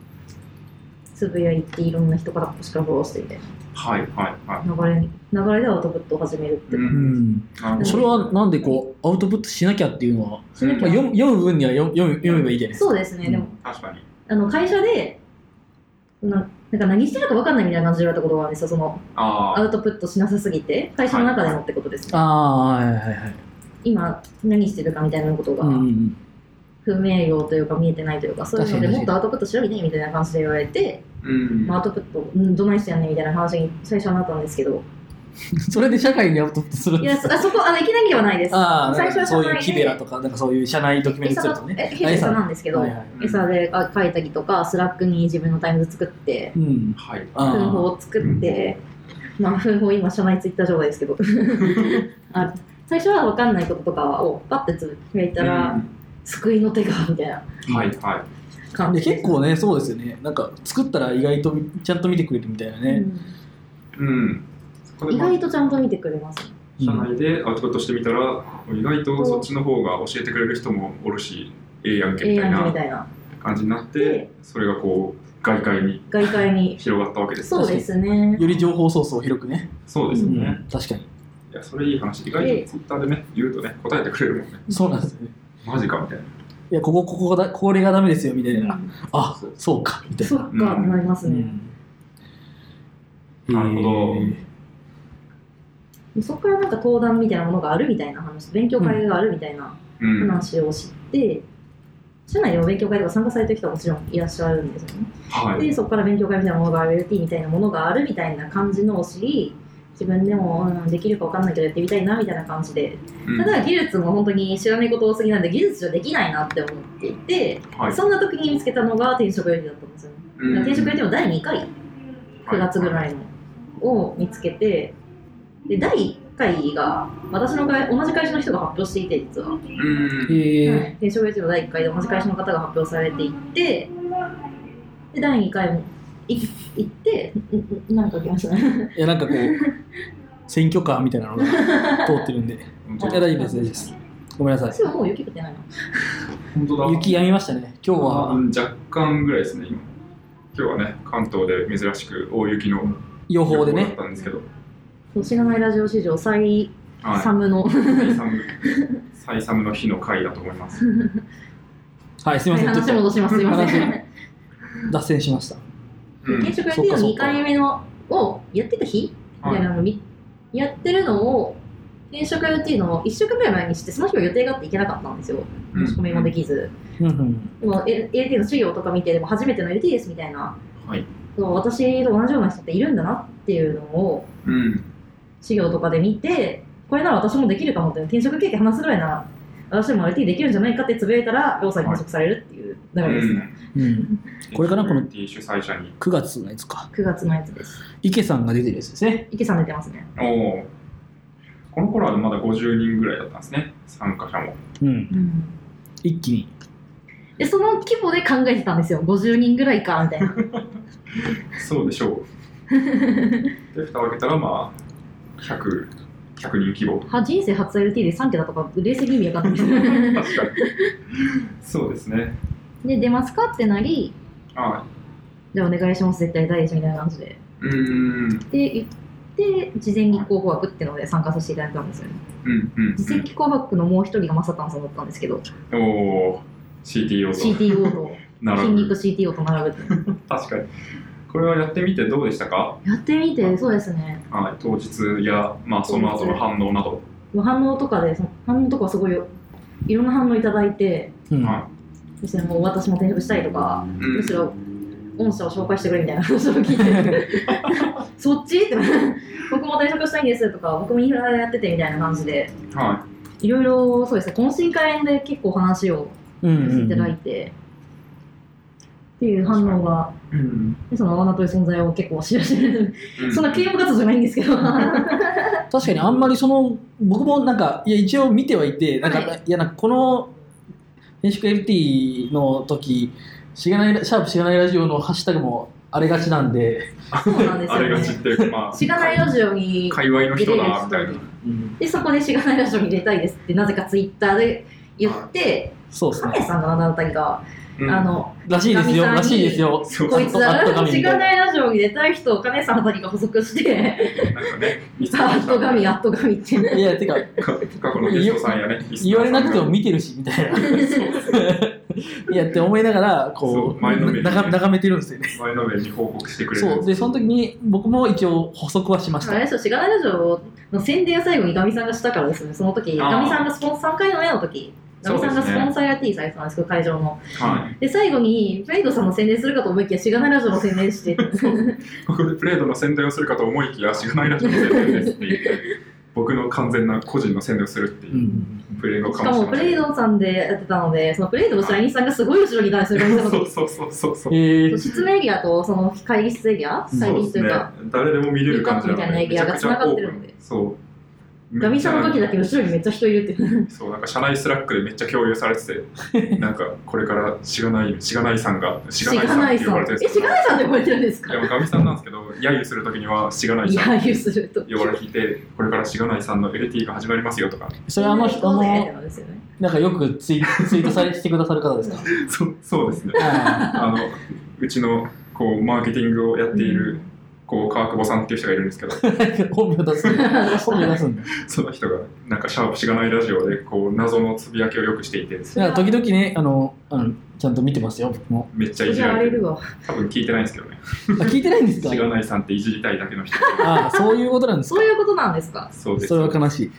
Speaker 1: つぶやいて、いろんな人からしかフォローしてみたい
Speaker 3: はいはいは
Speaker 1: な流れに、流れでアウトプットを始めるって
Speaker 3: い、う
Speaker 1: いう。
Speaker 3: んなるほど
Speaker 2: それはなんでこうアウトプットしなきゃっていうのは、
Speaker 1: しなき
Speaker 2: まあ、
Speaker 1: ゃ
Speaker 2: 読む読む分には読む読む読めばいいじゃないですか。
Speaker 1: そうですね、
Speaker 2: うん
Speaker 1: でも、
Speaker 3: 確かに
Speaker 1: あの会社でな、なんか何してるか分かんないみたいな感じで言われたことがあるんですよ、その
Speaker 3: あ
Speaker 1: ア
Speaker 3: あ
Speaker 1: ウトプットしなさすぎて、会社の中でもってことですね。
Speaker 2: ああーはいはいはい。
Speaker 1: 今、何してるかみたいなことが。
Speaker 2: うんうん
Speaker 1: 不明瞭というか見えてないというかそういうの
Speaker 2: 確
Speaker 1: で
Speaker 2: かに
Speaker 1: もっとアウトプットしろみたいなみたいな感じで言われて、
Speaker 3: うん
Speaker 1: まあ、アウトプット、うん、どないしてやんねんみたいな話に最初はなったんですけど
Speaker 2: うん、それで社会にアウトプットするん
Speaker 1: い
Speaker 2: です
Speaker 1: やそあそこあのいきなりではないです
Speaker 2: ああ
Speaker 1: 最初は社
Speaker 2: そ
Speaker 1: 内
Speaker 2: う
Speaker 1: で
Speaker 2: いうキベラとかなんかそういう社内ドキュメント
Speaker 1: 餌
Speaker 2: すると
Speaker 1: のえ
Speaker 2: ね。
Speaker 1: ヘル餌なんですけど、
Speaker 2: はいはい。
Speaker 3: うん
Speaker 1: 餌であ書いたりとかスラックに自分のタイムズ作って
Speaker 2: うん。
Speaker 3: はい
Speaker 2: あ
Speaker 1: 文法
Speaker 2: ー
Speaker 1: を作ってまあ文法今社内ツイッター上態ですけど あ最初は分かんないこととかをパッてつぶやいたら、
Speaker 3: うん
Speaker 1: 救いの手がみたいな
Speaker 3: はいは
Speaker 1: 感
Speaker 2: で
Speaker 1: じで
Speaker 2: 結構ねそうですよねなんか作ったら意外とちゃんと見てくれるみたいな
Speaker 1: う
Speaker 2: ね、
Speaker 1: ん
Speaker 3: いうんそこで
Speaker 1: 意
Speaker 3: まあ
Speaker 1: 外とちゃんと見てくれます
Speaker 2: うん
Speaker 3: 社内でアウトプットしてみたら意外とそっちの方が教えてくれる人もおるしええやんけ
Speaker 1: ええ
Speaker 3: みた
Speaker 1: や
Speaker 3: い
Speaker 1: んけ
Speaker 3: な
Speaker 1: みたいな
Speaker 3: 感じになって
Speaker 1: で
Speaker 3: それがこう外界に
Speaker 1: 外界に
Speaker 3: 広がったわけです
Speaker 1: そうですね
Speaker 2: より情報ソースを広くね、
Speaker 3: そうです
Speaker 2: う
Speaker 3: よ
Speaker 2: ん
Speaker 3: ね、
Speaker 2: 確かに
Speaker 3: いやそれいい話意外
Speaker 1: で
Speaker 3: とツイッターでね言うとね答えてくれるもんね
Speaker 2: そうなんですよね
Speaker 3: マジかみたいない
Speaker 2: やここここだこれがダメですよみたいな、
Speaker 1: う
Speaker 2: あそうかみた
Speaker 1: ん
Speaker 2: い
Speaker 1: そ
Speaker 2: な
Speaker 1: っかなりますね、
Speaker 2: うん
Speaker 3: なるほど
Speaker 2: えー
Speaker 1: そこからなんか登壇みたいなものがあるみたいな話勉強会があるみたいな
Speaker 3: うん。
Speaker 1: 話を知って、社内でも勉強会とか参加されてる人はもちろんいらっしゃるんですよね。
Speaker 3: はい。
Speaker 1: でそこから勉強会みたいなものがある LT みたいなものがあるみたいな感じのを知り自分でも、うん、できるか分かんないけどやってみたいなみたいな感じで
Speaker 3: うん
Speaker 1: ただ技術も本当に知らないこと多すぎなんで技術じゃできないなって思っていて、
Speaker 3: はい。
Speaker 1: そんな時に見つけたのが転職予定だったんですよね、
Speaker 3: うん
Speaker 1: 転職予定の第2回9月ぐらいのを見つけてで第1回が私の会同じ会社の人が発表していて実は
Speaker 3: うん。
Speaker 1: はい
Speaker 2: え
Speaker 1: 転職予定の第1回で同じ会社の方が発表されていてで第2回もい行ってんんなんか来ましたね
Speaker 2: ー、いやなんかこう、 選挙カーみたいなのが通ってるんで、い
Speaker 3: 本
Speaker 2: や大
Speaker 3: 当だ。
Speaker 2: 丈夫です、大丈夫です。ごめんなさ
Speaker 1: 私はもう雪降ってないの
Speaker 3: 本当だ
Speaker 2: い。雪やみましたね、今日は
Speaker 3: うん若干ぐらいですね、今。今日はね、関東で珍しく大雪の
Speaker 2: 予報で
Speaker 3: だっ
Speaker 2: ね。
Speaker 3: たんですけど、
Speaker 1: そう知らないラジオ史上最
Speaker 3: はい。
Speaker 1: 寒の、
Speaker 3: 最寒、最寒の日の回だと思います。
Speaker 2: はい、すみません、
Speaker 1: 話
Speaker 2: ちょっ
Speaker 1: 戻しますすいません
Speaker 2: 話と脱線しました。
Speaker 3: うん
Speaker 1: 転職やってるの2回目のをやってた日みたいなのをみやってるのを転職やっていうのを1週間ぐらい前にしてその日は予定があって行けなかったんですよ
Speaker 3: うん
Speaker 1: 申し込みもできず、
Speaker 2: うんうん。
Speaker 1: でも L- LT の資料とか見てでも初めての LT ですみたいな
Speaker 3: はい。
Speaker 1: そう私と同じような人っているんだなっていうのを
Speaker 3: うん。
Speaker 1: 資料とかで見てこれなら私もできるかもって転職経験話すぐらいな私でも LT できるんじゃないかってつぶやいたら労災に拘束されるっていう流れですね、
Speaker 2: うん、これかなこの
Speaker 3: LGBT 主催者に。
Speaker 2: 9月のやつか。
Speaker 1: 9月のやつです
Speaker 2: 池さんが出てるやつですね。
Speaker 1: 池さん出てますね
Speaker 3: おお。この頃はまだ50人ぐらいだったんですね、参加者も。
Speaker 2: うん。
Speaker 1: うん
Speaker 2: 一気に。
Speaker 1: でその規模で考えてたんですよ50人ぐらいかみたいな
Speaker 3: そうでしょう。で、蓋を開けたら、まあ、100、100人規模。
Speaker 1: は人生初 LT で3桁とか冷静に意味わかんない で
Speaker 3: 確
Speaker 1: す
Speaker 3: かに。そうですね。
Speaker 1: で出ますかってなり
Speaker 3: あ
Speaker 1: じゃあお願いします絶対大ですみたいな感じで
Speaker 3: うーん。
Speaker 1: で言って事前立候補枠っていうので参加させていただいたんですよね
Speaker 3: うんうん
Speaker 1: 事前立候補枠のもう一人がマサタンさんだったんですけど
Speaker 3: うん。おお。CTO と
Speaker 1: CTO と
Speaker 3: 並
Speaker 1: 筋
Speaker 3: ぶ。
Speaker 1: 肉 CTO と並ぶっていう
Speaker 3: 確かに。これはやってみてどうでしたか、
Speaker 1: やってみてそうですね
Speaker 3: はい、当日や、まあ、その後の反応など。
Speaker 1: 反応とかでその反応とかはすごいよいろんな反応いただいて
Speaker 2: うん。
Speaker 3: は
Speaker 1: ですねもう私も転職したいとか
Speaker 3: い。
Speaker 1: むしろ御社を紹介してくれみたいな 話を聞いて そっちって 僕も退職したいんですとか僕もインフラやっててみたいな感じで
Speaker 3: うん、はい
Speaker 1: ろいろそうですね懇親会で結構話を
Speaker 2: うん
Speaker 1: さ
Speaker 2: う
Speaker 1: せてい
Speaker 2: ん
Speaker 1: ただいて、っていう反応が
Speaker 3: い。うん。
Speaker 1: でその女という存在を結構知らせる
Speaker 3: う
Speaker 1: そんな啓蒙活動じゃないんですけど
Speaker 2: 確かにあんまりその僕もなんかいや一応見てはいてなんか、、
Speaker 1: はい
Speaker 2: やなんかこの転職 LT の時しがないシャープしがないラジオのハッシュタグも荒れがちなんで、
Speaker 1: そうなんです
Speaker 3: あれ
Speaker 1: よ
Speaker 3: がちっ
Speaker 1: ね
Speaker 3: ていうか、まあ、
Speaker 1: しがないラジオに
Speaker 3: 界隈の人だ、み
Speaker 1: 出
Speaker 3: た
Speaker 1: れ
Speaker 3: い
Speaker 1: る
Speaker 3: な
Speaker 1: 人。でそこでしがないラジオに出たいですってなぜかツイッターで言って、
Speaker 2: そうです
Speaker 1: カメ
Speaker 2: ね
Speaker 1: さんのあなたりが、
Speaker 3: うん
Speaker 1: あ、の
Speaker 2: らしいですよ
Speaker 1: 神さんに
Speaker 2: らしいですよ
Speaker 3: そう
Speaker 1: こいつ
Speaker 2: あっ
Speaker 1: は
Speaker 2: たかみ
Speaker 1: 知
Speaker 2: みた
Speaker 1: ら
Speaker 2: いな
Speaker 1: ないラジオに出たい人を金さんあたりが補 足して、
Speaker 3: なんかね、ミスタ
Speaker 1: あ
Speaker 3: ー
Speaker 1: っとがみ、あっとがみって。
Speaker 2: いやてか
Speaker 3: 過去のゲストさんやね、
Speaker 2: 言われなくても
Speaker 3: ミ
Speaker 2: 見てるしみたいないやって思いながら
Speaker 3: そ
Speaker 2: こ
Speaker 3: う
Speaker 2: う
Speaker 3: 前のめりにね
Speaker 2: な眺眺めてるんですよね
Speaker 3: スターさんが前のめりに報告してくれる。
Speaker 2: そうでその時に僕も一応補足はしまし
Speaker 1: あ
Speaker 2: た
Speaker 1: れでしょ、しがないラジオの宣伝を最後にガミさんがしたからですね、その時、
Speaker 3: あー
Speaker 1: ガミさんがスポンサー3回の目の時、ガミさんがスポンサーやっていいサイズなんですけど、会場の。
Speaker 3: はい。
Speaker 1: で、最後に、フェイドさんの宣伝するかと思いきや、しがないラジオの宣伝して、
Speaker 3: ここでプレードの宣伝をするかと思いきや、しがないラジオの宣伝ですって言って、僕の完全な個人の宣伝をするっていうう、
Speaker 2: ん
Speaker 3: プレード
Speaker 1: し
Speaker 3: か
Speaker 1: か
Speaker 3: もしれ
Speaker 1: も
Speaker 3: ま
Speaker 1: プ
Speaker 3: せん
Speaker 1: レイドさんでやってたので、そのプレイドの社員さんがすごい後ろにいたんですよ、ガミさんの
Speaker 3: そ
Speaker 1: 時
Speaker 3: う。そうそうそうそう。
Speaker 2: え
Speaker 1: そう
Speaker 2: ー、
Speaker 1: 執務エリアとその会議室エリア、会
Speaker 3: そう
Speaker 1: 議
Speaker 3: で
Speaker 1: 室
Speaker 3: す
Speaker 1: とい
Speaker 3: ね
Speaker 1: うか、。
Speaker 3: 誰でも見れる感じなので、
Speaker 1: ピックアップみたいなエリアが繋がってるの
Speaker 3: めちゃくちゃオー
Speaker 1: で
Speaker 3: プンそう。
Speaker 1: ガミさんの時だけ後ろにめっちゃ人いるっていう。
Speaker 3: そうなんか社内スラックでめっちゃ共有されてて なんかこれからしがないしがないさんがし
Speaker 1: し
Speaker 3: がない
Speaker 1: が
Speaker 3: さんっ
Speaker 1: ない
Speaker 3: て呼
Speaker 1: さ
Speaker 3: ばれ
Speaker 1: ん
Speaker 3: てるん。
Speaker 1: え、
Speaker 3: です
Speaker 1: し
Speaker 3: けど
Speaker 1: がないさんって呼ばれてるんですか
Speaker 3: でもガミさんなんですけど揶揄するときにはしがない
Speaker 1: い
Speaker 3: さ
Speaker 1: や、
Speaker 3: んって
Speaker 1: ユースすると。
Speaker 3: 呼ばれていてこれからしがないさんの LT が始まりますよとか
Speaker 2: それはあの人
Speaker 1: の
Speaker 2: の
Speaker 1: なんですよね。
Speaker 2: なんかよくツイ ツイートされしてくださる方ですか
Speaker 3: そうそうですね
Speaker 2: あ
Speaker 3: あのうちのこうマーケティングをやっているこう川久保さんっていう人がいるんですけど
Speaker 2: 本名出 すん だ。本名出すんだ。
Speaker 3: その人がなんかシャープしがないラジオでこう謎のつぶやきをよくしていて
Speaker 2: いや時々ねあのあの、ちゃんと見てますよ、僕も。
Speaker 3: めっちゃいじ
Speaker 1: じゃあ
Speaker 3: ら
Speaker 1: あれ
Speaker 3: れてる
Speaker 1: るわ。
Speaker 3: 多分聞いてないんですけどね
Speaker 2: あ、聞いてないんですか
Speaker 3: しがないさんっていじりたいだけの人
Speaker 2: ああ、そういうことなんです
Speaker 1: そういうことなんですか。
Speaker 3: そうです
Speaker 2: それは悲しい。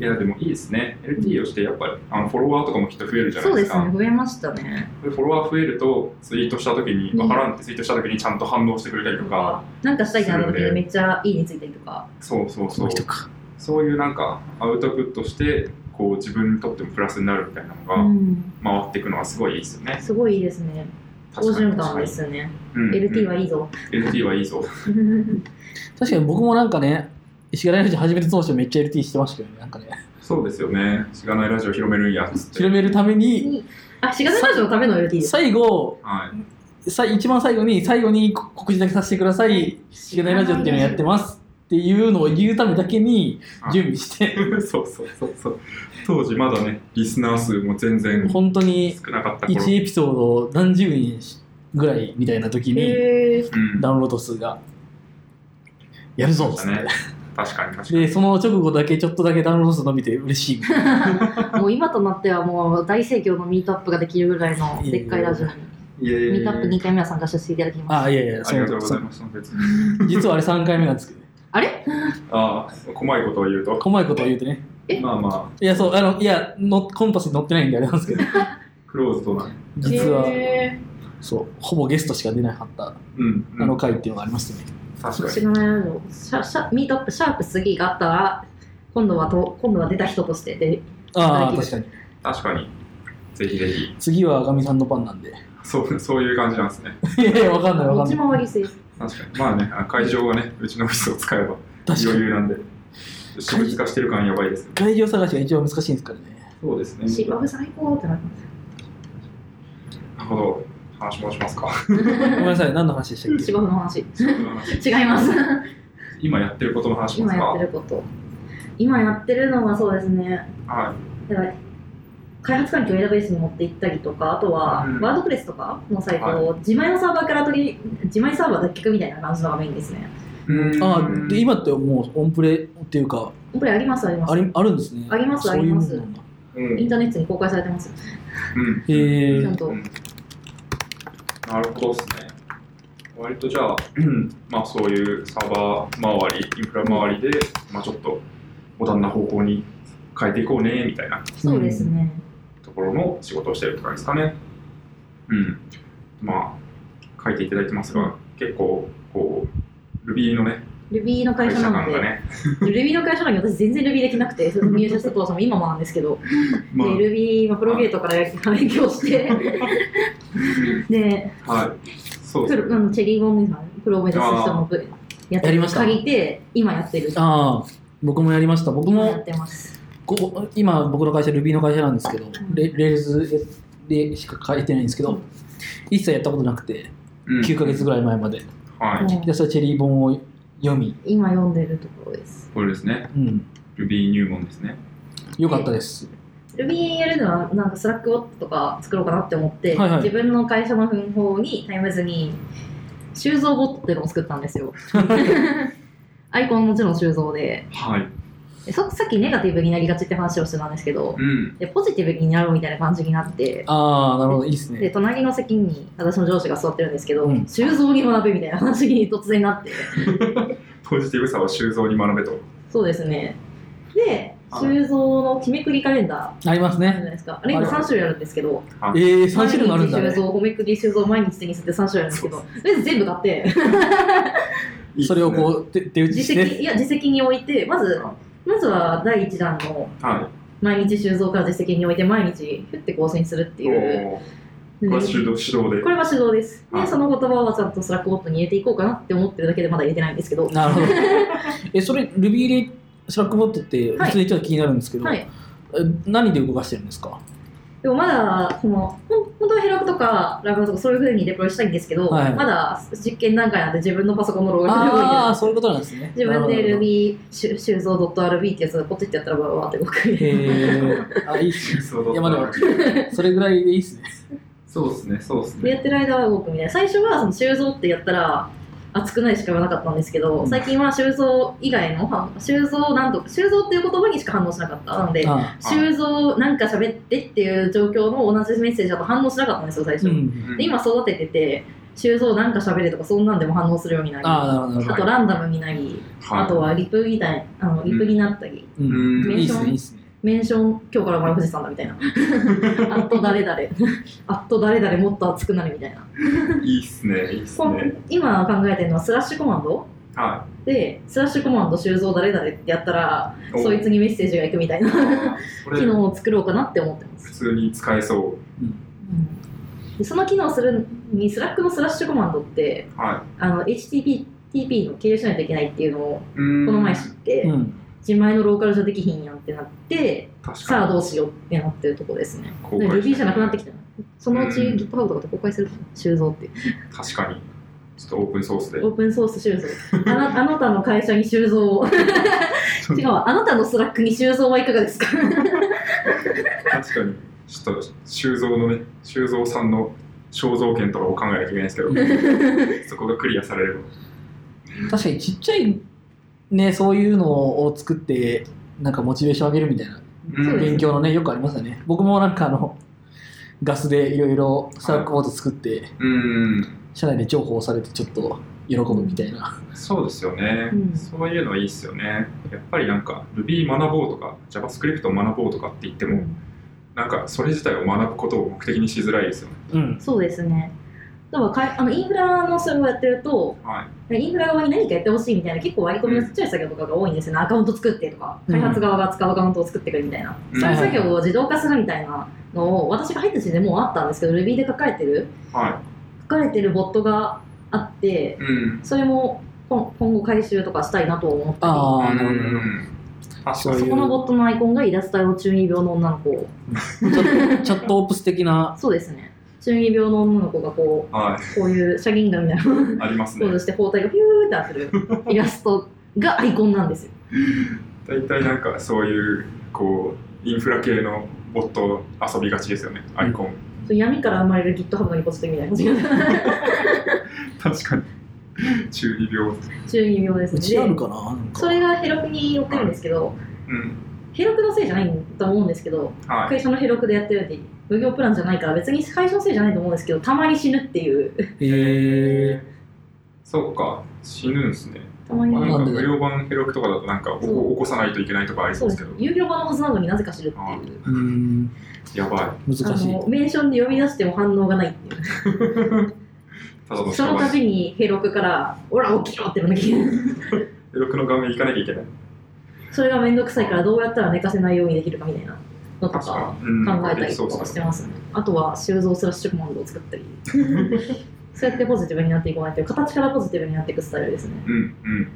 Speaker 3: いやでもいいですね LT をしてやっぱりあのフォロワーとかもきっと増えるじゃな
Speaker 1: そ
Speaker 3: いうで
Speaker 1: ですす
Speaker 3: か
Speaker 1: ね、増えましたね。
Speaker 3: でフォロワー増えるとツイートした時に
Speaker 1: うん
Speaker 3: わからんってツイートした時にちゃんと反応してくれたりとか、
Speaker 1: なんかしたいってなった時にめっちゃいいについたりとか。
Speaker 3: そうそう
Speaker 2: こ
Speaker 3: そ
Speaker 2: の
Speaker 3: う
Speaker 2: 人か。
Speaker 3: そういうなんかアウトプットしてこう自分にとってもプラスになるみたいなのが
Speaker 1: うん。
Speaker 3: 回っていくのはすごいいいですよね、
Speaker 1: すごいいいですね。好
Speaker 3: 確かに
Speaker 1: 循
Speaker 3: 確
Speaker 1: 環
Speaker 3: か
Speaker 1: で
Speaker 3: に
Speaker 1: すよね。
Speaker 3: うん
Speaker 1: LT はいいぞ。
Speaker 3: LT はいいぞ
Speaker 2: 確かに僕もなんかね、石原良始めて当初めっちゃ LT してましたけどね、なんかね、
Speaker 3: そうですよね。しがないラジオ広めるんやっつって。
Speaker 2: 広めるために、
Speaker 1: あ、しがないラジオのための LT です。
Speaker 2: 最後、
Speaker 3: はい。
Speaker 2: さ一番最後に、最後に告知だけさせてください、石原ラジオっていうのをやってますっていうのを言うためだけに
Speaker 3: あ
Speaker 2: 準備して、
Speaker 3: そうそうそうそう。当時まだね、リスナー数も全然
Speaker 2: 本当に
Speaker 3: 少なかった頃。
Speaker 2: 1エピソードを何十人ぐらいみたいな時に、
Speaker 1: へー
Speaker 3: うん。
Speaker 2: ダウンロード数が、やるぞっ
Speaker 3: そう
Speaker 2: つ
Speaker 3: だ
Speaker 2: って
Speaker 3: ね。確かに確か
Speaker 2: で、
Speaker 3: に。
Speaker 2: その直後だけちょっとだけダウンロード数伸びて嬉し いみたいな。
Speaker 1: もう今となってはもう大盛況のミートアップができるぐらいのでっかいラジオに。
Speaker 3: いやいや
Speaker 1: ミ
Speaker 3: い
Speaker 1: ートアッ
Speaker 3: や
Speaker 1: プ
Speaker 3: い
Speaker 1: 2回目は参加させていただきま
Speaker 2: あ、いやいや、
Speaker 3: やあ
Speaker 2: そ
Speaker 3: り
Speaker 2: う
Speaker 3: がとうございます。別に。
Speaker 1: す。
Speaker 2: 実はあれ3回目なんですけどね。
Speaker 1: あれ
Speaker 3: ああ、細いことを言うと。
Speaker 2: 細いことを言うてね。
Speaker 1: え
Speaker 3: まあま
Speaker 2: いや、そう、あの、いや、のコンパスに載ってないんであれなんですけ ど、
Speaker 3: あ、クローズドな。
Speaker 2: 実は、
Speaker 1: へ
Speaker 2: そう、ほぼゲストしか出なかった、
Speaker 3: うん、う
Speaker 2: あの
Speaker 3: ん。
Speaker 2: 回っていうのがありましたね。
Speaker 3: 確
Speaker 1: ー
Speaker 3: か
Speaker 1: し
Speaker 3: に。
Speaker 1: がないラジオシャシャ。ミートアップ、シャープ3があったら、今度はと、今度は出た人としてで、
Speaker 2: ああ、
Speaker 1: いただ
Speaker 2: 確
Speaker 1: き
Speaker 2: かに。
Speaker 3: 確かに。ぜひぜひ。
Speaker 2: 次はあがみさんの番なんで。
Speaker 3: そう、そういう感じなんですね。
Speaker 2: いやいや、わかんない
Speaker 1: 持
Speaker 2: わか
Speaker 1: ち
Speaker 2: んない。
Speaker 1: 回り制。
Speaker 3: 確かに。まあね、あ会場はね、うちのオフィスを使えば
Speaker 2: 確か
Speaker 3: 余
Speaker 2: に。
Speaker 3: 裕なんで。私物化してる感やばいですよ。
Speaker 2: 会場探しが一番難しいんですからね。
Speaker 3: そうですね。
Speaker 1: 芝生最高ってなって
Speaker 3: な
Speaker 1: ます。
Speaker 3: るほど。話戻しますか。
Speaker 2: ごめんなさい、何の話でしたっけ
Speaker 1: 芝生の話。違います。
Speaker 3: 今やってることの話しま
Speaker 1: 今
Speaker 3: すか。
Speaker 1: やってること。今やってるのはそうですね。
Speaker 3: は
Speaker 1: だから開発環境を AWS に持って行ったりとか、あとは、
Speaker 3: うん
Speaker 1: ワードプレスとかのサイトを、自前のサーバーから取り、自前サーバー脱却みたいな感じのがメインですね。
Speaker 3: い。うん
Speaker 2: ああ、で、今ってもうオンプレっていうか、
Speaker 1: これありますあります
Speaker 2: あ。りあるんですね。
Speaker 1: あります
Speaker 2: そ
Speaker 1: あ
Speaker 2: うい
Speaker 1: り
Speaker 2: うも
Speaker 1: ま
Speaker 2: ん
Speaker 1: す
Speaker 2: なんだ。
Speaker 3: うん
Speaker 1: インターネットに公開されてますよ。
Speaker 3: うん
Speaker 2: へ
Speaker 1: ちゃ
Speaker 2: ー
Speaker 1: んと。
Speaker 3: なるほどですね。割とじゃあ、うんまあそういうサーバー周り、インフラ周りで、まあちょっとモダンな方向に変えていこうねみたいな
Speaker 1: そうですね。
Speaker 3: ところの仕事をしてるとかですかね。うん。まあ書いていただいてますが、結構こう Ruby のね
Speaker 1: Ruby の会
Speaker 3: 会
Speaker 1: 社
Speaker 3: 社
Speaker 1: な
Speaker 3: 感
Speaker 1: の
Speaker 3: が
Speaker 1: で、
Speaker 3: ね、
Speaker 1: Ruby の会社なのに私全然 Ruby できなくて、その入社した当初も今もなんですけど、
Speaker 3: ま
Speaker 1: で Ruby のプロゲートから勉強して、で、
Speaker 3: あはい、そうで
Speaker 1: プ
Speaker 3: す
Speaker 1: ロ
Speaker 3: ね
Speaker 1: あ。のチェリーボンミさん、プロを目指す人の部や
Speaker 2: やりました
Speaker 1: 借りて、今やってる。
Speaker 2: ああ、僕もやりました。僕
Speaker 1: 今やっ
Speaker 2: も、
Speaker 1: てます。
Speaker 2: こ今、僕の会社、Ruby の会社なんですけど、
Speaker 1: ん
Speaker 2: レレールズでしか書いてないんですけど、一切やったことなくて、
Speaker 3: うん
Speaker 2: 9ヶ月ぐらい前まで、
Speaker 3: はい、
Speaker 1: もう
Speaker 2: ひたすらチェリー本を読み、
Speaker 1: 今読んでるところです。
Speaker 3: これですね。
Speaker 2: うん、
Speaker 3: Ruby 入門ですね。
Speaker 2: よかったです。
Speaker 1: Ruby やるのはなんかスラックボットとか作ろうかなって思って、
Speaker 2: はいはい
Speaker 1: 自分の会社の奮法にタイムズに収蔵ボットっていうのを作ったんで すよ。アイコンもちろん収蔵で
Speaker 3: はい。
Speaker 1: でささっきネガティブになりがちって話をしてたんですけど
Speaker 3: うん。
Speaker 1: でポジティブになろうみたいな感じになって
Speaker 2: ああ、なるほど、いいです
Speaker 1: で
Speaker 2: ね。
Speaker 1: 隣の席に私の上司が座ってるんですけど、
Speaker 2: うん
Speaker 1: 収蔵に学べみたいな話に突然なって
Speaker 3: ポジティブさを修造に学べと。
Speaker 1: そうですねで
Speaker 3: はい
Speaker 1: 収蔵の決めくりカレンダー
Speaker 2: あります
Speaker 1: あるじ
Speaker 2: ね。
Speaker 1: ゃないですかあれ今3種類あるんですけど、
Speaker 2: えー、3種類もあるんだ
Speaker 1: 毎日収
Speaker 2: ね。
Speaker 1: 蔵、褒めくり収蔵、毎日手にすって3種類あるんですけど、とりあえず全部買って、
Speaker 2: それをこ
Speaker 3: う。
Speaker 2: う、手手打ち
Speaker 1: 自
Speaker 2: して、
Speaker 1: 責いや自責に置いて、まず
Speaker 3: あ、
Speaker 1: まずは第1弾の
Speaker 3: は
Speaker 1: 毎日収蔵から自責に置いて、毎日ふって更新するって
Speaker 3: い。
Speaker 1: いう。
Speaker 3: おー
Speaker 1: で
Speaker 3: これは手動手動で
Speaker 1: こ。れは手動です。
Speaker 3: は
Speaker 1: で、
Speaker 3: い
Speaker 1: その言葉はちゃんとスラックボットに入れていこうかなって思ってるだけでまだ入れてないんですけど、
Speaker 2: なるほど。 え、それ、Ruby でスラックボットって、
Speaker 1: はい
Speaker 2: 普通にちょっと気になるんですけど、
Speaker 1: はい。
Speaker 2: え何で動かしてるんですか
Speaker 1: でもまだ、その、ほん本当はヘラクとかラグとかそういう風にデプロイしたいんですけど、
Speaker 2: はい
Speaker 1: まだ実験段階なんで自分のパソコンのロールが動いてない
Speaker 2: ああ、そういうことなんですね。
Speaker 1: 自分
Speaker 2: な
Speaker 1: で
Speaker 2: るほど
Speaker 1: Ruby 収蔵 .rb ってやつをポチってやったらわーわーって動く。
Speaker 2: へ ーあ、いいっすね。
Speaker 3: 修造だった
Speaker 2: いやまあでもそれぐらいでいいっすね。
Speaker 3: そうですね、そうです
Speaker 1: でや
Speaker 3: ね。
Speaker 1: ってる間は動くみたいな最初はその収蔵ってやったらあ熱くないしか言わなかったんですけど、最近は修造以外の、は修造なんとか、修造っていう言葉にしか反応しなかった。なので、
Speaker 2: あ
Speaker 1: 修造なんか喋ってっていう状況の同じメッセージだと反応しなかったんですよ、最
Speaker 2: う
Speaker 1: 初。
Speaker 2: ん。
Speaker 1: で今育ててて、修造なんか喋れとか、そんなんでも反応するようになり、
Speaker 2: ああ、
Speaker 1: あ
Speaker 2: なるほど、なるほ
Speaker 1: とランダムになり、
Speaker 3: はい
Speaker 1: あとはリプみたい、あのリプになったり、
Speaker 2: ど。う。
Speaker 3: うんん
Speaker 2: いいっすね、いいっすね。
Speaker 1: メンション、今日からお前富士山だみたいな。あっと誰々、あっと誰々もっと熱くなるみたいな。
Speaker 3: いいっすね、いいっす
Speaker 1: こ
Speaker 3: ね。
Speaker 1: ん今考えてるのはスラッシュコマンド
Speaker 3: は
Speaker 1: で、スラッシュコマンド修造誰々ってやったら、
Speaker 3: い。お
Speaker 1: そいつにメッセージがいくみたいな
Speaker 3: そ
Speaker 1: 機
Speaker 3: れ、
Speaker 1: 能を作ろうかなって思ってます。
Speaker 3: 普通に使えそう。
Speaker 1: うんでその機能をするに、スラックのスラッシュコマンドって、
Speaker 3: は
Speaker 1: あの HTTP の経由しないといけないっていうのを
Speaker 3: い。この
Speaker 1: この前知って、
Speaker 2: うん。
Speaker 1: 自前のローカルじゃできひんやんってなって、
Speaker 3: 確
Speaker 1: さあ
Speaker 3: か
Speaker 1: どうしようってなってるとこですね。
Speaker 3: に。
Speaker 1: で
Speaker 3: 公
Speaker 1: レ
Speaker 3: 開
Speaker 1: ビューじゃなくなってきたなそのうち
Speaker 3: うん
Speaker 1: GitHub とかで公開する収蔵って
Speaker 3: 確かに。ちょっとオープンソースで。
Speaker 1: オープンソース収蔵あなあ なたの会社に収蔵を違うわあなたのスラックに収蔵はいかがですか
Speaker 3: 確かに。ちょっと、修造のね、修造さんの肖像権とかを考えなきゃいけないんですけど、 そこがクリアされれば。
Speaker 2: 確かにちっちゃい、ね、そういうのを作って、なんかモチベーション上げるみたいな、
Speaker 3: うん
Speaker 1: そうです
Speaker 2: 勉強のね、よくありますよね。僕もなんかあの、ガスでいろいろスラックボード作って、
Speaker 3: うん。
Speaker 2: 社内で重宝されてちょっと喜ぶみたいな。
Speaker 3: そうですよね、
Speaker 1: うん
Speaker 3: そういうのいいっすよね。やっぱりなんか Ruby 学ぼうとか JavaScript を学ぼうとかって言っても、なんかそれ自体を学ぶことを目的にしづらいですよね。
Speaker 2: うん。
Speaker 1: そうですねだからかいあのインフラのそれをやってると
Speaker 3: はい。
Speaker 1: インフラ側に何かやってほしいみたいな結構割り込みのちっちゃい作業とかが多いんですよねアカウント作ってとか
Speaker 2: うん
Speaker 1: 開発側が使うアカウントを作ってくるみたいな、
Speaker 3: うん
Speaker 1: そういう作業を自動化するみたいなのを私が入った時点でもうあったんですけど Ruby で書かれてる
Speaker 3: は
Speaker 1: 書かれてるボットがあって
Speaker 3: い。うん。
Speaker 1: それも今今後回収とかしたいなと思ったり
Speaker 2: ああ、
Speaker 3: う
Speaker 2: なるほどなるほど。
Speaker 3: ん。確か
Speaker 2: そう
Speaker 3: に。
Speaker 1: そこのボットのアイコンがイラスト用中二病の女の子
Speaker 2: ちょっとチャットオプス的な。
Speaker 1: そうですね中二病の女の子がこ
Speaker 3: はい。
Speaker 1: うこういうシャギンガンみたいな
Speaker 3: あります
Speaker 1: ポ
Speaker 3: ね
Speaker 1: ー。ズして包帯がピューって当たるイラストがアイコンなんですよ
Speaker 3: 大体なんかそういう、こう、インフラ系のボット遊びがちですよね、アイコン。
Speaker 1: そう闇から生まれる GitHub のリポジトリみたいな感じ
Speaker 3: 確かに。中二病。
Speaker 1: 中二病です
Speaker 2: うちあ
Speaker 1: ね
Speaker 2: る
Speaker 1: で
Speaker 2: かななんか
Speaker 1: それがヘロクに寄ってるんですけど
Speaker 3: うん。
Speaker 1: ヘロクのせいじゃないと思うんですけど
Speaker 3: はい。
Speaker 1: 会社のヘロクでやってるんで無業プランじゃないから別に会社のせいじゃないと思うんですけどたまに死ぬっていう
Speaker 2: へえ。
Speaker 3: そうか、死ぬんすね。
Speaker 1: たまに
Speaker 3: まあ、なん
Speaker 2: なん
Speaker 3: か
Speaker 2: で
Speaker 3: 無料版ヘロクとかだとなんか起こ起こさないといけないとかありそ
Speaker 1: そうう
Speaker 3: で
Speaker 1: ですす
Speaker 3: けど、
Speaker 1: 有料版のはずなのになぜか知るっていう
Speaker 2: うーん、
Speaker 3: やばい。
Speaker 2: 難し
Speaker 1: あ
Speaker 2: い。
Speaker 1: のメンションで呼び出しても反応がないっていう
Speaker 3: ただの
Speaker 1: その
Speaker 3: ば
Speaker 1: 度にヘロクから「オラ起きろ!」って言わなきゃいけない
Speaker 3: ヘロクの画面行かなきゃいけない。
Speaker 1: それがめんどくさいからどうやったら寝かせないようにできるかみたいなのとか
Speaker 3: うん
Speaker 1: 考えた
Speaker 3: でき
Speaker 1: り
Speaker 3: そ
Speaker 1: と
Speaker 3: う
Speaker 1: か
Speaker 3: で
Speaker 1: し
Speaker 3: す
Speaker 1: て
Speaker 3: ね。
Speaker 1: ますねあとは修造スラッシュコマンドを作 ったりそうやってポジティブになっていこうなっていう形からポジティブになっていくスタイルですね
Speaker 3: うんうん。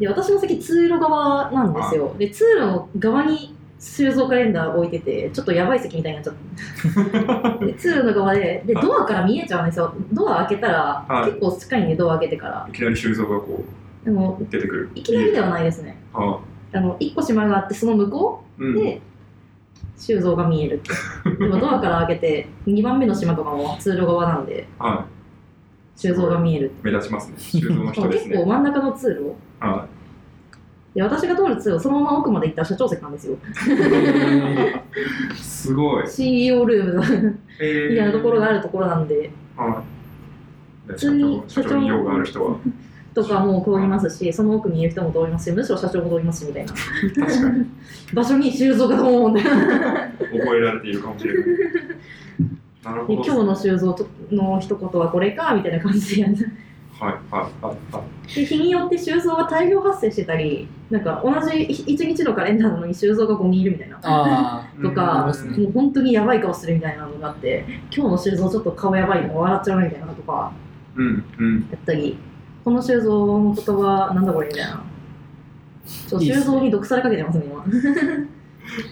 Speaker 1: で私の席通路側なんですよで通路の側に収蔵カレンダーを置いててちょっとやばい席みたいになっちゃっ てで通路の側ででドアから見えちゃうんですよドア開けたら、
Speaker 3: はい
Speaker 1: 結構近いんでドア開けてから
Speaker 3: いきなり修造がこ
Speaker 1: でも
Speaker 3: う出てくる。
Speaker 1: いきなりではないですね
Speaker 3: ああ。
Speaker 1: あの1個島があってその向こ
Speaker 3: う。
Speaker 1: うんで収蔵が見えるでもドアから開けて2番目の島とかも通路側なんで
Speaker 3: は
Speaker 1: 収蔵が見える
Speaker 3: い。目立ちますね。修造の人です
Speaker 1: 結構
Speaker 3: ね。
Speaker 1: 真ん中の通路
Speaker 3: あ
Speaker 1: で私が通る通路そのまま奥まで行ったら社長席なんですよ
Speaker 2: へ
Speaker 3: あ。すごい。
Speaker 1: CEO ルームの
Speaker 3: えー
Speaker 1: みたいなところがあるところなんで、
Speaker 3: はい。で社
Speaker 1: 通に
Speaker 3: 長、社長に用がある人は。
Speaker 1: とかもう通りますし、その奥にいる人も通りますし、むしろ社長も通りますしみたいな、
Speaker 3: 確かに。
Speaker 1: 場所に収蔵が どうもんで、
Speaker 3: 覚えられているかもしれない。なるほ
Speaker 1: 今
Speaker 3: ど。
Speaker 1: 日の収蔵との一言はこれかみたいな感じでやるで、
Speaker 3: はいはいはいはい。
Speaker 1: 日によって収蔵が大量発生してたり、なんか同じ1日のカレンダーなのに収蔵が5人いるみたいな。
Speaker 2: あ
Speaker 1: とか
Speaker 3: うん
Speaker 1: もう本当にやばい顔するみたいなのがあって今日の修造ちょっと顔やばいの笑っちゃうみたいなのとか
Speaker 3: うんうん。
Speaker 1: やったりこの修造の言葉なんだこれみたいなちょっと
Speaker 2: いいっす
Speaker 1: 修
Speaker 2: ね
Speaker 1: 造に毒されかけてますね今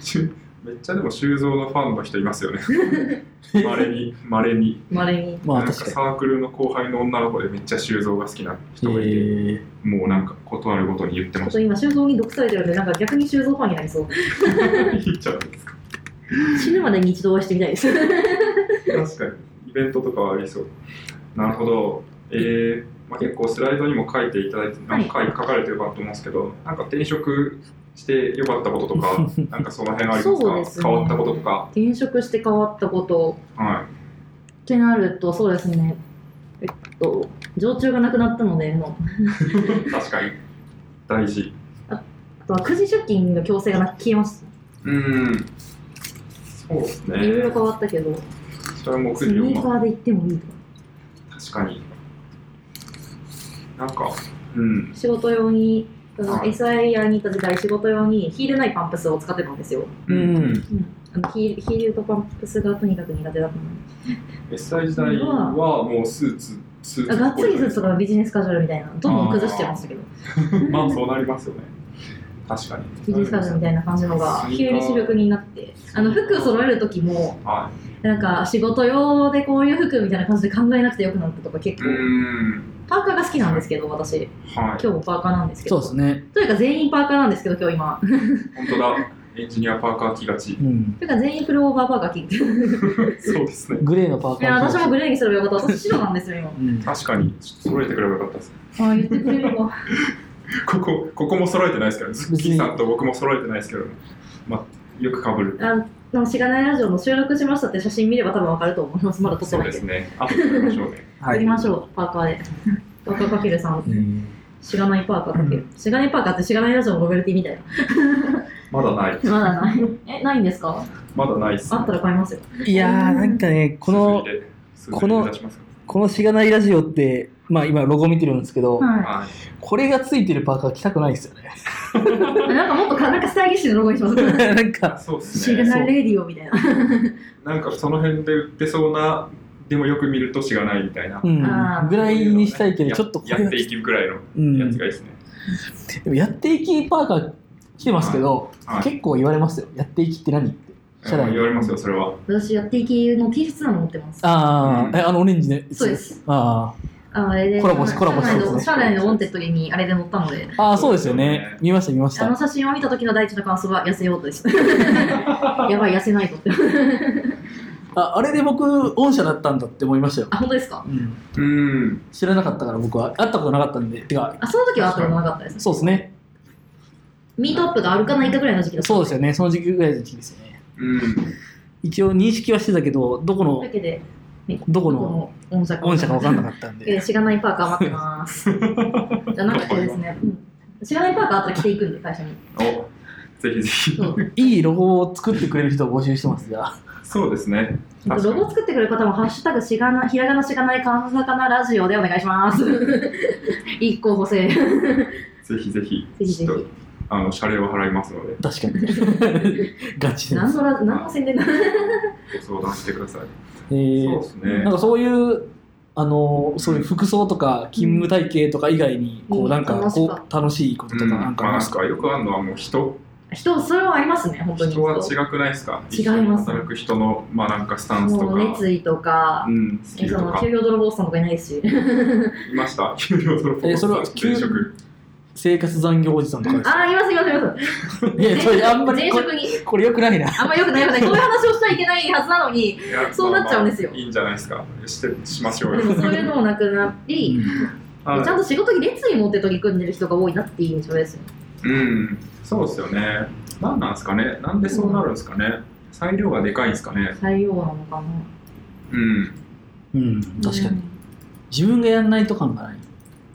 Speaker 3: 修めっちゃでも修造のファンの人いますよね。 まれに、まれに。
Speaker 1: まれに
Speaker 2: あ、まあ
Speaker 3: なん
Speaker 2: 確
Speaker 3: か
Speaker 2: かに。
Speaker 3: サークルの後輩の女の子でめっちゃ修造が好きな人がいて、
Speaker 2: えー
Speaker 3: もうなんか断るごとに言って
Speaker 1: ちょ
Speaker 3: ま
Speaker 1: っ
Speaker 3: した
Speaker 1: と今修造に毒されてるんでなんか逆に修造ファンになりそう
Speaker 3: 言っちゃうんですか
Speaker 1: 死ぬまでに一度お会いしてみたいです
Speaker 3: 確かにイベントとかはありそうなるほどえーまあ、結構スライドにも書いていただいて、なんか書い書かれてるかと思うんですけど、なんか転職して良かったことと か、なんかその辺あります
Speaker 1: そう
Speaker 3: か
Speaker 1: ですね
Speaker 3: 変わったこととか。
Speaker 1: 転職して変わったこと
Speaker 3: は
Speaker 1: ってなるとそうですねえっと常駐がなくなったのでもう
Speaker 3: い。確かに。大事。
Speaker 1: あとは9時出勤の強制がな消えまし
Speaker 3: うん。そうです
Speaker 1: た
Speaker 3: ね。
Speaker 1: いろいろ変わったけど
Speaker 3: それはもう
Speaker 1: ス
Speaker 3: 来るよ
Speaker 1: ニー
Speaker 3: まあ
Speaker 1: カーで行ってもいいとか
Speaker 3: 確かに。なんか、うん。
Speaker 1: 仕事用にその
Speaker 3: はい
Speaker 1: SIR に行った時代仕事用にヒールないパンプスを使ってたんですよ、
Speaker 2: うん。
Speaker 1: うん、あのヒールヒールとパンプスがとにかく苦手だったので
Speaker 3: SI 時代はもうスーツ、スーツ
Speaker 1: あがっつりスーツと
Speaker 3: か。
Speaker 1: かビジネスカジュアルみたいなどんどん崩してましたけど
Speaker 3: まあそうなりますよね。確かに。
Speaker 1: ビジネスカジュアルみたいな感じのが急に主力になってあの服を揃える時も
Speaker 3: は
Speaker 1: なんか仕事用でこういう服みたいな感じで考えなくてよくなったとか
Speaker 3: い。
Speaker 1: 結
Speaker 3: う
Speaker 1: 構、
Speaker 3: ん。
Speaker 1: パーカーが好きなんですけど私
Speaker 3: は
Speaker 1: 今日もパーカーなんですけ
Speaker 2: そう
Speaker 1: ど
Speaker 2: ですね。
Speaker 1: というか全員パーカーなんですけど今日今
Speaker 3: い。本当だ。エンジニアパーカー着がち
Speaker 2: う。ん。
Speaker 1: というか全員プルオーバーパーカー着 てる
Speaker 3: そうですね。
Speaker 2: グレーのパー
Speaker 1: い
Speaker 2: カー
Speaker 1: や
Speaker 2: の人
Speaker 1: 私もグレーにすればよかった私白なんですよ今
Speaker 2: うん。
Speaker 3: 確かに、ちょっと揃えてくればよかったです。
Speaker 1: ああ言ってくれれば
Speaker 3: ここ、ここも揃えてないですけど、ズッキーさんと僕も揃えてないですけど、まあ、よくかぶる。
Speaker 1: あのしがないラジオの収録しましたって写真見れば多分わかると思いますまだ撮って
Speaker 3: そ
Speaker 1: な
Speaker 3: う
Speaker 1: い
Speaker 3: で
Speaker 1: け
Speaker 3: す
Speaker 1: ど
Speaker 3: ね。あとで撮りましょう ね。
Speaker 1: 撮
Speaker 2: は
Speaker 1: り
Speaker 2: い。
Speaker 1: ましょうパーカーで パーカーかけるさん
Speaker 2: うん
Speaker 1: しがないパーカーかけるしがないパーカーってしがないラジオのノベルティみたい
Speaker 3: まだない。
Speaker 1: なまだないえないんですか
Speaker 3: まだないっす、
Speaker 1: あったら買いますよ
Speaker 2: いやー、なんかね、この、、この
Speaker 3: 出しますか
Speaker 2: このしがないラジオって、まあ今ロゴ見てるんですけど、
Speaker 1: は
Speaker 3: はい。
Speaker 2: これがついてるパーカー着たくないですよね。
Speaker 1: いなんかもっとかなんかスタイリッシュなロゴ にします
Speaker 2: なん
Speaker 3: あ
Speaker 2: か、
Speaker 3: そうで
Speaker 1: シ
Speaker 3: す
Speaker 1: ガ
Speaker 3: ね。
Speaker 1: ナレディオみたいな。
Speaker 3: なんかその辺で売ってそうな、でもよく見るとしがないみたいな。
Speaker 2: う
Speaker 1: あ
Speaker 2: ん
Speaker 1: ー、
Speaker 2: ぐらいにしたいけど、
Speaker 3: や
Speaker 2: ちょっとこ
Speaker 3: や
Speaker 2: れ
Speaker 3: っ
Speaker 2: は
Speaker 3: ていきぐらいの
Speaker 2: うん、
Speaker 3: やつ
Speaker 2: で
Speaker 3: がいいですね。
Speaker 2: もやっていきパーカー着てますけど、
Speaker 3: はいはい
Speaker 2: 結構言われますよ。やっていきって何って。社内
Speaker 3: うん言われますよ、それは。
Speaker 1: 私やっていきの T シャツなの持ってます。
Speaker 2: あ
Speaker 3: うん
Speaker 2: あ、え、あのオレンジね。
Speaker 1: そうです。
Speaker 2: あ
Speaker 1: ああれで、
Speaker 2: コラボしコラボし
Speaker 1: 社
Speaker 2: そ
Speaker 1: 内
Speaker 2: うで
Speaker 1: の
Speaker 2: す
Speaker 1: 社内のオンテッドにあれで乗ったので、
Speaker 2: ーあー、そうですよ
Speaker 3: そうですよ
Speaker 2: ね
Speaker 3: ね。
Speaker 2: 見ました、見まし
Speaker 1: あの
Speaker 2: た。
Speaker 1: 写真を見た時の第一の感想は痩せようとです。やばい、痩せないとって。
Speaker 2: ああれで僕、御社だったんだって思いましたよ。
Speaker 1: あ、本当ですか
Speaker 2: うん
Speaker 3: うん。
Speaker 2: 知らなかったから僕は、会ったことなかったんで。てか、
Speaker 1: あ、その時はあったことなかったです。
Speaker 2: そうですね。
Speaker 1: ミートアップがあるかないかぐらいの時期だった。
Speaker 2: そうです
Speaker 1: よ。
Speaker 2: よね。その時期ぐらいの時期ですよね。
Speaker 3: うん。
Speaker 2: 一応認識はしてたけど、どこと
Speaker 1: いう
Speaker 2: の
Speaker 1: わ、けで、
Speaker 2: どこ
Speaker 1: こ
Speaker 2: の
Speaker 1: の御社
Speaker 2: 御社か分かんな
Speaker 1: っ
Speaker 2: かったん
Speaker 1: た。
Speaker 2: で。
Speaker 1: えー、しがないパーカー待ってます。じゃなくてですね、うん。しがないパーカーあったら着ていくんで、会社に。
Speaker 3: お、ぜひぜひ。
Speaker 1: そう。
Speaker 2: いいロゴを作ってくれる人を募集してますが。
Speaker 3: そうですね。
Speaker 1: ロ
Speaker 3: 確かに
Speaker 1: ゴ作ってくれる方も、ハッシュタグしがな、ひらがなしがない、カンカナラジオでお願いします。一候補制。ぜ
Speaker 3: ぜひぜひ。
Speaker 1: ひぜ
Speaker 3: ちょっと
Speaker 1: ひ。
Speaker 3: あの、謝礼を払いますので、
Speaker 2: 確かに。 ガチで
Speaker 1: 何
Speaker 2: す。
Speaker 1: のラ、何の宣伝だ。
Speaker 3: ご相談してください。
Speaker 2: え
Speaker 3: そ
Speaker 2: ー
Speaker 3: うですね
Speaker 2: なん。かそういう、あのそういう服装とか勤務体系とか以外に、こ
Speaker 1: う
Speaker 2: う、
Speaker 1: ん
Speaker 2: なんか、
Speaker 1: 楽しか
Speaker 2: こ
Speaker 1: っ
Speaker 2: う、楽しいことと
Speaker 3: う
Speaker 2: か、
Speaker 3: ん、
Speaker 2: な
Speaker 3: まあ
Speaker 2: んかあり
Speaker 3: な
Speaker 2: ま
Speaker 3: ん
Speaker 2: すか、
Speaker 3: かよくあるのはもう人、
Speaker 1: 人、それはありますね、本当に。
Speaker 3: 人は違くないですか
Speaker 1: 違いま
Speaker 3: 一
Speaker 1: す
Speaker 3: 緒に働く人の、まあなんかスタンスと
Speaker 1: も
Speaker 3: か、
Speaker 1: う熱意とか
Speaker 3: う、ん、スキ
Speaker 1: え
Speaker 3: ル
Speaker 1: そ
Speaker 3: と
Speaker 1: の
Speaker 3: か、
Speaker 1: 給料泥棒さんとかいない ですし。
Speaker 3: いました給料泥棒。
Speaker 2: えそれは
Speaker 3: 転職。
Speaker 2: 生活残業おじさんとかです
Speaker 1: あー、います、います、いま す。
Speaker 2: いや、そ れあんまり
Speaker 1: 前
Speaker 2: こ
Speaker 1: 職
Speaker 2: れ、
Speaker 1: に。
Speaker 2: これよくないな。
Speaker 1: あんま良くないよね。こういう話をしちゃいけないはずなのに、
Speaker 3: いや
Speaker 1: そうなっちゃうんですよ
Speaker 3: まあまあいいんじゃないですか。して、しましょ
Speaker 1: で
Speaker 3: うよ。
Speaker 1: もそういう のもなくなり、
Speaker 3: はい
Speaker 1: ちゃんと仕事に熱意持って取り組んでる人が多いなっていう印象ですよ。
Speaker 3: うん、そうですよね。なんなんですかね。なんでそうなるんですかね。裁量がでかいんですかね。
Speaker 1: 採用なのかな。
Speaker 3: うん、
Speaker 2: うん、確かに。自分がやんないと感がない。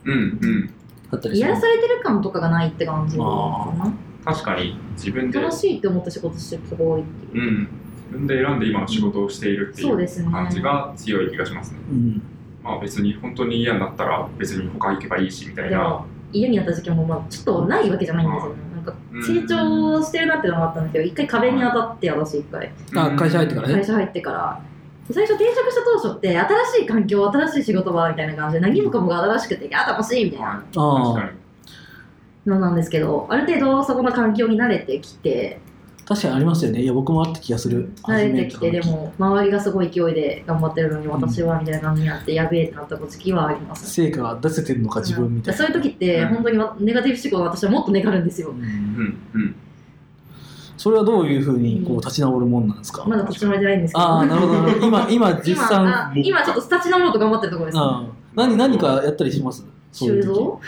Speaker 3: うん、うん。
Speaker 2: だったりし
Speaker 1: や
Speaker 2: ま
Speaker 1: ら
Speaker 2: す
Speaker 1: されてる感とかがないって感じかな。
Speaker 3: 確かに自分で、
Speaker 1: 楽しいって思って仕事してる人が多いっていう。
Speaker 3: うん、自分で選んで今の仕事をしているってい
Speaker 1: そうで
Speaker 3: う
Speaker 1: すね。
Speaker 3: 感じが強い気がしますね。
Speaker 2: うん。
Speaker 3: まあ別に本当に嫌になったら別に他行けばいいしみたい
Speaker 1: で
Speaker 3: な
Speaker 1: も。嫌になった時期もまあちょっとないわけじゃないんですよね。なんか
Speaker 3: うん
Speaker 1: 成長してるなっていうのがあったんですけど、一回壁に当たって私一回
Speaker 2: あ、会社入ってから
Speaker 1: 会
Speaker 2: ね。
Speaker 1: 社入ってから。最初転職した当初って新しい環境、新しい仕事場みたいな感じで何もかもが新しくて、あ、楽しいみたいな
Speaker 3: は
Speaker 2: あ
Speaker 3: い、確
Speaker 2: あ
Speaker 3: か。に。
Speaker 1: のなんですけど、ある程度そこの環境に慣れてきて、
Speaker 2: 確かにありますよね。いや、僕もあった気がする。
Speaker 1: 慣れてきて、で
Speaker 2: 初め
Speaker 1: も周りがすごい勢いで頑張ってるのに私はみたいな感じになって、やべえってなった時期はありますね。
Speaker 2: 成果が出せてるのか自分みたいな。
Speaker 1: そういう時って、
Speaker 3: うん
Speaker 1: 本当にネガティブ思考は私はもっと願るんですよ
Speaker 2: う。
Speaker 3: うんん、うん。
Speaker 2: それはどういうふうにこう
Speaker 1: うん
Speaker 2: 立ち直るもんなんですか、
Speaker 1: まだ立ち回りじゃないんですけど。
Speaker 2: ああなるほどなるほど今今実
Speaker 1: 今
Speaker 2: 際
Speaker 1: あ今ちょっとスタチナモーと頑張ってるところです、
Speaker 2: うん何何かやったりしますそういう時
Speaker 1: 修造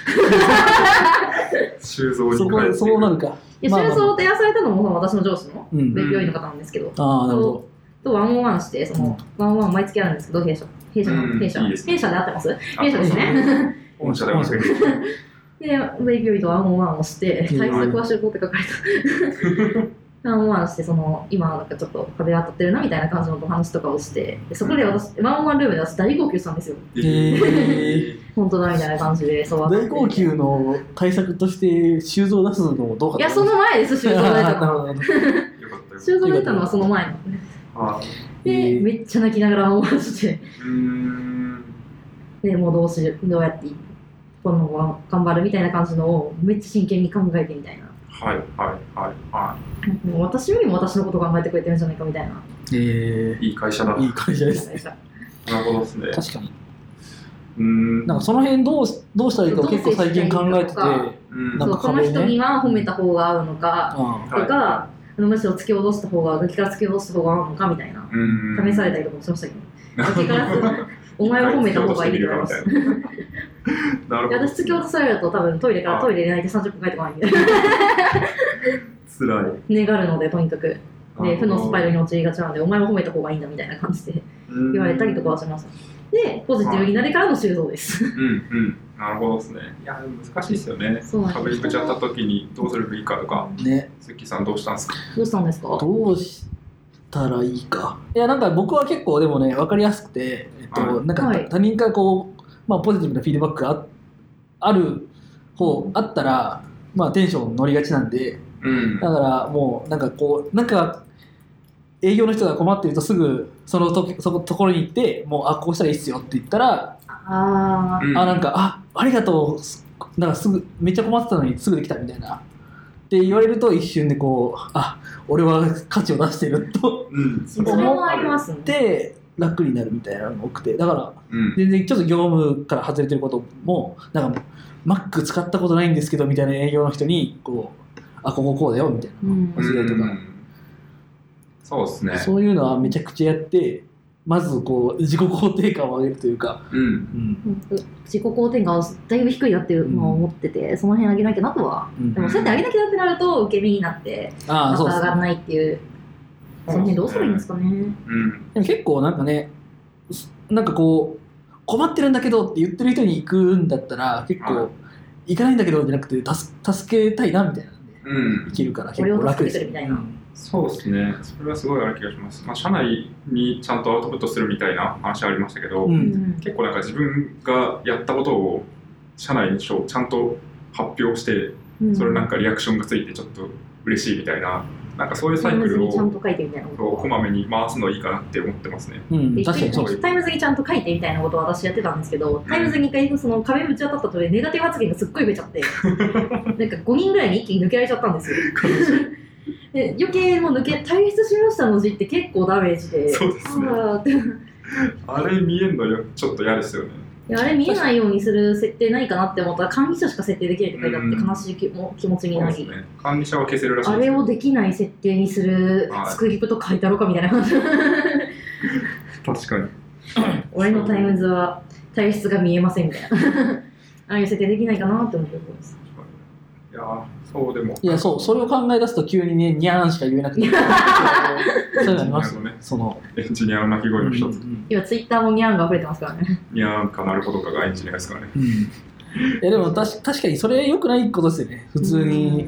Speaker 3: 収蔵
Speaker 2: そ
Speaker 3: に
Speaker 2: こ
Speaker 3: 変えて
Speaker 2: そうなるか
Speaker 1: いや
Speaker 2: まあまあ
Speaker 1: 修造を提案されたのもその私の上司の
Speaker 2: うん
Speaker 3: で
Speaker 1: 別病院の方なんですけど、
Speaker 2: ああなるほど
Speaker 1: とワンオンワンしてその、ワンオンワン毎月あるんですけど弊社弊社
Speaker 3: う
Speaker 1: の
Speaker 3: ん
Speaker 1: 弊社、
Speaker 3: いいですね
Speaker 1: 弊社で合ってます
Speaker 3: あ
Speaker 1: 弊社ですね
Speaker 3: 御社でも
Speaker 2: 御
Speaker 1: でベイビーとワンオンワンをして
Speaker 2: うん
Speaker 1: 対策は集合って書かれ たワンオンワンしてその今なんかちょっと壁当たってるなみたいな感じのお話とかをしてでそこで私、ワンオンワンルームで私大号泣したんですよ
Speaker 2: えー
Speaker 1: 本当だみたいな感じでそう
Speaker 2: 大号泣の対策として修造を出すのもどうか
Speaker 1: いやその 前です修造出たの
Speaker 2: なるほど
Speaker 3: よかったよ。
Speaker 1: 修造出たのはその前の
Speaker 3: あ
Speaker 1: で、
Speaker 2: えー
Speaker 1: めっちゃ泣きながら思わして、
Speaker 3: うーん。
Speaker 1: でもうどうしようどうやってこのまま頑張るみたいな感じのをめっちゃ真剣に考えてみたいな。
Speaker 3: はいはいはいは
Speaker 1: もう私よりも私のこと考えてくれてるんじゃないかみたいな。
Speaker 2: え
Speaker 3: い。いい会社だ
Speaker 2: ー。いい会社ですね
Speaker 3: なるほどですね。
Speaker 2: 確かに
Speaker 3: うーん。
Speaker 2: なんかその辺どうしどうしたらいいかを結構最近考えてて
Speaker 1: どう接したらいいの
Speaker 3: うん
Speaker 2: な
Speaker 1: そ
Speaker 2: んか
Speaker 1: うこの人
Speaker 2: 壁ね
Speaker 1: には褒めた方が合うのか、
Speaker 2: あ
Speaker 1: とか、
Speaker 3: は
Speaker 1: あのむしろ突き落とした方が、崖から突き落とした方が合うのかみたいな。
Speaker 3: うーん。
Speaker 1: 試された
Speaker 3: い。
Speaker 1: りとかもしましたけど、崖からお前は褒めた方がいいっ て言われました。で
Speaker 3: なるほど。
Speaker 1: 私突き落とされると多分トイレからトイレで泣いて30分帰ってこないんで、
Speaker 3: つらい。
Speaker 1: 願うのでとにかく。で、負のスパイラル
Speaker 3: に
Speaker 1: に陥りがちなので、お前は褒めた方がいいんだみたいな感じで。言われたりとかはしました。で、ポジティブになれからの修造です。
Speaker 3: うんうん。なるほどですね。いや、難しいですよ ね。
Speaker 1: そうなん
Speaker 3: 壁に
Speaker 1: です。
Speaker 3: ぶち当たった時にどうすればいいかとか、
Speaker 2: あね
Speaker 3: 関さんどうしたんですか
Speaker 1: どうしたんですか
Speaker 2: どうしたらいいかいやなんか僕は結構でもね分かりやすくて、えっと、
Speaker 3: は
Speaker 2: なんか
Speaker 1: はい
Speaker 2: 他人からこう、まあ、ポジティブなフィードバックがあある方あったら、まあ、テンション乗りがちなんで
Speaker 3: うん
Speaker 2: だからもうなんかこうなんか営業の人が困ってるとすぐそのとそこところに行ってもうあこうしたらいいっすよって言ったら、
Speaker 1: あ
Speaker 3: うん
Speaker 2: あなんかあありがとうすなんかすぐめっちゃ困ってたのにすぐできたみたいなって言われると一瞬でこうあ俺は価値を出してると
Speaker 3: うん。
Speaker 1: ー、それもありますね。
Speaker 2: で楽になるみたいなのが多くてだから
Speaker 3: うん。
Speaker 2: 全然ちょっと業務から外れてることもなんか Mac 使ったことないんですけどみたいな営業の人にこうあこここうだよみたいな
Speaker 1: うん
Speaker 2: 忘れるとか
Speaker 3: うんそうですね。
Speaker 2: そういうのはめちゃくちゃやって、まずこう自己肯定感を上げるというか、
Speaker 3: うん。
Speaker 2: うん
Speaker 1: 自己肯定感がだいぶ低いなっていうのを思ってて、その辺上げなきゃなとは。
Speaker 2: うん
Speaker 1: でも、そうやって上げなきゃなってなると、受け身になって、
Speaker 2: あ
Speaker 1: ま
Speaker 2: あ、
Speaker 1: た
Speaker 2: そうで
Speaker 1: 上
Speaker 2: す
Speaker 1: がら
Speaker 2: ね。
Speaker 1: ないっていう。その辺どうすればいいんですかね。
Speaker 3: うん。
Speaker 2: でも結構なんかね、すなんかこう、困ってるんだけどって言ってる人に行くんだったら、結
Speaker 3: は
Speaker 2: 構、行かないんだけどじゃなくて、助助けたいなみたいなんで、
Speaker 3: うん。
Speaker 2: 行けるから結
Speaker 1: 俺
Speaker 2: 構
Speaker 1: を
Speaker 2: 楽
Speaker 1: 助
Speaker 2: です
Speaker 1: けてる
Speaker 2: よ。
Speaker 1: みたいな
Speaker 2: うん
Speaker 3: そうですね。それはすごいある気がします。まあ、社内にちゃんとアウトプットするみたいな話ありましたけど、
Speaker 2: う
Speaker 1: うんん。
Speaker 3: 結構なんか自分がやったことを社内にちょちゃんと発表して、
Speaker 1: うん
Speaker 3: それなんかリアクションがついてちょっと嬉しいみたいな、なんかそういうサ
Speaker 1: タ
Speaker 3: イ
Speaker 1: イ
Speaker 3: ク
Speaker 1: ムズ
Speaker 3: ル
Speaker 1: に
Speaker 3: を
Speaker 1: ちゃんと書いてみたいなこと
Speaker 3: こうこまめに回すのいいかなって思ってますね。
Speaker 2: うん、
Speaker 1: で
Speaker 2: 確かにそうです。
Speaker 1: タイムズにちゃんと書いてみたいなことを私やってたんですけど、タイムズに一回その壁ぶち当たったとでネガティブ発言がすっごい増えちゃってなんか5人ぐらいに一気に抜けられちゃったんですよで余計もう抜け退出しましたの字って結構ダメージで
Speaker 3: そうですね
Speaker 1: あーってい
Speaker 3: あれ見えるのよちょっと嫌ですよね。
Speaker 1: やあれ見えないようにする設定ないかなって思ったら管理者しか設定できるって書いてあって
Speaker 3: うん
Speaker 1: 悲しい気も気持ちに
Speaker 3: そう
Speaker 1: な
Speaker 3: です
Speaker 1: り、
Speaker 3: ね。管理者は消せるらしい
Speaker 1: あ
Speaker 3: です
Speaker 1: れ
Speaker 3: よ
Speaker 1: をできない設定にする
Speaker 3: はい
Speaker 1: スクリプト書いたろかみたいな感じ
Speaker 3: 確かに。
Speaker 1: 俺のタイムズは体質が見えませんみたいな ああいう設定できないかなって思ってます
Speaker 3: いやーそうでも。
Speaker 2: いや、そう、それを考え出すと急にね、にゃーんしか言えな くて、そういうのありますよね。その、
Speaker 3: エンジニアの鳴き声の一
Speaker 2: うん
Speaker 3: つ。
Speaker 2: うん
Speaker 1: 今ツイッターもニャンが溢れてますからね。
Speaker 3: にゃーんかなるほどかがエンジニアですからね。
Speaker 2: うんいやでもたし確かにそれ良くないことですよね普通に、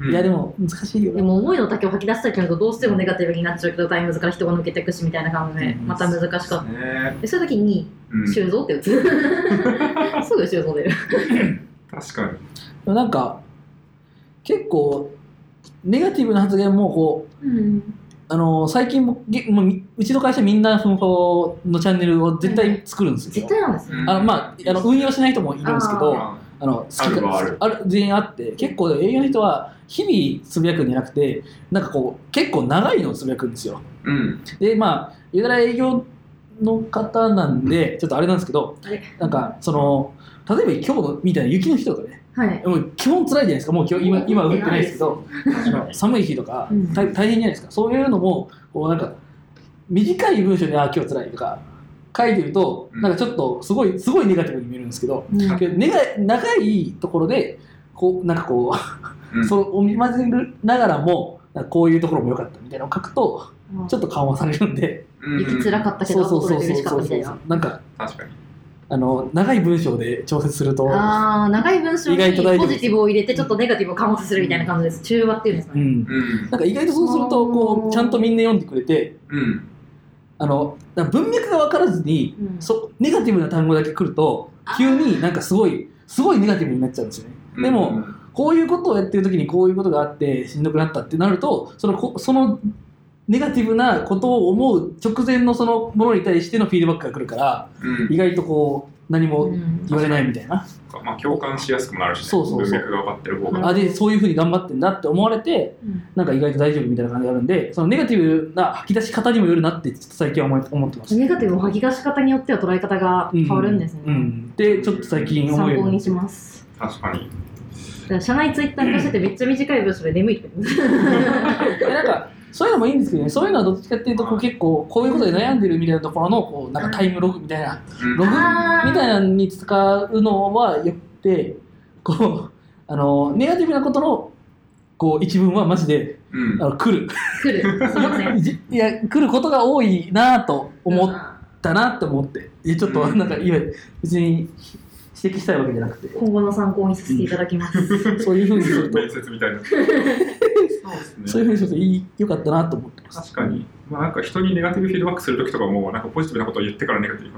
Speaker 3: うん
Speaker 2: いやでも難しいよ
Speaker 1: で
Speaker 2: ね
Speaker 1: も思いの丈を吐き出したけどどうしてもネガティブになっちゃうけどタイムズから人が抜けていくしみたいな感じで
Speaker 2: うん
Speaker 1: また難しかった。
Speaker 3: ね
Speaker 1: でそういう時に
Speaker 3: うん
Speaker 1: 修造って打つ。 すぐ修造出る。
Speaker 3: 確かに。
Speaker 2: でもなんか結構ネガティブな発言もこう
Speaker 1: うん。
Speaker 2: あのー最近もげもうみうちの会社みんな奮法のチャンネルを絶対作るんですよ、
Speaker 1: 絶対なんですね。
Speaker 2: あのまああの運用しない人もいるんですけどあ
Speaker 3: あ
Speaker 2: の好きか
Speaker 3: あるはある
Speaker 2: ある全員あって結構営業の人は日々つぶやくんじゃなくてなんかこう結構長いのをつぶやくんですよ
Speaker 3: うん。
Speaker 2: でまあ言うたら営業の方なんで、ちょっとあれなんですけど
Speaker 1: あれ、
Speaker 2: なんか、その、例えば今日のみたいな雪の日とかね、
Speaker 1: はい。
Speaker 2: もう基本辛いじゃないですか、もう今日今今は降ってないですけど、
Speaker 3: 確かに
Speaker 2: 寒い日とか
Speaker 1: うん
Speaker 2: 大大変じゃないですか、そういうのもこうなんか短い文章で「あー今日辛い」とか書いてると
Speaker 3: うん
Speaker 2: なんかちょっとすごいすごいネガティブに見えるんですけど、
Speaker 1: うん
Speaker 2: けどねが長いところでこうなんかこう、
Speaker 3: うん
Speaker 2: そのお見混ぜながらもなんかこういうところも良かったみたいなのを書くとちょっと緩和されるんで、
Speaker 3: うん
Speaker 1: 行きづらかったけ
Speaker 2: そ
Speaker 1: ど、
Speaker 2: うそう
Speaker 1: これ
Speaker 2: そう
Speaker 1: で
Speaker 2: そう
Speaker 1: 嬉しか
Speaker 2: そ
Speaker 1: った
Speaker 2: う
Speaker 1: み
Speaker 2: そ
Speaker 1: た
Speaker 2: う
Speaker 1: い
Speaker 2: な
Speaker 1: な。
Speaker 2: んか
Speaker 3: 確かに。
Speaker 2: あの長い文章で調節すると
Speaker 1: ああ、長い文章
Speaker 2: 意外と大丈
Speaker 1: に
Speaker 2: 夫
Speaker 1: ポジティブを入れて、ちょっとネガティブを緩和させるみたいな感じです。中和っていうんですか
Speaker 2: う
Speaker 1: ね。
Speaker 2: ん、
Speaker 3: うん。
Speaker 2: なんか意外とそうするとこうちゃんとみんな読んでくれて
Speaker 3: うん。
Speaker 2: あのなんか文脈が分からずに
Speaker 1: うん
Speaker 2: そネガティブな単語だけ来ると急になんかすごいすごいネガティブになっちゃうんですよねでも
Speaker 3: うん、
Speaker 2: こういうことをやってる時にこういうことがあってしんどくなったってなるとそのこそのネガティブなことを思う直前のそのものに対してのフィードバックが来るから
Speaker 3: うん
Speaker 2: 意外とこう何
Speaker 1: う
Speaker 2: も
Speaker 1: ん
Speaker 2: 言われないみたいな、
Speaker 3: まあ、共感しやすくもなるし、ね、
Speaker 2: そうそうそう
Speaker 3: 文脈が分かってる方が。
Speaker 2: あでそういうふうに頑張ってんだって思われて
Speaker 1: うん
Speaker 2: なんか意外と大丈夫みたいな感じがあるんでそのネガティブな吐き出し方にもよるなってちょっと最近は思い思ってます、
Speaker 1: ネガティブを吐き出し方によっては捉え方が変わるんですね。
Speaker 2: うんうんでちょっと最近思う
Speaker 1: 参
Speaker 2: よう
Speaker 1: 考
Speaker 2: に
Speaker 1: にします。
Speaker 3: 確かに。
Speaker 1: だから社内ツイッター化しててめっちゃ短い文章で眠いって。
Speaker 2: えなんかそういうのもいいんですけどねそういうのはどっちかっていうとこう結構こういうことで悩んでるみたいなところのこうなんかタイムログみたいな
Speaker 3: うん
Speaker 2: ログみ
Speaker 1: あー
Speaker 2: たいなのに使うのはよくてこうあのネガティブなことのこう一文はマジで
Speaker 3: うん
Speaker 2: あの来る
Speaker 1: 来る。そうね。
Speaker 2: じ いや来ることが多いなぁと思っ
Speaker 1: う
Speaker 2: たなって思っていやちょっと
Speaker 3: うん
Speaker 2: なんか今別に指摘したいわけじゃなく
Speaker 1: ん今後の参考にさせていただきます。
Speaker 2: てそういうふうにすると
Speaker 3: 面接みたいな。そうですね
Speaker 2: そういうふうにするといい良かったなと思ってます。
Speaker 3: 確かに、まあ、なんか人にネガティブフィードバックするときとかも、なんかポジティブなことを言ってからネガティブ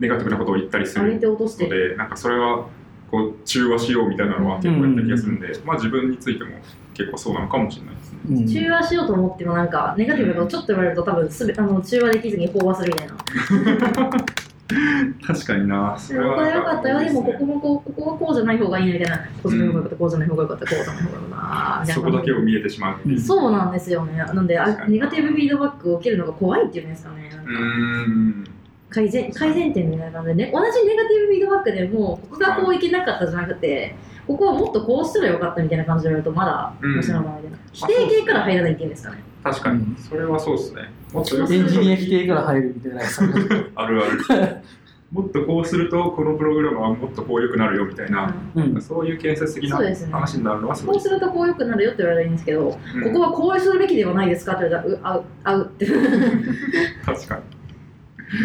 Speaker 3: ネガティブなことを言ったりす
Speaker 1: 上げ
Speaker 3: る
Speaker 1: て落とし
Speaker 3: の
Speaker 1: て。
Speaker 3: で、なんかそれはこう中和しようみたいなのは結構やった気がするんで、まあ、自分についても結構そうなのかもしれないで すね。
Speaker 2: うん
Speaker 1: 中和しようと思ってもなんかネガティブがちょっと言われると多分すべあの中和できずに飽和するみたいな。
Speaker 3: 確かにな、そ
Speaker 1: でもこれ良かったよ、でもここもこう、ここはこうじゃない方がいいなみたいな。こっちの方が良かった、こうじゃない方が良かった、こうじゃない方が良かったなみたい
Speaker 3: そ
Speaker 1: な。
Speaker 3: こだけを見えてしまう。
Speaker 2: うん
Speaker 1: そうなんですよね。なんで、あネガティブフィードバックを受けるのが怖いっていうんですかね。なん
Speaker 3: う
Speaker 1: か
Speaker 3: ーん、
Speaker 1: 改善改善点みたいな感じでね、同じネガティブフィードバックでも、ここがこういけなかったじゃなくて、ここはもっとこうしたらよかったみたいな感じでやると、まだ、
Speaker 3: うん
Speaker 1: もちろんまだね否定形から入らないっていうんですかね。
Speaker 3: 確かに、それはそうですね。もっとよく
Speaker 2: エンジニア否定から入るみたいなやつ。
Speaker 3: あるある。 もっとこうすると、このプログラムはもっとこう良くなるよみたいな、
Speaker 1: う
Speaker 2: うん、
Speaker 3: そういう建設的な
Speaker 1: そうですね
Speaker 3: 話になるのはす
Speaker 1: ん
Speaker 3: ごい
Speaker 1: こ
Speaker 3: う
Speaker 1: するとこう良くなるよって言われたらいいんですけど、こ
Speaker 3: うん
Speaker 1: こはこうするべきではないですかって言われたら、う、あう、あうって。
Speaker 3: 確かに。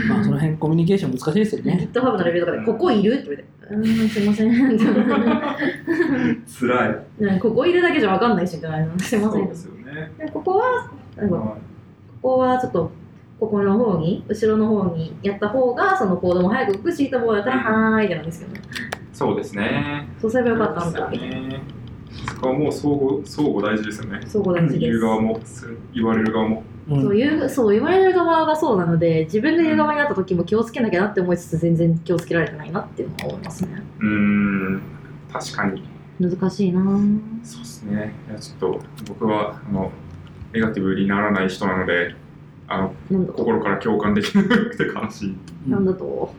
Speaker 2: まあその辺コミュニケーション難しいですよね。
Speaker 1: GitHub のレビューとかで、ここいるって言われて、うーん、すいません って。
Speaker 3: 辛い。
Speaker 1: なんかここいるだけじゃわかんないしみたいな。すいませ
Speaker 3: そうんで。すよね。
Speaker 1: でここは、なんか
Speaker 3: は
Speaker 1: ここはちょっとここの方に後ろの方にやった方がその行動も早く動くしと思うだったらはーいってなんですけどね
Speaker 3: いそうですね。
Speaker 1: そうすればよかったのかみたいな
Speaker 3: ね。そこはもう相互相互大事ですよね。
Speaker 1: そうご大事で
Speaker 3: 言う
Speaker 1: す
Speaker 3: 側もす言われる側も。
Speaker 2: う、
Speaker 1: そうんいうそう言われる側がそうなので自分が言う側になった時も気をつけなきゃなって思いつつ全然気をつけられてないなっていうのは思いますね
Speaker 3: うーん。確かに。
Speaker 1: 難しいなぁ
Speaker 3: そうですね。いやちょっと僕はあのネガティブにならない人なので、あの
Speaker 1: なんだと
Speaker 3: 心から共感できなくて悲しい。
Speaker 1: なんだと、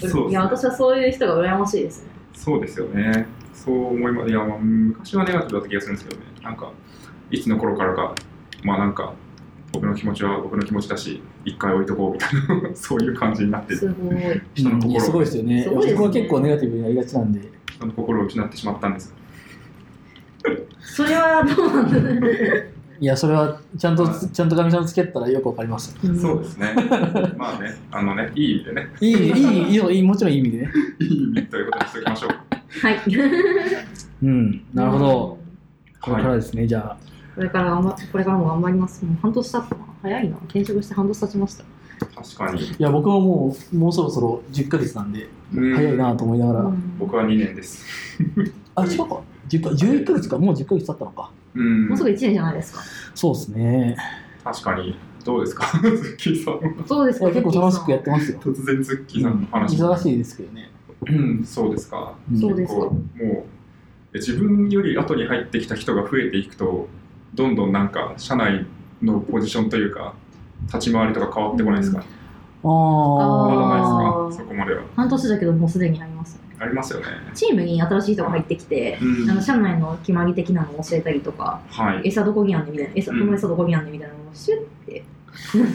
Speaker 3: そう
Speaker 1: いや私はそういう人が羨ましいですね
Speaker 3: そうですよね。そう思います。いや、まあ、昔はネガティブだった気がするんですけどね。なんか、いつの頃からか、まあなんか、僕の気持ちは僕の気持ちだし、一回置いとこうみたいな、 そういう感じになって、
Speaker 1: すごい
Speaker 3: 人の
Speaker 2: いやすごい
Speaker 3: 心
Speaker 2: ですよね。
Speaker 1: すごいですね
Speaker 2: 僕は結構ネガティブになりがちなんで。
Speaker 3: 人の心を失ってしまったんです。
Speaker 1: それはどうなんだろう
Speaker 2: いやそれはちゃんと、
Speaker 3: はい
Speaker 2: ちゃんと神さんと付き合ったらよくわかります。
Speaker 1: うん
Speaker 3: そうです ね。まあね、あのね、いい意味でね、
Speaker 2: いいいいいいいいもちろんいい意味でね。
Speaker 3: いい意味ということにしておきましょう。
Speaker 1: はい
Speaker 2: うん、なるほど。これからですね、じゃあ。
Speaker 1: これから頑張これからも頑張ります。もう半年経ったな。早いな。転職して半年経ちました。
Speaker 3: 確かに。
Speaker 2: いや僕はもうもうそろそろ10ヶ月なんで
Speaker 3: うん
Speaker 2: 早いなと思いながら。
Speaker 1: うん
Speaker 3: 僕は2年です。
Speaker 2: あ違うか。10か11ヶ月かもう10ヶ月経ったのか。
Speaker 3: うん
Speaker 1: もうすぐ1年じゃないですか。
Speaker 2: そうですね。
Speaker 3: 確かに。どうですか、 ズッキーさん。
Speaker 1: そうです
Speaker 2: い
Speaker 1: か。
Speaker 2: や結構楽しくやってますよ。
Speaker 3: 突然ズッキーさんの話。
Speaker 2: 忙しいですけどね。
Speaker 3: うん、そうですか。
Speaker 2: うん
Speaker 1: そうです
Speaker 3: 結構もうえ自分より後に入ってきた人が増えていくとどんどんなんか社内のポジションというか立ち回りとか変わってこないですか、
Speaker 2: あ
Speaker 3: ま
Speaker 2: あ。
Speaker 3: だない
Speaker 1: あー
Speaker 3: ですかそこまでは
Speaker 1: 半年だけどもうすでにあります
Speaker 3: ありますよね
Speaker 1: チームに新しい人が入ってきて、
Speaker 3: うん
Speaker 1: あの社内の決まり的なのを教えたりとか
Speaker 3: はい
Speaker 1: 餌どこにあんねんみたいな餌こ
Speaker 3: うん
Speaker 1: の餌どこにあんねんみたいなのをシュッて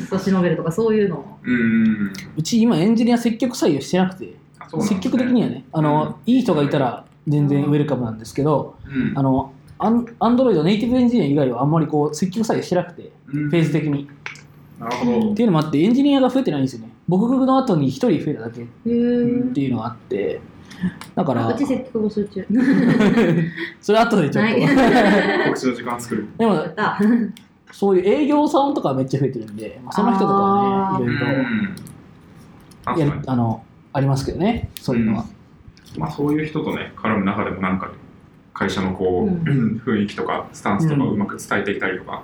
Speaker 1: 差し伸べるとかそういうのを
Speaker 3: うん
Speaker 2: うち今エンジニア積極採用してなくて、
Speaker 3: あそうなんですね
Speaker 2: 積極的にはね、あの、いい人がいたら全然ウェルカムなんですけど、
Speaker 3: うん
Speaker 2: あの、アンアンドロイドネイティブエンジニア以外はあんまりこう積極採用してなくて、
Speaker 3: うん
Speaker 2: フェーズ的に。
Speaker 3: なるほ
Speaker 2: っていうのもあって、エンジニアが増えてないんですよね。僕の後に1人増えただけっ
Speaker 1: へー
Speaker 2: ていうのがあって、だから、
Speaker 1: あうち積極募集中
Speaker 2: それ後でちょっ
Speaker 1: は
Speaker 2: と。
Speaker 1: い
Speaker 3: ど告知の時間作る
Speaker 2: でも、
Speaker 1: だ
Speaker 2: そういう営業さんとかはめっちゃ増えてるんで、まあ、その人とかは
Speaker 1: あー
Speaker 2: ね、
Speaker 3: う
Speaker 2: いろいろ
Speaker 3: ん確
Speaker 2: や
Speaker 3: か
Speaker 2: る
Speaker 3: に
Speaker 2: あのありますけどね、そういうのは。
Speaker 3: まあ、そういう人とね、絡む中でもなんか、会社のこう、
Speaker 1: う
Speaker 3: 雰囲気とか、スタンスとか
Speaker 2: う
Speaker 3: を
Speaker 2: ん
Speaker 3: うまく伝えていったりとか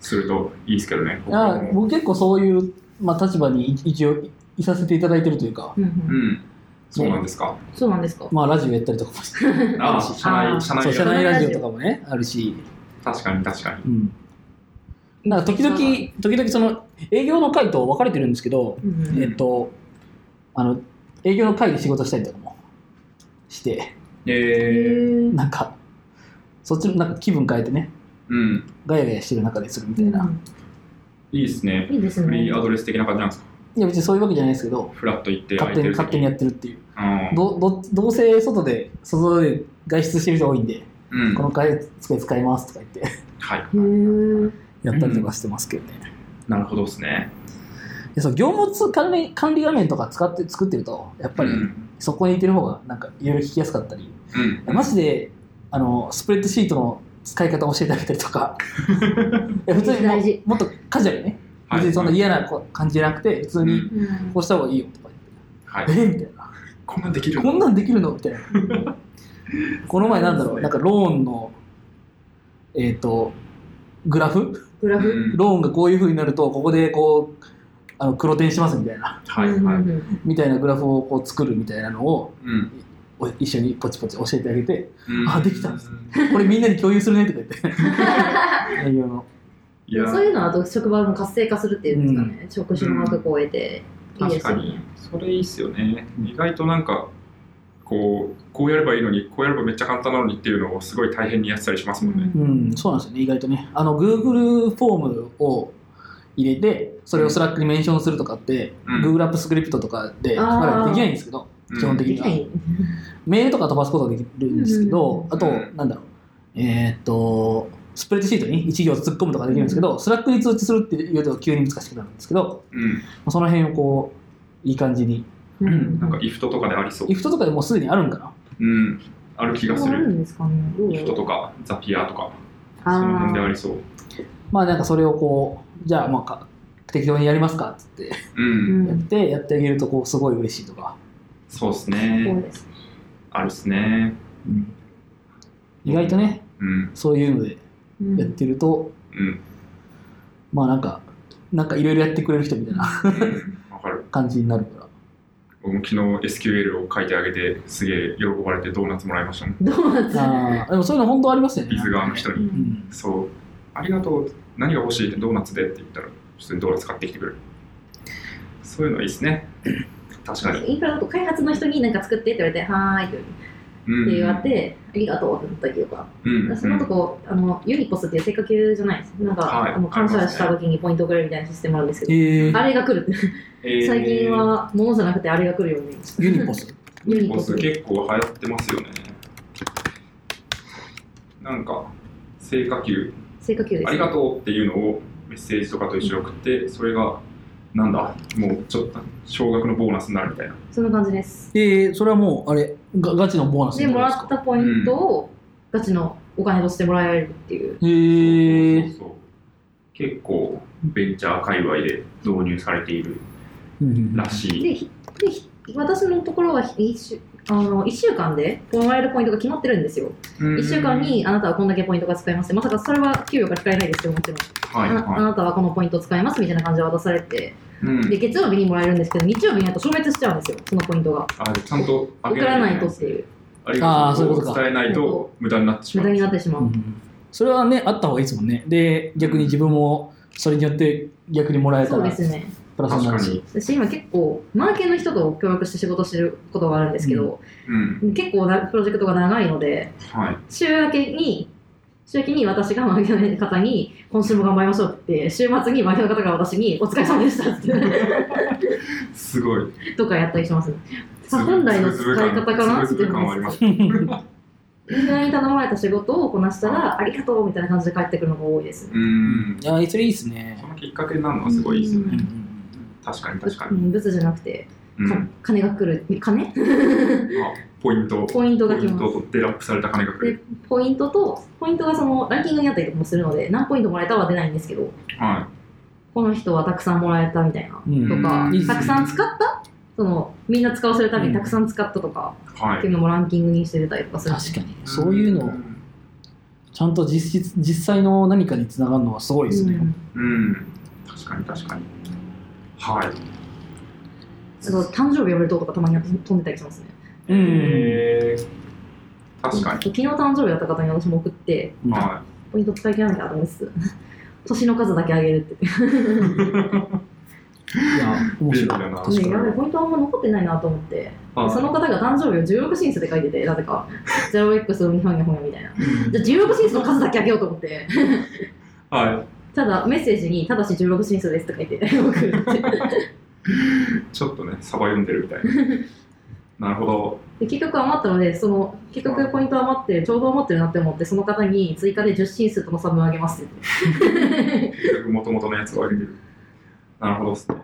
Speaker 3: するといいですけどね、僕
Speaker 2: だか
Speaker 3: は
Speaker 2: ら
Speaker 3: も
Speaker 2: 僕結構そういう、まあ、立場に一応いいさせていただいてるというか、
Speaker 1: うんう
Speaker 3: う。うんん。そうなんですか。
Speaker 1: そうなんですか
Speaker 2: まあ、ラジオやったりとかもして
Speaker 3: ああ、
Speaker 2: そう
Speaker 3: 社内、
Speaker 2: そ
Speaker 3: 社
Speaker 2: う
Speaker 3: 内
Speaker 2: 社
Speaker 3: が
Speaker 2: 内ラジオとかもね、あるし、
Speaker 3: 確かに確かに。
Speaker 2: うん、だから時々、時々その営業の会と分かれてるんですけど、
Speaker 1: うんうん
Speaker 2: えっと、あの営業の会で仕事したりとかもして、
Speaker 3: えー、
Speaker 1: へー
Speaker 2: なんか、そっちのなんか気分変えてね、
Speaker 3: うん。
Speaker 2: ガヤガヤしてる中でするみたいな。
Speaker 3: いいですね。
Speaker 1: いいです
Speaker 3: フリ
Speaker 1: ね
Speaker 3: ーアドレス的な感じなんですか。
Speaker 2: いや別にそういうわけじゃないですけど
Speaker 3: フラット行って、
Speaker 2: 勝手に勝手にや
Speaker 3: っ
Speaker 2: ってるっていう
Speaker 3: うん
Speaker 2: どどどうせ外で外で外出してる人多いんで、
Speaker 3: うん。
Speaker 2: この回使い使いますとか言って
Speaker 3: はい。
Speaker 1: へー
Speaker 2: やったりとかしてますけどね、
Speaker 3: なるほどですね。
Speaker 2: でそう業務つ管理管理画面とか使って作ってるとやっぱり
Speaker 3: うん。
Speaker 2: そこにいてる方がなんかいろいろ聞きやすかったり、
Speaker 3: うん
Speaker 2: マジであのスプレッドシートの使い方を教えてあげたりとかいや普通にも
Speaker 1: 大事
Speaker 2: もっとカジュアルにね
Speaker 3: はい
Speaker 2: 別にそんな嫌なこ感じじゃなくて普通
Speaker 3: う
Speaker 2: に
Speaker 3: ん
Speaker 1: うん
Speaker 2: こうした方がいいよとか
Speaker 3: はい
Speaker 2: 言って、えみたいな
Speaker 3: こんなんできる
Speaker 2: こんなんできるのみたいな。この前なんだろう、なんかローンの、えっ、と、グラフ
Speaker 1: グラ
Speaker 3: う
Speaker 1: フ
Speaker 3: ん
Speaker 2: ローンがこういう風になると、ここでこう、あの黒点しますみたいな、
Speaker 3: はいはい。
Speaker 1: うんうんうん
Speaker 2: みたいなグラフをこう作るみたいなのを、
Speaker 3: うん。
Speaker 2: お一緒にポチポチ教えてあげて、
Speaker 3: うん
Speaker 2: あできたんですこれみんなに共有するねとか言って、内容の。
Speaker 3: いや
Speaker 1: そういうのはあと職場の活性化するっていうんですかね、職種の枠超えて、いい
Speaker 3: 確
Speaker 1: です
Speaker 3: か
Speaker 1: よ
Speaker 3: に
Speaker 1: ね。
Speaker 3: それいいっすよね意外となんかこうこうやればいいのにこうやればめっちゃ簡単なのにっていうのをすごい大変にやってたりしますもんね、
Speaker 2: うん、そうなんですよね、意外とね。あの、Google フォームを入れて、それをスラックにメンションするとかって、
Speaker 3: うん
Speaker 2: Google アップスクリプトとかで、まだできないんですけど、
Speaker 3: うん
Speaker 2: 基本的
Speaker 1: で
Speaker 2: に
Speaker 1: き
Speaker 2: は
Speaker 1: ない。
Speaker 2: メールとか飛ばすことができるんですけど、
Speaker 1: うん
Speaker 2: あと、
Speaker 3: うん
Speaker 2: なんだろう、えーっと、スプレッドシートに1行突っ込むとかできるんですけど、スラックに通知するっていうと急に難しくなるんですけど、
Speaker 3: うん
Speaker 2: その辺をこう、いい感じに。
Speaker 1: う
Speaker 3: なんかイフトとかでありそう
Speaker 2: イフトとかでもうすでにあるんかな
Speaker 3: うんある気がす
Speaker 1: ある
Speaker 3: る
Speaker 1: んですかね。
Speaker 3: イフトとかザピアとかそ
Speaker 1: あ
Speaker 3: の辺であ
Speaker 1: ー
Speaker 3: りそう
Speaker 2: まあなんかそれをこう、じゃあまあか適当にやりますかって言っ
Speaker 3: う
Speaker 1: うん
Speaker 2: て、やっ
Speaker 1: ん、
Speaker 2: て、やってあげるとこう、すごい嬉しいとか。
Speaker 3: そうっす
Speaker 1: そう
Speaker 3: ね
Speaker 1: です。
Speaker 3: あるっすね
Speaker 2: 意外とね、
Speaker 3: うん
Speaker 2: そういうので
Speaker 1: うん
Speaker 2: やってると、
Speaker 3: うん
Speaker 2: まあなんか、なんかいろいろやってくれる人みたいな
Speaker 3: うんわかる
Speaker 2: 感じになるから。
Speaker 3: 僕も昨日 SQL を書いてあげてすげえ喜ばれてドーナツもらいましたもん
Speaker 1: ドーナ
Speaker 2: あーでもそういうの本当ありますよね。
Speaker 3: ビズ側の人
Speaker 1: ツ。
Speaker 3: に
Speaker 2: うん
Speaker 3: そうありがとう何が欲しいってドーナツでって言ったら普通にドーナツ買ってきてくれるそういうのいいですね確かに、
Speaker 1: インフラだと開発の人に何か作ってって言われて、はーいって
Speaker 3: うん、
Speaker 1: 言われて、ありがとうって思ったりとか、
Speaker 3: うん、うん、
Speaker 1: そのとこ、あのユニコスっていう成果級じゃないです。なんか、
Speaker 3: はい
Speaker 1: あの感謝した時にポイントをくれるみたいなシステムあるんですけど、
Speaker 2: えー
Speaker 1: あれが来るって、
Speaker 3: えー
Speaker 1: 最近は物じゃなくてあれが来るように、
Speaker 2: ユニポス。
Speaker 1: ユニ
Speaker 3: ボ
Speaker 1: コ
Speaker 3: ス
Speaker 1: ス。
Speaker 3: 結構流行ってますよねなんか成果球
Speaker 1: 成果級です。
Speaker 3: ありがとうっていうのをメッセージとかと一緒に送ってそれがなんだもうちょっと少額のボーナスになるみたいな
Speaker 1: そんな感じです。
Speaker 2: えー、それはもう、あれ、がガチのボーナス
Speaker 1: で
Speaker 2: に
Speaker 1: も
Speaker 2: な
Speaker 1: ら
Speaker 2: るんです
Speaker 1: っ
Speaker 2: か。
Speaker 1: たポイントをガチのお金としてもらえるっていう、
Speaker 2: えー
Speaker 3: そうそうそう結構ベンチャー界隈で導入されている
Speaker 2: うん
Speaker 3: らしい
Speaker 1: でひでひ私のところはひ一週あの1週間でもらえるポイントが決まってるんですよ、
Speaker 3: 1
Speaker 1: 1週間、にあなたはこんだけポイントが使えますまさかそれは給与が使えないですよもちろん、
Speaker 3: はい
Speaker 1: ああ
Speaker 3: は
Speaker 1: なたはこのポイントを使えますみたいな感じで渡されて
Speaker 3: いうん
Speaker 1: で、月曜日にもらえるんですけど日曜日になると消滅しちゃうんですよそのポイントが
Speaker 3: あちゃんとあ
Speaker 1: 送
Speaker 3: げ
Speaker 1: らない
Speaker 3: と
Speaker 1: とっていう
Speaker 3: ありが
Speaker 2: あーそうい
Speaker 3: と
Speaker 2: うう
Speaker 3: を
Speaker 2: ことか
Speaker 3: 伝えないと無駄になってし
Speaker 1: 無
Speaker 3: まう
Speaker 1: 駄になってしま
Speaker 2: う
Speaker 1: うん
Speaker 2: それはね、あった方がいいですもんね。で、逆に自分も、それによって逆にもらえた
Speaker 1: そう
Speaker 2: ら
Speaker 1: ですね
Speaker 2: プラスになるし。
Speaker 1: 私今結構マーケの人と協力して仕事してることがあるんですけど、
Speaker 3: うん。
Speaker 1: 結構なプロジェクトが長いので
Speaker 3: はい。
Speaker 1: 週明けに週明けに私がマーケの方に今週も頑張りましょうって言って週末にマーケの方が私にお疲れ様でしたって
Speaker 3: すごい。
Speaker 1: とかやったりします
Speaker 3: つぶ
Speaker 1: 本来の使い方かなっ
Speaker 3: つぶつ
Speaker 1: て
Speaker 3: ぶ
Speaker 1: 思
Speaker 3: 感はあ
Speaker 1: い
Speaker 3: り
Speaker 1: ま
Speaker 3: ますす。
Speaker 1: みんなに頼まれた仕事をこなしたらありがとうみたいな感じで帰ってくるのが多いです
Speaker 3: うん
Speaker 2: い。やー、それいいですね
Speaker 3: そ。のきっかけになるのはすごいいいですよ
Speaker 2: うんうんう
Speaker 3: ね。
Speaker 2: ん
Speaker 3: 確かに確か
Speaker 1: う
Speaker 3: に。
Speaker 1: ん、物じゃなくて、
Speaker 3: うん。
Speaker 1: か
Speaker 3: あ、
Speaker 1: 金が来る金
Speaker 3: ポイント。
Speaker 1: ポイント
Speaker 3: ポ
Speaker 1: が
Speaker 3: イ
Speaker 1: 来
Speaker 3: ン
Speaker 1: ま
Speaker 3: ト
Speaker 1: す
Speaker 3: とデラップされた金が来る。
Speaker 1: ポイントとポイントがそのランキングにあったりとかもするので何ポイントもらえたは出ないんですけど
Speaker 3: は
Speaker 1: この人はたくさんもらえたみたいな
Speaker 2: うん
Speaker 1: とか、
Speaker 3: うんいいっすね
Speaker 1: たくさん使ったそのみんな使わせるためにたくさん使ったとか、
Speaker 3: い。は
Speaker 1: っ
Speaker 3: い
Speaker 1: てい。うのもランキングにして出たりとかする
Speaker 2: 確かに。そういうのを
Speaker 3: ん
Speaker 2: ちゃんと実質実際の何かにつながるのはすごいですね。
Speaker 1: うん
Speaker 3: うん。確かに確かに。はい。
Speaker 1: あと誕生日おめでとうとかたまに飛んでたりしますね
Speaker 2: うん
Speaker 3: えー確かに。
Speaker 1: 昨日誕生日だった方に私も送って
Speaker 2: うん
Speaker 3: は
Speaker 1: ポイント使い切らなきゃと思いつ つ年の数だけあげるって
Speaker 2: いや、
Speaker 3: い。
Speaker 2: 面
Speaker 3: 便利
Speaker 2: 白
Speaker 3: だ
Speaker 2: い。
Speaker 3: な。
Speaker 1: ね、
Speaker 3: 確
Speaker 1: や
Speaker 3: か
Speaker 1: べえ
Speaker 3: に。
Speaker 1: ポイントあんま残ってないなと思って、
Speaker 3: はい
Speaker 1: その方が誕生日を16進数で書いてて、なぜか、0x のにほにゃほにゃみたいな。じゃあ16進数の数だけあげようと思って、
Speaker 3: は
Speaker 1: ただメッセージに、ただし16進数ですって書いて、 送って
Speaker 3: い。ちょっとね、サバ読んでるみたい な。なるほど。
Speaker 1: で結局余ったので、その結局ポイント余って、ちょうど余ってるなって思って、その方に追加で10進数との差分あ げますって言って。
Speaker 3: 結局元々のやつが上げてる。なるほどですね。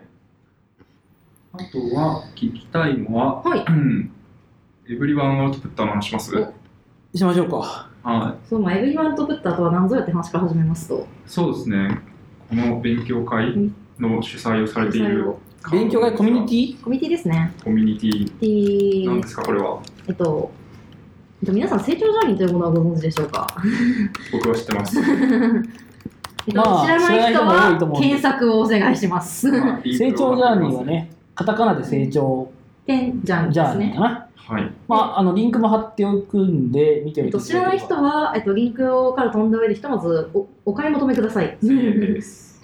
Speaker 3: あとは、聞きたいのは、
Speaker 1: はい、
Speaker 3: うんエブリワンアウトプットの話します
Speaker 1: お
Speaker 2: しましょうか。
Speaker 3: はい。
Speaker 1: そうまあエブリワンとプッターとは何ぞやって話から始めますと、
Speaker 3: そうですね。この勉強会の主催をされている。
Speaker 2: 勉強会コミュ
Speaker 3: ィ
Speaker 2: ニテ
Speaker 1: コミュニティですね。
Speaker 3: コミュニティ
Speaker 1: で
Speaker 3: なんですか、これは。
Speaker 1: えっと、えっと、皆さん成長ジャーニーというものはご存知でしょうか
Speaker 3: 僕は知って ます。
Speaker 1: えっと
Speaker 2: まあ
Speaker 1: 知らない
Speaker 2: 知
Speaker 1: 人
Speaker 2: らない人も多いと
Speaker 1: は
Speaker 2: 思うんで
Speaker 1: 検索をお願いします。
Speaker 3: まあ
Speaker 2: ィ成長ジャーニーは。ね、カタカナで成長
Speaker 1: てんじゃん
Speaker 2: ジ
Speaker 1: で
Speaker 2: ャ
Speaker 1: す
Speaker 2: ーニー
Speaker 1: ね
Speaker 2: か。な。
Speaker 3: はい。
Speaker 2: まあ、あの、リンクも貼っておくんで、見てお
Speaker 1: え
Speaker 2: い
Speaker 1: っ
Speaker 2: いた
Speaker 1: てと、知
Speaker 2: だ
Speaker 1: らな
Speaker 2: けれ
Speaker 1: い
Speaker 2: ば
Speaker 1: 人は、えっと、リンクをから飛んだ上でひとまずおお買い求めくだ さい。
Speaker 3: 宣伝です。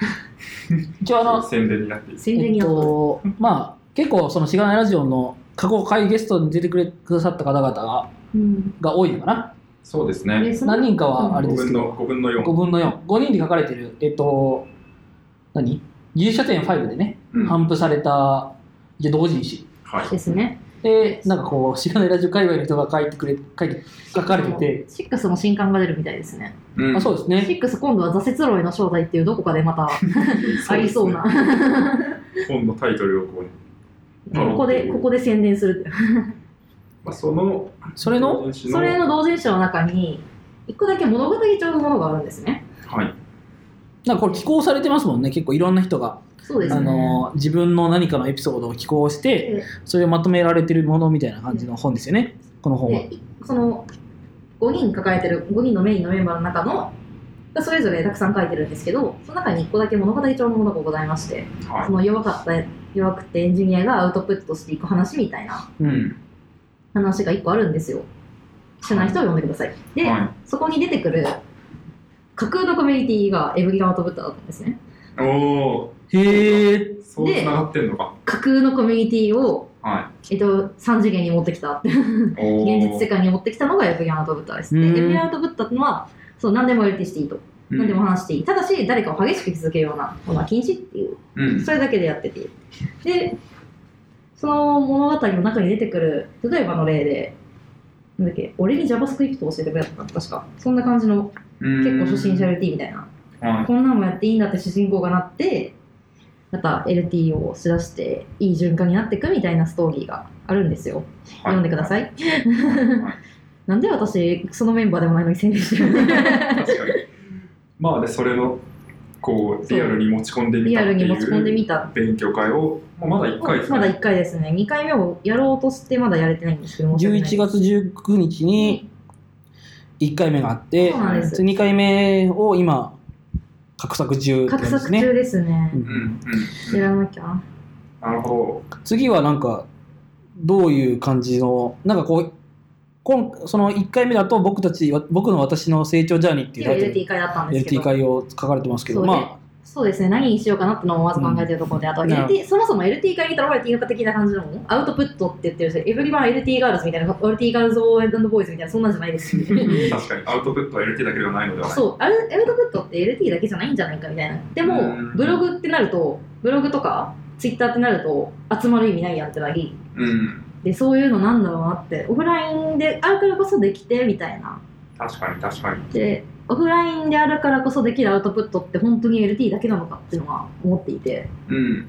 Speaker 2: 一応 あの、
Speaker 3: 宣伝になっている。
Speaker 1: 宣
Speaker 2: え
Speaker 1: 伝に
Speaker 2: っ
Speaker 1: なった。
Speaker 2: と、まあ、結構そのしがないラジオの過去回ゲストに出てくれくださった方々が
Speaker 1: うん
Speaker 2: が多いのかな。
Speaker 3: そうですね。
Speaker 1: でその
Speaker 2: 何人かはあれ
Speaker 3: 5
Speaker 2: です
Speaker 3: 分
Speaker 2: け
Speaker 3: の
Speaker 2: ど、
Speaker 3: 5分の4。
Speaker 2: 5分の4。5人で書かれてる、えっと、何ギリシャ店5でね、
Speaker 3: うん
Speaker 2: 頒布された、じゃ同人誌。
Speaker 3: はい。
Speaker 1: ですね。
Speaker 2: で、なんかこう、しがないラジオ界隈の人が書いてくれ、書いて、書かれてて、
Speaker 1: シックスの新刊が出るみたいですね。
Speaker 3: うん
Speaker 2: あ、 そうです
Speaker 1: シ
Speaker 2: ね。
Speaker 1: ックス今度は挫折ロイの正体っていうどこかでまたありそうな。
Speaker 3: 本のタイトルをこうね。
Speaker 1: ここで、ここで宣伝する。
Speaker 3: まあ、その、
Speaker 2: それの、
Speaker 1: それの同人誌の中に、一個だけ物語帳のものがあるんですね。
Speaker 3: はい。
Speaker 2: なんかこれ寄稿されてますもんね。結構いろんな人が、
Speaker 1: そうです
Speaker 2: あ
Speaker 1: ね。
Speaker 2: の、自分の何かのエピソードを寄稿して、
Speaker 1: で
Speaker 2: それをまとめられてるものみたいな感じの本ですよね。この本は。
Speaker 1: で。その5人抱えてる5人のメインのメンバーの中のがそれぞれたくさん書いてるんですけどその中に1個だけ物語帳のものがございまして
Speaker 3: は
Speaker 1: その弱かった弱くてエンジニアがアウトプットしていく話みたいない
Speaker 2: うん。
Speaker 1: 話が1個あるんですよ知らない人は読んでください
Speaker 3: い。
Speaker 1: で、
Speaker 3: はい。
Speaker 1: そこに出てくる架空のコミュニティがエブリガンアウトプットだったんですね
Speaker 3: おお、
Speaker 2: へえ。
Speaker 3: そうつながってんのか。
Speaker 1: 架空のコミュニティを
Speaker 3: は
Speaker 1: えっと、3次元に持ってきたって
Speaker 3: い。お
Speaker 1: 現実世
Speaker 3: 界
Speaker 1: 界に持ってきたのがエブリガンアウトプットです。で
Speaker 2: う
Speaker 1: エ
Speaker 2: ん
Speaker 1: ブリガンアウトプットってのはそう何でも入れてしていいと何でも話していい、ただし誰かを激しく傷つけるようなものは禁止っていう
Speaker 3: うん。
Speaker 1: それだけでやっててでその物語の中に出てくる例えばの例でなんだっけ俺に JavaScript を教えてくれたのか確かそんな感じの
Speaker 3: うん
Speaker 1: 結構初心者 LT みたいな、
Speaker 3: はい。
Speaker 1: こんなんもやっていいんだって主人公がなってまた LT をしだしていい循環になっていくみたいなストーリーがあるんですよ読んでください、
Speaker 3: はい。
Speaker 1: なんで私そのメンバーでもないのに宣伝してる
Speaker 3: 確かに。まあでそれのこうリアルに持ち込んでみ
Speaker 1: リ
Speaker 3: たって
Speaker 1: アルに
Speaker 3: い
Speaker 1: 持ち込んで
Speaker 3: う
Speaker 1: みた
Speaker 3: 勉強会をまあまだ一回です
Speaker 1: まだ
Speaker 3: ね。
Speaker 1: 1回ですね2回目をやろうとしてまだやれてないんですけど
Speaker 2: 11月19日に1回目があって、
Speaker 1: そうなんです
Speaker 2: 2回目を今、画策中って
Speaker 1: 画
Speaker 2: 感じで
Speaker 1: 策
Speaker 2: すね
Speaker 1: 中。ですね
Speaker 2: う
Speaker 3: うん
Speaker 2: ん
Speaker 3: うん。
Speaker 1: やらなきゃ
Speaker 3: なるほ
Speaker 2: 次はなんか、どういう感じの、なんかこう、今その1回目だと僕たち、僕の私の成長ジャーニーっ
Speaker 1: ってて
Speaker 2: い
Speaker 1: いう
Speaker 2: タイト
Speaker 1: う
Speaker 2: ル
Speaker 1: LT 会だったんですけ
Speaker 2: LT
Speaker 1: ど
Speaker 2: 会を書かれてますけど、
Speaker 1: そうね
Speaker 2: まあ、
Speaker 1: そうですね、何にしようかなってのをまず考えてるところで、あと
Speaker 2: なるほど
Speaker 1: LT、そもそも LT からイントロバイティーの的な感じのも、アウトプットって言ってるし、エブリバン LT ガールズみたいな、LT ガールズオーボーイズみたいな、そんなんじゃないですよね。
Speaker 3: 確かにアウトプットは LT だけではないのではない。
Speaker 1: そう、あれ、アウトプットって LT だけじゃないんじゃないかみたいな。で
Speaker 3: う
Speaker 1: も
Speaker 3: ん、
Speaker 1: ブログってなると、ブログとか、ツイッターってなると、集まる意味ないやんってなり、
Speaker 3: うん、
Speaker 1: で、そういうのなんだろうなって、オフラインであるからこそできて、みたいな。
Speaker 3: 確かに確かに。
Speaker 1: で、オフラインであるからこそできるアウトプットって本当に LT だけなのかっていうのは思っていて、
Speaker 3: うん。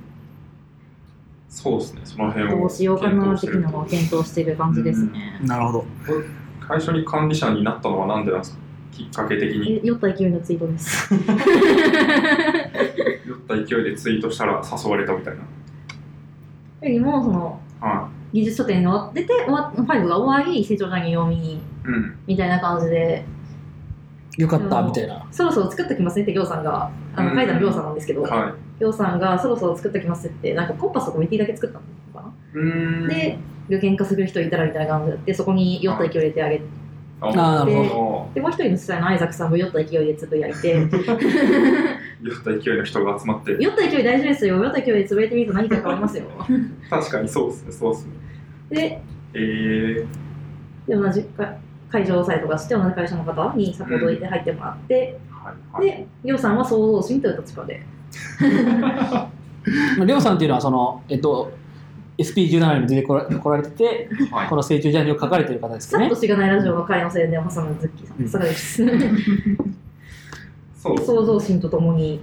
Speaker 3: そうですね、その辺を。
Speaker 1: どうしようかな的
Speaker 3: 的
Speaker 1: なのを検討してる感じですね。
Speaker 2: なるほど。
Speaker 3: 最初に管理者になったのはなんでなんですかきっかけ的に
Speaker 1: え酔った勢いのツイートです。
Speaker 3: 酔った勢いでツイートしたら誘われたみたいな。
Speaker 1: よりも、その、
Speaker 3: は
Speaker 1: 技術書店が出て、終わ5が終わり、成長者に読み、
Speaker 3: い。うん。
Speaker 1: みたいな感じで、
Speaker 2: よかっ
Speaker 1: で
Speaker 2: た、
Speaker 1: も
Speaker 2: みたいな。
Speaker 1: そろそろ作ってきますねって、行さんが、あ
Speaker 3: う
Speaker 1: の、
Speaker 3: ん
Speaker 1: 書いたの行さんなんですけど、
Speaker 3: は
Speaker 1: 行さんがそろそろ作ってきますって、なんかコンパスとコミュニティだけ作ったのかな。
Speaker 3: い。うーん。
Speaker 1: で、具現化する人いたらみたいな感じで、そこに酔った勢いで入れてあげて、
Speaker 3: あ
Speaker 2: あーな
Speaker 1: る
Speaker 3: ほ
Speaker 1: でもう一人の主催のアイザックさんも酔った勢いでつぶやい て、
Speaker 3: ど。酔った勢いの人が集まって。
Speaker 1: 酔った勢い大事ですよ、酔った勢いでつぶやいてみると何か変わりますよ。
Speaker 3: 確かにそうですね、そうですね。
Speaker 1: で、
Speaker 3: えー、
Speaker 1: で同じか会場押さえとかして、同じ会社の方にサポートで入ってもらって、
Speaker 3: はいはい。
Speaker 1: で、りょうさんは創造心という立場で、
Speaker 2: りょうさんっていうのは、その、えっと、SP17 にも出てこら来られてて、
Speaker 3: はい
Speaker 2: この成長ジャーニーを書かれてる方です
Speaker 1: さ
Speaker 2: よ
Speaker 1: っ
Speaker 2: ね
Speaker 1: と。しがないラジオの会の宣伝を挟むズッキーさ
Speaker 2: うん
Speaker 1: ん、さがです。
Speaker 3: そう
Speaker 1: 創造心とともに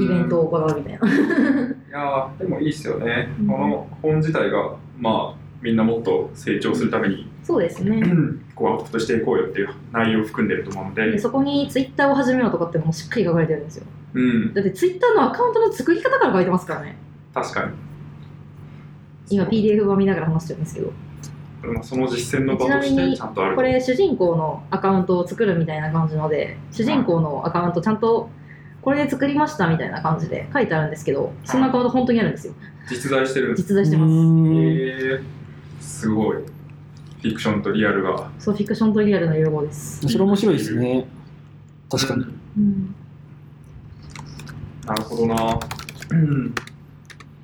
Speaker 1: イ
Speaker 3: イ
Speaker 1: ベントを行うみたいな。
Speaker 3: いやーでもいいっすよね、
Speaker 1: うん
Speaker 3: この本自体がまあみんなもっと成長するために、
Speaker 1: そうですね。
Speaker 3: こうアウトプットしていこうよっていう内容を含んでると思うので
Speaker 1: でそこにツイッターを始めようとかってのもしっかり書かれてるんですよ。
Speaker 3: うん
Speaker 1: だってツイッターのアカウントの作り方から書いてますからね。
Speaker 3: 確かに
Speaker 1: 今
Speaker 3: そう
Speaker 1: PDF を見ながら話してるんですけど。
Speaker 3: まあその実践の場と
Speaker 1: ち
Speaker 3: し
Speaker 1: なみ
Speaker 3: て
Speaker 1: に
Speaker 3: ちゃんとある
Speaker 1: これ主人公のアカウントを作るみたいな感じので主人公のアカウントちゃんとこれで作りましたみたいな感じで書いてあるんですけどそのアカウント本当にあるんですよ
Speaker 3: 実在してるんです
Speaker 1: 実在して
Speaker 2: う
Speaker 1: ます
Speaker 3: へ
Speaker 2: ーん
Speaker 3: ーすごいフィクションとリアルが
Speaker 1: そうフィクションとリアルの融合です、
Speaker 2: それ面白いですね。確かに。
Speaker 1: うん、
Speaker 3: なるほどなうん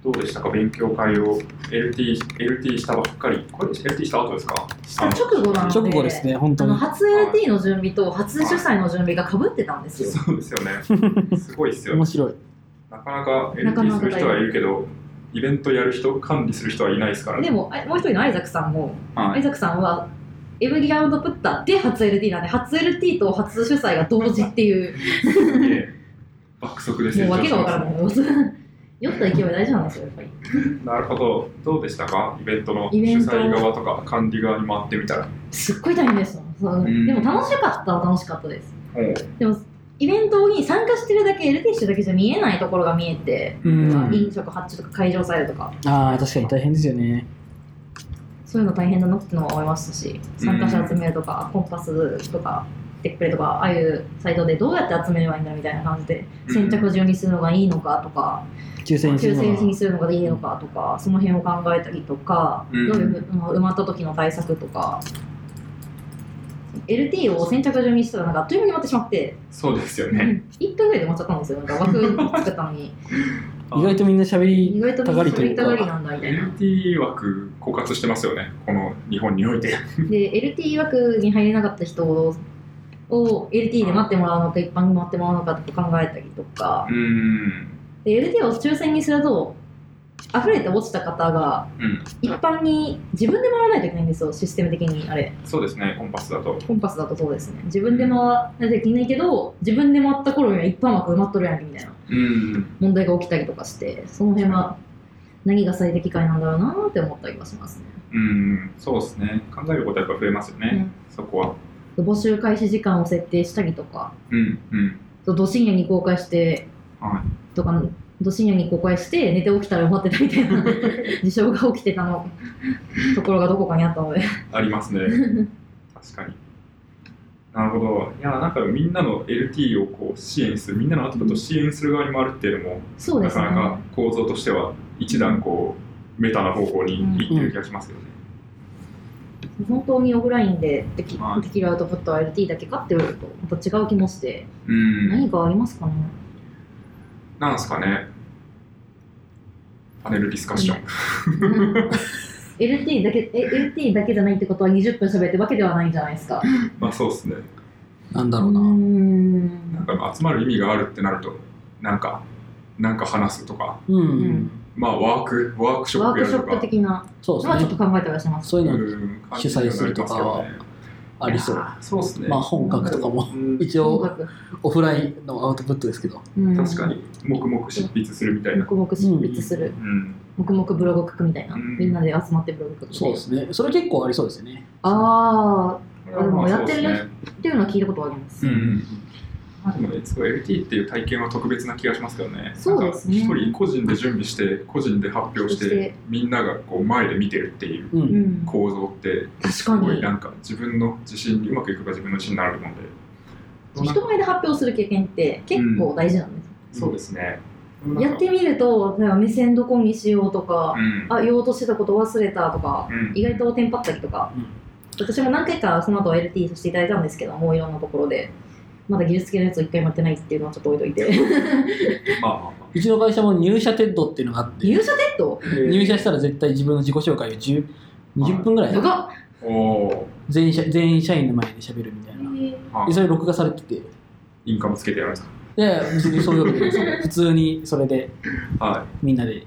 Speaker 3: どうでしたか勉強会を LT, LT したばっかりこれ LT した後ですか
Speaker 1: した直後なので
Speaker 2: 直後ですね、本
Speaker 1: あ
Speaker 2: 当
Speaker 1: の
Speaker 2: に。
Speaker 1: 初 LT の準備と初主催の準備がかぶってたんですよ
Speaker 3: そうですよねすごいっすよね
Speaker 2: 面白い。
Speaker 3: なかなか
Speaker 1: なかな
Speaker 3: LT
Speaker 1: か
Speaker 3: する人はいるけど、イベントやる人、管理する人はいないですから
Speaker 1: で
Speaker 3: ね。
Speaker 1: もあもう一人のアイザクさんもア
Speaker 3: は
Speaker 1: イ
Speaker 3: い、
Speaker 1: ザクさんはエブリアウトプッターで初 LT なんで初 LT と初主催が同時っていう
Speaker 3: すげえ爆速で成
Speaker 1: も
Speaker 3: 長
Speaker 1: う訳
Speaker 3: し
Speaker 1: がわ
Speaker 3: ま
Speaker 1: か
Speaker 3: す
Speaker 1: らない。酔った勢い大事なんですよ、やっぱり。
Speaker 3: なるほど。どうでしたかイベントの主
Speaker 1: イベン
Speaker 3: 催
Speaker 1: ト
Speaker 3: 側とか管理側に回ってみたら。
Speaker 1: すっごい大変でした。そ
Speaker 3: う
Speaker 1: う
Speaker 3: ん
Speaker 1: でも楽しかったは楽しかったです。
Speaker 3: おう
Speaker 1: でも、イベントに参加してるだけ、LT してるだけじゃ見えないところが見えて、
Speaker 2: うん
Speaker 1: 飲食発注とか会場サイドとか、
Speaker 2: ああ、確かに大変ですよね。
Speaker 1: そういうの大変だなってのは思いましたし、参加者集めるとか、コンパスとか、テックプレとか、ああいうサイトでどうやって集めればいいんだみたいな感じで、先着順にするのがいいのかとか、
Speaker 2: 抽選す
Speaker 1: 抽
Speaker 2: るの
Speaker 1: 選
Speaker 2: が
Speaker 1: にするのがいいのかとか、その辺を考えたりとか、
Speaker 3: うん
Speaker 1: 夜もう埋まった時の対策とか LT を先着順にしたらなんかあっという間に埋まってしまって、
Speaker 3: そうですよ
Speaker 1: う
Speaker 3: ね。
Speaker 1: ん1分ぐらいで埋まっちゃったんですよなんか枠作った のに
Speaker 2: 意外とみんな喋
Speaker 1: 意
Speaker 2: り、
Speaker 1: 外と
Speaker 2: たがりという
Speaker 1: た
Speaker 2: か
Speaker 1: がりなんだみたいな
Speaker 3: LT 枠枯渇してますよね。この日本において。
Speaker 1: で LT 枠に入れなかった人を LT で待ってもらうのか一般に待ってもらうのかとか考えたりとか
Speaker 3: うん。
Speaker 1: で LT を抽選にすると溢れて落ちた方が
Speaker 3: うん。
Speaker 1: 一般に自分で回らないといけないんですよシステム的にあれ
Speaker 3: そうですね。コンパスだと。
Speaker 1: コンパスだとそうですね自分で回らなきゃいけないけど自分で回った頃には一般枠埋まっとるやんけみたいな
Speaker 3: うん。
Speaker 1: 問題が起きたりとかしてその辺は何が最適解なんだろうなって思ったりはしますね
Speaker 3: うん。そうですね。考えることやっぱ増えますよね。
Speaker 1: ね
Speaker 3: そこは。
Speaker 1: 募集開始時間を設定したりとか
Speaker 3: うん。うん。
Speaker 1: ど深夜に公開して
Speaker 3: は
Speaker 1: とかど深夜に公開して寝て起きたら埋まってたみたい な事象が起きてたのところがどこかにあったので
Speaker 3: あり ますね。確かに。なるほど。いや、なんかみんなの LT をこう支援する、みんなのアウトプットを支援する側に回るっていうのも、
Speaker 1: そうで
Speaker 3: な
Speaker 1: すね
Speaker 3: かなか構造としては、一段こう、メタな方向にいってる気がしますよね。
Speaker 1: 本当にオフラインででき,、
Speaker 3: はい
Speaker 1: できるアウトプットは LT だけかって言われるとまた違う気もして
Speaker 3: うん。
Speaker 1: 何かありますかね
Speaker 3: なんですかね。パネルディスカッション。
Speaker 1: LT だけえ LT だけじゃないってことは20分喋ってわけではないんじゃないですか。
Speaker 3: まあそうですね。
Speaker 2: なんだろう
Speaker 1: うー
Speaker 2: な。
Speaker 1: ん
Speaker 3: なんか集まる意味があるってなると、なんか、なんか話すとか、
Speaker 2: うん。
Speaker 1: ん
Speaker 3: まあワーク、ワークショッ
Speaker 1: ワー
Speaker 3: プや
Speaker 1: ク
Speaker 3: る
Speaker 1: ショ
Speaker 3: と
Speaker 1: ップ
Speaker 3: か。
Speaker 1: 的な
Speaker 2: そう
Speaker 1: のは
Speaker 2: で
Speaker 1: ち
Speaker 2: す
Speaker 1: ょっと
Speaker 2: ね。
Speaker 1: 考えてらっしゃいます。
Speaker 2: そういうの
Speaker 3: うん
Speaker 2: 主催するとかはありそう。
Speaker 3: そうですね。
Speaker 2: まあ本格とかも
Speaker 3: うん
Speaker 2: 一
Speaker 1: 音
Speaker 2: 応
Speaker 1: 楽
Speaker 2: オフラインのアウトプットですけど。
Speaker 1: うん
Speaker 3: 確かに、黙々執筆するみたいな。
Speaker 1: 黙々執筆する、
Speaker 3: うん。
Speaker 1: 黙々ブログ書くみたいな、
Speaker 3: うん
Speaker 1: みんなで集まってブログ書くみたいな
Speaker 2: そうですね。それ結構ありそうですよね。
Speaker 1: あ
Speaker 3: これ
Speaker 1: あで
Speaker 3: はま
Speaker 1: も
Speaker 3: あ
Speaker 1: や
Speaker 3: そ
Speaker 1: っ
Speaker 3: う
Speaker 1: て
Speaker 3: です
Speaker 1: る
Speaker 3: ね
Speaker 1: ね。っていうのは聞いたことあります、
Speaker 3: うんうんまあでもね、すごい LT っていう体験は特別な気がしますけどね。
Speaker 1: そうですね
Speaker 3: なんか一人個人で準備して、個人で発表し
Speaker 1: そして
Speaker 3: て、みんながこう前で見てるっていう
Speaker 2: う。
Speaker 1: うんん、
Speaker 3: 構造って、
Speaker 1: 確
Speaker 3: す
Speaker 1: か
Speaker 3: ごい
Speaker 1: に
Speaker 3: なんか自分の自信にうまくいくか自分の自信になると思うんで。
Speaker 1: 人前で発表する経験って結構大事なんです、
Speaker 3: そうですね。
Speaker 1: やってみるとなんか目線どこにしようとか
Speaker 3: う、ん。
Speaker 1: あ言おうとしてたこと忘れたとか
Speaker 3: うん
Speaker 1: 意外とテンパったりとか、
Speaker 2: うん
Speaker 1: 私も何回かその後 LT させていただいたんですけどもういろんなところでまだ技術系のやつを一回もやってないっていうのはちょっと置いとい て
Speaker 3: まあまあま
Speaker 2: うちの会社も入社テッドっていうのがあって、
Speaker 1: 入社テッド
Speaker 3: あ。
Speaker 2: 入社したら絶対自分の自己紹介を10 20分ぐらい
Speaker 1: 高っ
Speaker 3: おお
Speaker 2: 全員社全員社員の前で喋るみたいな。
Speaker 3: ー。まあ
Speaker 2: で、それ録画されてて、い
Speaker 3: インカムつけてやるんです
Speaker 2: やいや、別にそういうわけじゃないです よ普通にそれで
Speaker 3: か。はい。
Speaker 2: みんなで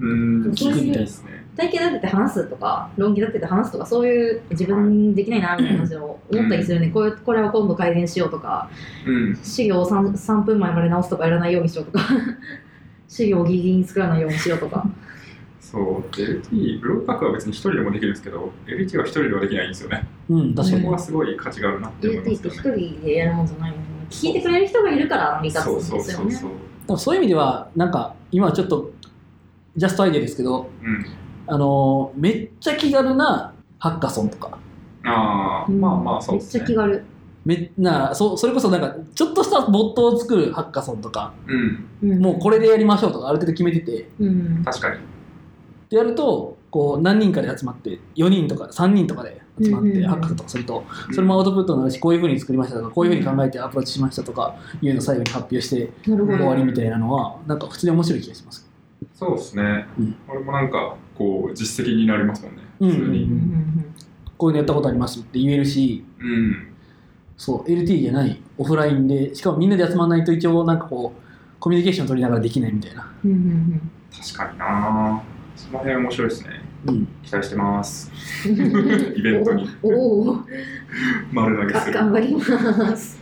Speaker 3: うん。
Speaker 1: そう
Speaker 2: 聞くみたい
Speaker 1: いう
Speaker 2: ですね。
Speaker 1: 体型立てて話すとか論議立てて話すとかそういう自分できないなみたいな話を思ったりするね、こういうこれは今度改善しようとか
Speaker 3: うん。
Speaker 1: 資料を 3, 3分前まで直すとかやらないようにしよう とか資料をギリギリに作らないようにしようとか
Speaker 3: そう。LT、ブロック書くは別に一人でもできるんですけど、LT は一人ではできないんですよね。
Speaker 2: うん、確か
Speaker 3: そ
Speaker 2: に。
Speaker 3: こはすごい価値があるなって思いま
Speaker 1: UT って
Speaker 3: す
Speaker 1: 一
Speaker 3: よね。
Speaker 1: 人でやるもんじゃないもんね聞いてくれる人がいるから成り立つん
Speaker 3: そうそう
Speaker 1: ですよ
Speaker 3: そう
Speaker 1: ね
Speaker 3: そう。
Speaker 2: でもそういう意味では、なんか、今はちょっと、ジャストアイデアですけど、
Speaker 3: うん。
Speaker 2: あのーめっちゃ気軽なハッカソンとか、
Speaker 3: ああ、
Speaker 1: うん
Speaker 3: まあまあそう
Speaker 1: め
Speaker 3: で
Speaker 1: っ
Speaker 3: す
Speaker 1: ちゃ
Speaker 3: ね
Speaker 1: 気。軽
Speaker 2: めなそそれこそなんか、ちょっとしたボットを作るハッカソンとか、
Speaker 3: うん、
Speaker 1: うん
Speaker 2: もうこれでやりましょうとか、ある程度決めてて、
Speaker 1: うん
Speaker 3: 確かに。
Speaker 2: でやると、こう、何人かで集まって、4人とか3人とかで集まっ
Speaker 1: うんうんう
Speaker 2: て、
Speaker 1: ん
Speaker 2: ハッカソンとかすると、それもアウトプットになるし、こういうふうに作りましたとか、こういうふうに考えてアプローチしましたとか、いうのを最後に発表して、
Speaker 1: なるほ
Speaker 2: 終
Speaker 1: ど
Speaker 2: わりみたいなのは、なんか普通に面白い気がします。
Speaker 3: そうですね。
Speaker 2: うん
Speaker 3: これもなんか、こう、実績になりますもんね。
Speaker 2: うん
Speaker 3: 普通
Speaker 1: うんう
Speaker 3: に。
Speaker 1: ん
Speaker 2: こういうのやったことありますって言えるし、
Speaker 3: うん。
Speaker 2: そう、LT じゃない、オフラインで、しかもみんなで集まらないと一応、なんかこう、コミュニケーション取りながらできないみたいな。
Speaker 1: うんうんうん
Speaker 3: 確かになその辺面白いですね。
Speaker 2: うん。
Speaker 3: 期待して ます。
Speaker 1: うんうん
Speaker 3: イベントに
Speaker 1: おおお
Speaker 3: 丸投げ
Speaker 1: が
Speaker 3: する。
Speaker 1: 頑張ります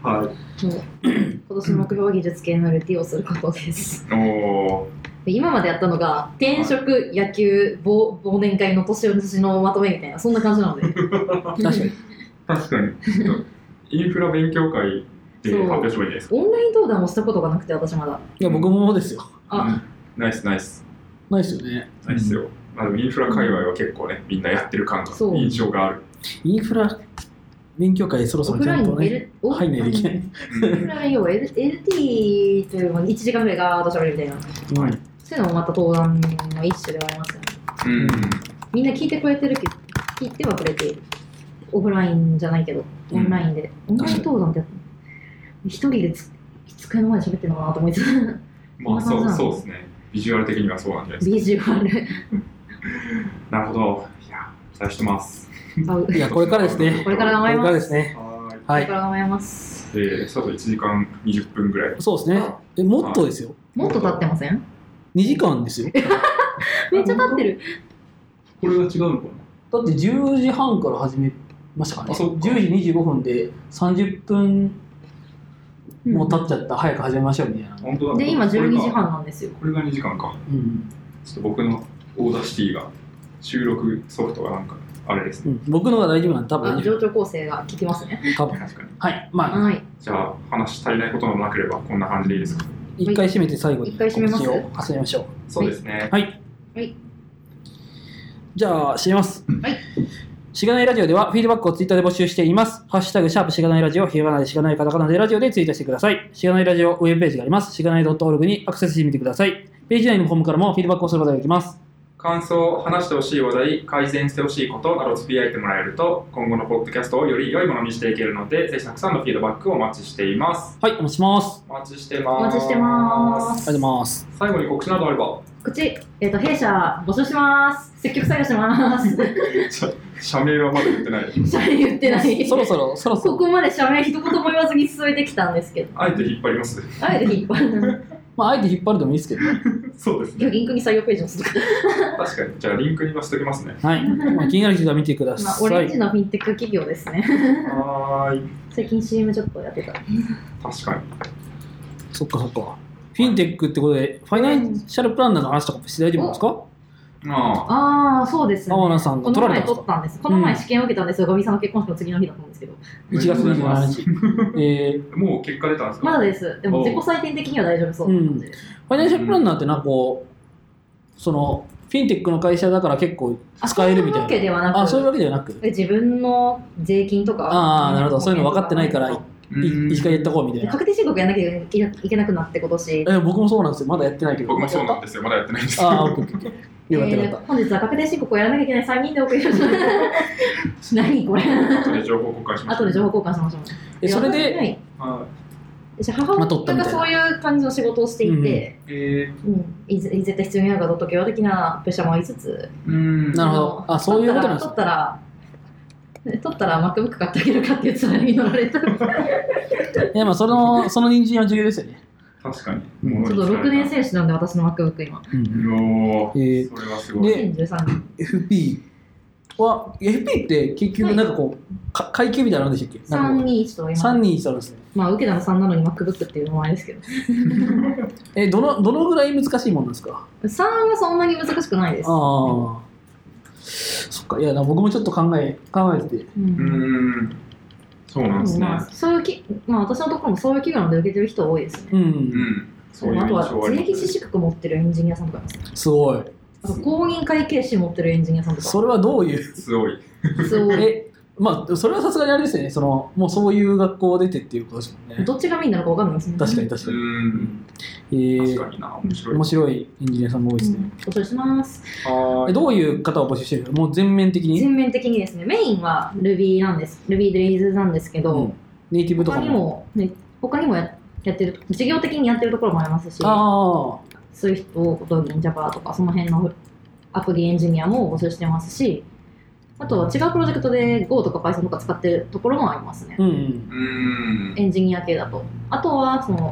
Speaker 3: はい。
Speaker 1: 今年の目標は技術系の LT をすることです。
Speaker 3: おー
Speaker 1: で今までやったのが転職、野球、忘忘年会の年寄りのまとめみたいなそんな感じなので。
Speaker 2: 確かに。
Speaker 3: 確かに。ちょっとインフラ勉強会で
Speaker 1: そう
Speaker 3: 発表してもいいですか
Speaker 1: オンライン登壇もしたことがなくて私まだ。
Speaker 2: いや、僕もですよ。
Speaker 1: あ、
Speaker 3: うんナイスナイス。
Speaker 2: ないですよね。
Speaker 3: ナイスよ。まあでもインフラ界隈は結構ね、みんなやってる感が
Speaker 1: そう、
Speaker 3: 印象がある。
Speaker 2: うん。インフラ勉強会、そろ
Speaker 1: オ
Speaker 2: そろ
Speaker 1: フ
Speaker 2: ち
Speaker 1: ラ
Speaker 2: ゃ
Speaker 1: イ
Speaker 2: ん
Speaker 1: ン
Speaker 2: と
Speaker 1: の
Speaker 2: ね、
Speaker 1: L オフ
Speaker 2: 入んないといけない。
Speaker 3: う
Speaker 1: オフ
Speaker 3: ん
Speaker 1: ライン要は L- LT というの1時間ぐらいガーッと喋るみたいな。
Speaker 2: うん
Speaker 1: そういうのもまた登壇の一種ではありますよね。
Speaker 3: うん。
Speaker 1: みんな聞いてくれてるけど、聞いてはくれている。オフラインじゃないけど、オンラインで。オンライン登壇ってやったの一人でつ机の前で喋ってるのかなと思い つつ、
Speaker 3: まあそ
Speaker 1: こ
Speaker 3: う、
Speaker 1: んな感じなの
Speaker 3: そうですね。ビジュアル的にはそうなんじゃないです
Speaker 1: ビジュアル
Speaker 3: か。なるほど。いや、期待してます。
Speaker 1: 合う。
Speaker 2: いや、これからですね。
Speaker 1: これから頑
Speaker 2: こ
Speaker 1: 張
Speaker 2: れ
Speaker 1: り
Speaker 2: か
Speaker 1: ま
Speaker 2: ら
Speaker 1: す。
Speaker 2: ですね。
Speaker 3: はい。
Speaker 1: こ
Speaker 2: は
Speaker 1: れ
Speaker 2: い
Speaker 1: か。ら頑張ります。
Speaker 3: で、そうそう、1時間20分ぐらい。
Speaker 2: そうですね。え、もっとですよ。
Speaker 1: もっと経ってません
Speaker 2: 2時間ですよ。
Speaker 1: めっちゃ経ってる。
Speaker 3: これは違うのか
Speaker 2: だって10時半から始めましたから
Speaker 3: あ
Speaker 2: ね。
Speaker 3: そ
Speaker 2: 10
Speaker 3: っか
Speaker 2: 時25分で30分もう経っちゃった、早く始めましょうみたいな
Speaker 3: な。本当だ。
Speaker 1: で、今
Speaker 3: これが
Speaker 1: 12時。半なんですよ。
Speaker 3: これが2時間か。
Speaker 2: うん。
Speaker 3: ちょっと僕のオーダーシティが、収録ソフトがなんか、あれです
Speaker 2: う
Speaker 3: ね。
Speaker 2: ん僕のが大丈夫なんで多分
Speaker 1: あ
Speaker 2: 大丈
Speaker 1: 上長構成が効きますね。
Speaker 2: 夫。多分。
Speaker 3: 確かに。
Speaker 2: はい。まあ、
Speaker 1: はい。
Speaker 3: じゃあ、話し足りないこともなければ、こんな感じでいいですか。
Speaker 2: 一回締めて最後に
Speaker 1: 一回締めます
Speaker 2: 告知を挟みましょう。
Speaker 3: そうですね。
Speaker 2: はい。
Speaker 1: はい。
Speaker 2: じゃあ、締めます。
Speaker 1: はい。
Speaker 2: しがないラジオではフィードバックをツイッターで募集しています。ハッシュタグ、シャープしがないラジオ、ひらがなでしがないカタカナでラジオでツイートしてください。しがないラジオウェブページがあります。しがない .org にアクセスしてみてください。ページ内のフォームからもフィードバックをすることができます。
Speaker 3: 感想、話してほしい話題、改善してほしいことなどつぶやいてもらえると、今後のポッドキャストをより良いものにしていけるので、ぜひたくさんのフィードバックをお待ちしています。
Speaker 2: はい、お待ちします。
Speaker 3: お待ちしてま
Speaker 1: お
Speaker 3: す。
Speaker 1: 待ちしてま。す
Speaker 2: ありがとうございます。
Speaker 3: 最後に告知などあれば、
Speaker 1: こっち、えっと弊社募集します積極採用 します
Speaker 3: 社名はまだ言ってない。
Speaker 1: 社名言ってない
Speaker 2: そろそろ、そろそ
Speaker 1: こ
Speaker 2: ろ、
Speaker 1: こまで社名一言も言わずに進めてきたんですけど
Speaker 3: あえて引っ張ります。
Speaker 1: あえて引っ張る
Speaker 2: まあ、あえて引っ張るでもいいですけどね。
Speaker 3: そうですね。
Speaker 1: 今日リンクに採用ページもする か
Speaker 3: 確かに。じゃあ、リンクに載せておきますね。
Speaker 2: はい。まあ、気になる人は見てくだ
Speaker 1: ら、まあ、
Speaker 2: さ
Speaker 1: オレン
Speaker 2: い
Speaker 1: ジ。のフィンテック企業です ね
Speaker 3: はーい。
Speaker 1: 最近 CM ちょっとやってた
Speaker 3: 確かに。
Speaker 2: そっかそっか。フィンテックってことで、ファイナンシャルプランナーの話とかもして大丈夫なんですか
Speaker 3: あ
Speaker 1: ああそうですね
Speaker 2: 青菜さん
Speaker 1: こ
Speaker 2: が取
Speaker 1: の
Speaker 2: られた
Speaker 1: 前
Speaker 2: んで
Speaker 1: 取
Speaker 2: す
Speaker 1: っ
Speaker 2: か
Speaker 1: たんですこの前試験を受けたんですよガミさんの結婚式の次の日だったんですけど
Speaker 2: ?1 月27日。 えー、
Speaker 3: あ、もう結果出たんですか
Speaker 1: まだですでも自己採点的には大丈夫そうな感じで
Speaker 2: ファイナンシャルプランナーってなんかこう、その、フィンテックの会社だから結構使えるみた
Speaker 1: あそう
Speaker 2: い
Speaker 1: いうわけではな
Speaker 2: な。
Speaker 1: く
Speaker 2: あ、そういうわけではなく。
Speaker 1: え自分の税金とか
Speaker 2: あーなるほどそういうの分かってないから
Speaker 1: 保険と
Speaker 3: う
Speaker 2: い
Speaker 3: ん
Speaker 2: 一回やったこうみたいな。
Speaker 1: 確定申告やんなきゃいけなくなって今年
Speaker 2: え僕もそうなんですよ。まだやってないけど。
Speaker 3: 僕もそうなんですよ。まだやってないんですけど。
Speaker 2: ああ、オッケーオッケーオッケー。よかったよかっ
Speaker 1: えー本日は確定申告をやらなきゃいけない3人でお送りしました 何これ
Speaker 3: 後で情報公開します。
Speaker 1: 後で情報交換しましょう
Speaker 2: た。えそれで、
Speaker 1: はい
Speaker 3: は
Speaker 1: 私母
Speaker 2: まあ撮った
Speaker 1: 親
Speaker 2: み
Speaker 1: が
Speaker 2: たいな
Speaker 1: そういう感じの仕事をしていて、
Speaker 3: い。え
Speaker 1: うんいず絶対必要になるかどうと業的なプレッシャーもありつつ
Speaker 3: ー、うん。
Speaker 2: なるほど
Speaker 1: の
Speaker 2: あそういうことなんです
Speaker 1: 取
Speaker 2: ね
Speaker 1: ったら取ったら取ったら MacBook 買ってあげるかっていうつもりに乗られたちょっ
Speaker 2: いやまあその、その人参は重要ですよね。
Speaker 3: 確かに。
Speaker 2: うん
Speaker 1: と6年生なんで私の MacBook 今
Speaker 2: うん
Speaker 3: お
Speaker 2: えー
Speaker 3: ー、それはすごい。
Speaker 2: で
Speaker 1: 2013年
Speaker 2: FP は、いや FP って結局なんかこう、か階級みたいなのあるんでしたっけなんかこ
Speaker 1: 321と
Speaker 2: う
Speaker 1: 今
Speaker 2: 3人いたんですね。
Speaker 1: まあ受けたの3なのに MacBook っていうのもあれですけど
Speaker 2: え、どの、どのぐらい難しいもんなんですか
Speaker 1: 3はそんなに難しくないです
Speaker 2: ああ。そっか、いや、な僕もちょっと考え、考えてて。
Speaker 1: うん
Speaker 3: うーん。そうなんですね。
Speaker 1: まあ、そういうき、まあ、私のところもそういう企業なんで受けてる人多いです
Speaker 2: う。
Speaker 1: ね。
Speaker 3: うんん。そういう
Speaker 1: あ
Speaker 3: 印
Speaker 1: と
Speaker 3: 象
Speaker 1: は
Speaker 3: はあり
Speaker 1: 税
Speaker 3: ます
Speaker 1: 理士資格持ってるエンジニアさんとかいますね。
Speaker 2: すごい。
Speaker 1: あと公認会計士持ってるエンジニアさんとか。
Speaker 2: それはどういう、
Speaker 3: すごい。
Speaker 1: そう。
Speaker 2: え、まあ、それはさすがにあれですよね。その、もうそういう学校出てっていうことですもんね。
Speaker 1: どっちがメインなのかわかんないですね。
Speaker 2: 確かに
Speaker 1: か
Speaker 2: 確
Speaker 3: う
Speaker 2: かに。
Speaker 3: ん。
Speaker 2: え
Speaker 3: 確
Speaker 2: ー
Speaker 3: かにな。面白い
Speaker 2: 面。白いエンジニアさんも多いですね。
Speaker 1: お取りします。
Speaker 3: はー
Speaker 2: え
Speaker 3: い。
Speaker 2: どういう方を募集してるんですかもう全面的に
Speaker 1: 全面的にですね、メインは Ruby なんです。Ruby で Rails なんですけ
Speaker 2: う
Speaker 1: ど
Speaker 2: ん、ネイティブと
Speaker 1: 他
Speaker 2: か
Speaker 1: にも、ね、他にもややってる、事業的にやってるところもありますし、
Speaker 2: ああ
Speaker 1: そういう人を、ことに Java とか、その辺のアプリエンジニアも募集してますし、あとは違うプロジェクトで Go とか Python とか使ってるところもありますね。
Speaker 2: うんうん
Speaker 3: うーん。
Speaker 1: エンジニア系だと。あとは、その、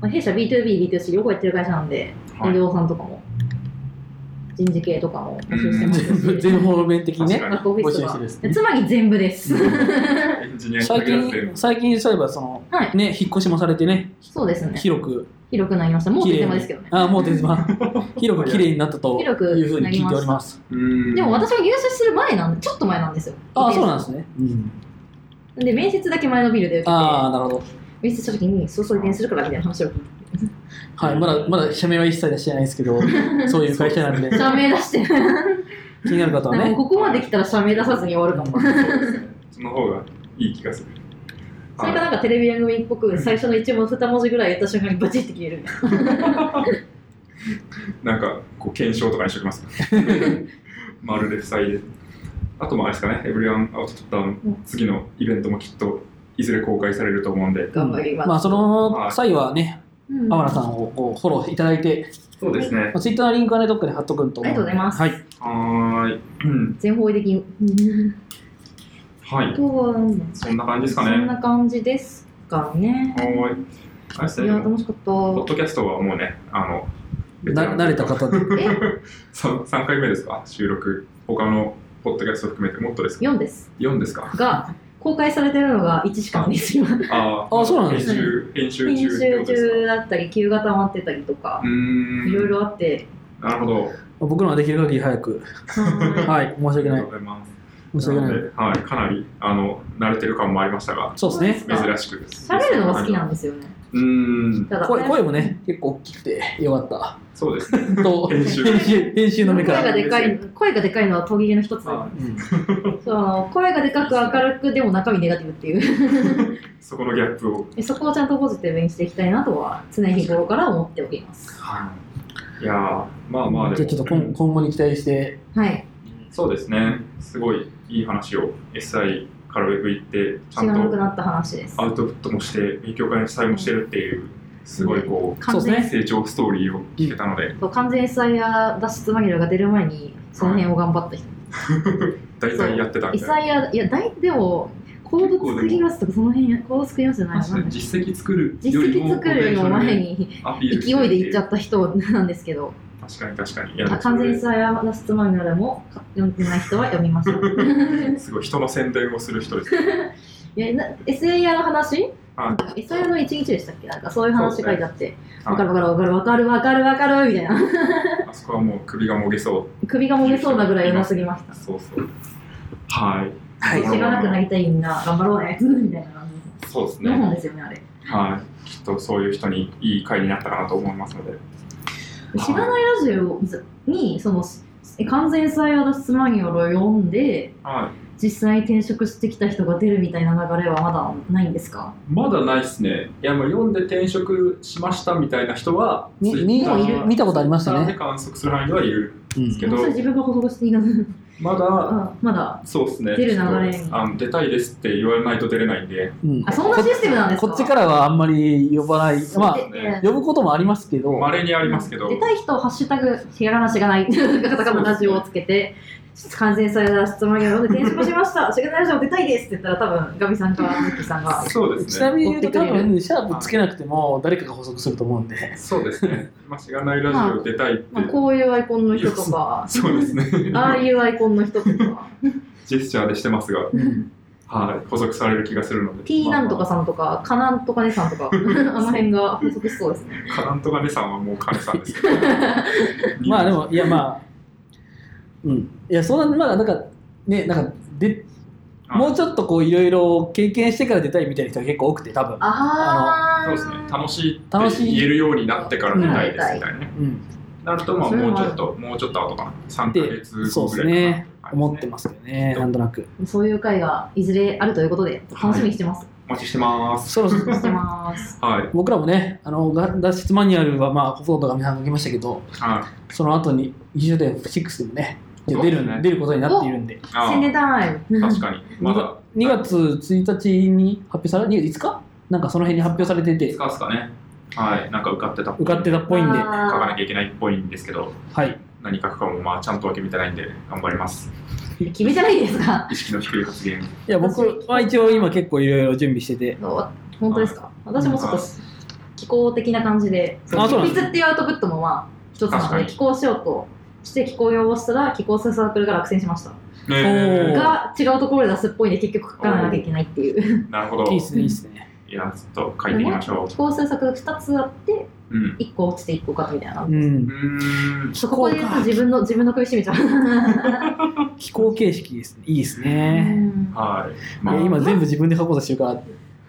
Speaker 1: まあ弊社 B2B、B2C 両方やってる会社なんで、
Speaker 3: はい
Speaker 1: 医療さんとかも、人事系とかも募集し
Speaker 2: 全
Speaker 1: てますし、
Speaker 2: 全方面的にね
Speaker 3: 確
Speaker 1: バックオフィ
Speaker 2: 募
Speaker 1: ス
Speaker 2: 集してるんで
Speaker 1: と
Speaker 2: す
Speaker 1: か。
Speaker 2: ね
Speaker 1: つまり全部です。
Speaker 3: エンジニアに
Speaker 2: 最
Speaker 3: 限らず
Speaker 2: 近最近そういえばその
Speaker 1: はい。
Speaker 2: ね引っ越しもされてね
Speaker 1: そうですね。
Speaker 2: 広く
Speaker 1: 広くなりました。もう
Speaker 2: 綺
Speaker 1: 手
Speaker 2: 麗に
Speaker 1: 間ですけどね。
Speaker 2: ああもう手 間広く綺麗になったとい
Speaker 1: 広く
Speaker 2: うふうに聞いております
Speaker 3: うーん。
Speaker 1: でも私が入社する前なんで、ちょっと前なんですよ。
Speaker 2: ああそうなんんですね、うん、
Speaker 1: で、面接だけ前のビルで受けて、
Speaker 2: ああなるほど
Speaker 1: 面接した時に、そうそう移転するからみたいな話を聞いて。
Speaker 2: はいまだまだ社名は一切出してないですけど そういう会社なんで
Speaker 1: 社名出して、
Speaker 2: 気になる方は
Speaker 1: なんか
Speaker 2: ね
Speaker 1: ここまで来たら社名出さずに終わるかも。
Speaker 3: その方がいい気がする。
Speaker 1: それかなんかテレビ番組っぽく最初の一文二文字ぐらいやった瞬間にバチって消えるみたい
Speaker 3: なんか、こう、検証とかにしとき ますか。丸で塞いで。あともあれですかね、エブリワンアウトタウン、次のイベントもきっと、いずれ公開されると思うんで。
Speaker 1: な頑張ります。
Speaker 2: まあその際はね、
Speaker 1: うん
Speaker 2: アマラさんをこうフォローいただいて、
Speaker 3: そうですね。
Speaker 2: まあ、ツイッターのリンクはね、どっかで貼っとくんと思
Speaker 1: ありがとうございます
Speaker 2: はい、
Speaker 3: はーい。うん
Speaker 1: 全方位的に。
Speaker 3: はい。
Speaker 1: とはなんだ
Speaker 3: そんな感じです
Speaker 1: そ
Speaker 3: か
Speaker 1: ん
Speaker 3: ね。
Speaker 1: な感じですかね。
Speaker 3: はーい。あれです
Speaker 1: い
Speaker 3: ね
Speaker 1: や、
Speaker 3: でも
Speaker 1: 楽しかっ
Speaker 3: ポッ
Speaker 1: た。
Speaker 3: ドキャストはもうね、あの、
Speaker 2: な慣れた方で
Speaker 1: え、
Speaker 3: 3, 3回目ですか収録。他のポッドキャスト含めてもっとですか
Speaker 1: 4です。
Speaker 3: ?4 ですか
Speaker 1: が、公開されてるのが1しかないです、今。
Speaker 3: あ
Speaker 2: あそうなんです
Speaker 1: ね
Speaker 3: 編集、編集
Speaker 1: 編
Speaker 3: 中って
Speaker 1: 集
Speaker 3: ことですか
Speaker 1: 中だったり、休が溜まってたりとか
Speaker 3: う、ーん。
Speaker 1: いろい。ろ あって、
Speaker 3: なるほど。
Speaker 2: 僕らはできる限り早く、
Speaker 1: は
Speaker 2: はい、申し訳
Speaker 3: ありが
Speaker 2: ないう
Speaker 3: と、ございます。
Speaker 2: 申し訳ない。
Speaker 3: なのではい、かなりあの慣れてる感もありましたが、
Speaker 2: そうですね。
Speaker 1: あ
Speaker 3: 珍しく。
Speaker 1: 喋るのが好きなん
Speaker 3: で
Speaker 1: ですよね。
Speaker 3: うーん、
Speaker 1: ただ、
Speaker 2: 声声もね、結構大きくてよかっ
Speaker 3: そう ですね。
Speaker 2: た。と、
Speaker 3: 編集
Speaker 2: 編集、編集の目
Speaker 1: 声
Speaker 2: か
Speaker 1: が
Speaker 2: ら。
Speaker 1: でかい、声がでかいのは途切れの一つだよ
Speaker 3: あ
Speaker 2: うん
Speaker 1: その声がでかく明るくでも中身ネガティブっていう
Speaker 3: そこのギャップを。
Speaker 1: そこをちゃんとポジティブにしていきたいなとは常日頃から思っております
Speaker 3: はいやーまあまあ
Speaker 2: じ
Speaker 3: で
Speaker 2: ゃあ
Speaker 3: も
Speaker 2: ちょっと今今後に期待して、
Speaker 1: はい。
Speaker 3: そうですねすごいいい話を SI からウェブ行ってち
Speaker 1: 知
Speaker 3: ゃ
Speaker 1: らなく
Speaker 3: んと
Speaker 1: なった話です
Speaker 3: ア。ウトプットもして勉強会に主催もしてるっていうすごいこう
Speaker 1: 完
Speaker 2: そうです
Speaker 1: 全
Speaker 2: ね
Speaker 3: 成長ストーリーを聞けたので
Speaker 1: そう完全 SI や脱出マニュアルが出る前に、その辺を頑張った人。
Speaker 3: 大体やってたみたいな
Speaker 1: SI や、いや、大でも、コード作りますとか、その辺、コード作りますじゃない
Speaker 3: 確
Speaker 1: な
Speaker 3: か
Speaker 1: ん
Speaker 3: に
Speaker 1: だっけ
Speaker 3: 実績作る
Speaker 1: 実
Speaker 3: より
Speaker 1: 績
Speaker 3: も
Speaker 1: 作るの前
Speaker 3: に
Speaker 1: に、
Speaker 3: アピールして
Speaker 1: 勢いでいっちゃ
Speaker 3: う
Speaker 1: った人なんですけど、
Speaker 3: 確かに確かにいや
Speaker 1: あ完全 SI
Speaker 3: そ
Speaker 1: や脱出マニュアルも読んでない人は読みま した。
Speaker 3: れすごい人の宣伝をする人 ですね
Speaker 1: いやな SAR の話
Speaker 3: はい
Speaker 1: ?SAR の一日でしたっけなんかそういう話書いてあって、
Speaker 3: はい
Speaker 1: わかるわかるわかるわかるわかるわかるみたいな。
Speaker 3: あそこはもう首がもげそ
Speaker 1: 首がもげそうなぐらい良すぎまし
Speaker 3: う
Speaker 1: た。
Speaker 3: そうそうはい
Speaker 2: はい
Speaker 1: 知らなくなりたいみんな頑張ろうね、 みたいな感
Speaker 3: そうです
Speaker 1: じ。4本
Speaker 3: ね
Speaker 1: ですよね、あれ。
Speaker 3: はいきっとそういう人にいい回になったかなと思いますので
Speaker 1: 知らないラジオに、その、完全再アダスマニュアルを読んで、
Speaker 3: はい
Speaker 1: 実際に転職してきた人が出るみたいな流れはまだないんですか
Speaker 3: まだないですねいやもう読んで転職しましたみたいな人は
Speaker 2: みみ
Speaker 1: もういる
Speaker 2: 見たことありましたね
Speaker 3: Twitter で観測する範囲ではいる
Speaker 2: うん
Speaker 3: けど
Speaker 1: もうそれ自分が補足していいな。
Speaker 3: まだ
Speaker 1: あまだ。
Speaker 3: そうですね
Speaker 1: 出る流れに
Speaker 3: ちょっとあの出たいですって言われないと出れないんで
Speaker 2: うん
Speaker 1: あ、そんなシステムなんです
Speaker 2: こ
Speaker 1: か
Speaker 2: っちからはあんまり呼ばない、ま
Speaker 3: そうですね
Speaker 2: あ、呼ぶこともありますけど、
Speaker 3: まれにありますけど
Speaker 1: 出たい人はハッシュタグ、ひらがなしがない、 カタカナのラジオをつけて、完全された質問によって転職しま した、しがないラジオ出たいですって言ったら、多分ガビさんかズッキーさんが、
Speaker 3: そうで
Speaker 2: ち
Speaker 3: す
Speaker 2: な
Speaker 3: ね
Speaker 2: みに言うと多
Speaker 1: 追ってくれ
Speaker 2: 分シャープつけなくても誰かが補足すると思うんで
Speaker 3: そうで すねまあしがないラジオ出たいって
Speaker 1: まあ、こういうアイコンの人とか、
Speaker 3: そうですね
Speaker 1: ああいうアイコンの人とか、
Speaker 3: ジェスチャーでしてますがはい補足される気がするので
Speaker 1: P なんとか
Speaker 3: ん
Speaker 1: さんとか、カナンとかねさんと か、あの辺が補足しそうですね。
Speaker 3: カナントガネさんはもうカネさんですけど
Speaker 2: まあでもいやまあうんいやそんなまだなんかねなんかで
Speaker 3: あ
Speaker 2: もうちょっとこういろいろ経験してから出たいみたいな人が結構多くて多分、
Speaker 1: ああ、
Speaker 3: そうですね楽しいって
Speaker 2: 楽しい
Speaker 3: 言えるようになってから出たいです
Speaker 1: うん
Speaker 3: みたいなね
Speaker 2: うん、
Speaker 3: なるとまあ
Speaker 1: それ
Speaker 3: もう
Speaker 1: も
Speaker 3: ち
Speaker 1: あ
Speaker 3: ょ
Speaker 1: る
Speaker 3: っともうちょっと後かな3ヶ月
Speaker 2: そう
Speaker 3: 後
Speaker 2: です
Speaker 3: ぐらいか
Speaker 2: ね
Speaker 3: な
Speaker 2: 思ってますすよねなんとなく
Speaker 1: そういう回がいずれあるということで、楽しみにしてます。
Speaker 3: お待ちしてます
Speaker 2: そろそろ
Speaker 1: してます。
Speaker 3: はい
Speaker 2: 僕らもねあのが脱出マニュアルはまあほとんどが皆さん書きましたけど
Speaker 3: はい
Speaker 2: その後に「20代6」でもね出
Speaker 3: そうですね
Speaker 2: る出ることになっているんで
Speaker 3: あ
Speaker 1: 宣伝タイム。
Speaker 3: ー 確かにまだ
Speaker 2: 2月1日に発表され2月5日なんかその辺に発表されて
Speaker 3: い
Speaker 2: て
Speaker 3: つかですかねはいなんか受かってた
Speaker 2: 受かってたっぽいんで
Speaker 1: あー
Speaker 3: 書かなきゃいけないっぽいんですけど
Speaker 2: はい
Speaker 3: 何書くかもまあちゃんとは決めてないんで頑張ります
Speaker 1: 決めじゃないですか。
Speaker 3: 意識の低い発言
Speaker 2: いや僕は一応今結構いろいろ準備してて
Speaker 1: 本当ですか私もちょっ
Speaker 3: う
Speaker 1: と
Speaker 3: ん
Speaker 1: 気候的な感じで、
Speaker 2: そうなんだ
Speaker 1: 執筆っていうアウトプットもまあ一つな
Speaker 3: 確
Speaker 1: の
Speaker 3: か
Speaker 1: で、
Speaker 3: に
Speaker 1: 気候しようとして気候用をしたら、気候サークルが落選しました。
Speaker 2: おー
Speaker 1: が、違うところで出すっぽいんで、結局書かなきゃいけないっていう。
Speaker 3: なるほど
Speaker 2: いいっすねいいっすね
Speaker 3: いやちょっと書いてみましょ
Speaker 1: 気候政策が2つあって、
Speaker 3: ううん
Speaker 1: 1個落ちて1個勝つみたいな。
Speaker 2: うん
Speaker 3: うーん
Speaker 1: そこで言うと自分の自分の苦しみちゃう。
Speaker 2: 飛行形式ですねいいっすね
Speaker 1: うん
Speaker 3: はい。
Speaker 2: い
Speaker 3: まあ
Speaker 2: や今全部自分で書こうとしてるから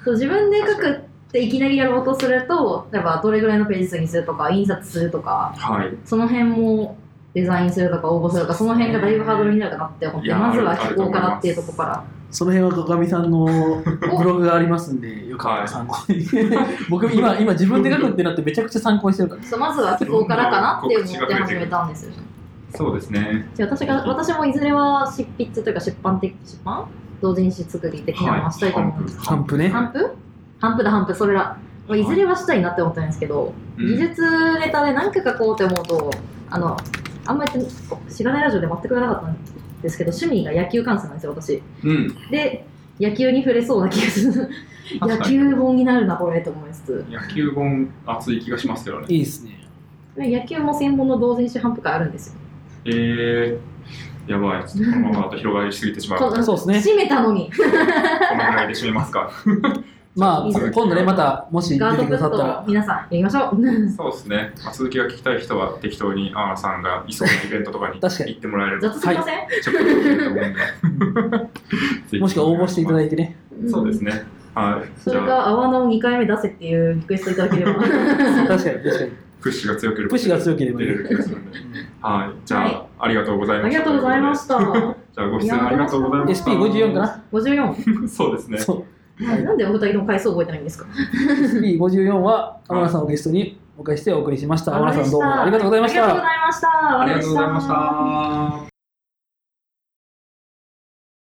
Speaker 1: そう自分で書くっていきなりやろうとすると、例えばどれぐらいのページ数にするとか、印刷するとか、
Speaker 3: はい。
Speaker 1: その辺もデザインするとか応募するとか、その辺がだいぶハードルになるかなって思っ
Speaker 3: い
Speaker 1: て、
Speaker 3: やー
Speaker 1: まずは
Speaker 3: あ
Speaker 1: 気
Speaker 3: ると
Speaker 1: 候
Speaker 3: 思います
Speaker 1: からっていうところか
Speaker 2: その辺はかみさん のブログがありますんでよかったら参考に 僕今今自分で書くってなってめちゃくちゃ参考にしてるから
Speaker 1: ら、そうまずは気候からかなって思って始めたんですよ。
Speaker 3: そうですね。
Speaker 1: で私が私もいずれは執筆というか出版的出版同人誌作り的なのはしたいと思うんです。
Speaker 2: ハンプね
Speaker 1: ハンプハンプだ、ハンプ、それら。まあいずれはしたいなって思ってるんですけど、技術ネタで何か書こうって思うと、あの、あんまり知らないラジオで全く言わなかったんですけど、趣味が野球観戦なんですよ、私。
Speaker 3: うん。
Speaker 1: で野球に触れそうな気がする
Speaker 3: 確
Speaker 1: 野
Speaker 3: かに
Speaker 1: 球本になるなこれと思いつつ
Speaker 3: 野球本熱い気がしますけどね。
Speaker 2: いいっすね
Speaker 1: で野球も専門の同人誌反復会あるんですよ
Speaker 3: えー。やばい、ちょっとこのままだと広がりすぎてしまう。こ
Speaker 1: こ
Speaker 3: の
Speaker 2: そうっすね
Speaker 1: 閉めたのに
Speaker 3: ぐらいで締めます か。
Speaker 2: まあ今度ねまたもし出
Speaker 1: ガー
Speaker 2: て
Speaker 1: ド
Speaker 2: く
Speaker 1: プ
Speaker 2: ださ
Speaker 1: ッ
Speaker 2: った
Speaker 1: ト
Speaker 2: ら
Speaker 1: 皆さんやりましょう
Speaker 3: そうですね。まあ、続きが聞きたい人は適当にアーさんがいそうなイベントとかに
Speaker 2: 確かに
Speaker 3: 行ってもらえれば、
Speaker 1: 雑すぎません、
Speaker 3: ちょっとできると思うんでぜ ひ
Speaker 2: もしくは応募していただいて ね
Speaker 1: ん
Speaker 3: そうですね。はい。
Speaker 1: そ
Speaker 3: じ
Speaker 1: れ
Speaker 3: ゃあ、
Speaker 1: か泡の2回目出せっていうリクエストいただければ
Speaker 2: 確かに確かに
Speaker 3: プッシュが強ければ。
Speaker 2: プッシュが強ければ
Speaker 3: 出
Speaker 2: ね
Speaker 3: れる気がするんで。はい。じゃあ、
Speaker 1: はい
Speaker 3: ありがとうござい
Speaker 1: あ
Speaker 3: まし
Speaker 1: り
Speaker 3: た。
Speaker 1: がとうございました
Speaker 3: じゃあ、ご出演ありがとうございました。
Speaker 2: SP54 かな
Speaker 1: 54
Speaker 3: そうですね。
Speaker 2: そう。
Speaker 1: なんでお二人の回数覚えてないんですか
Speaker 2: スピー54は、天野さんをゲストにお迎えしてお送りしました。小原さんどうもありがとうございました。
Speaker 1: ありがとうございました。
Speaker 3: ありがとうございました。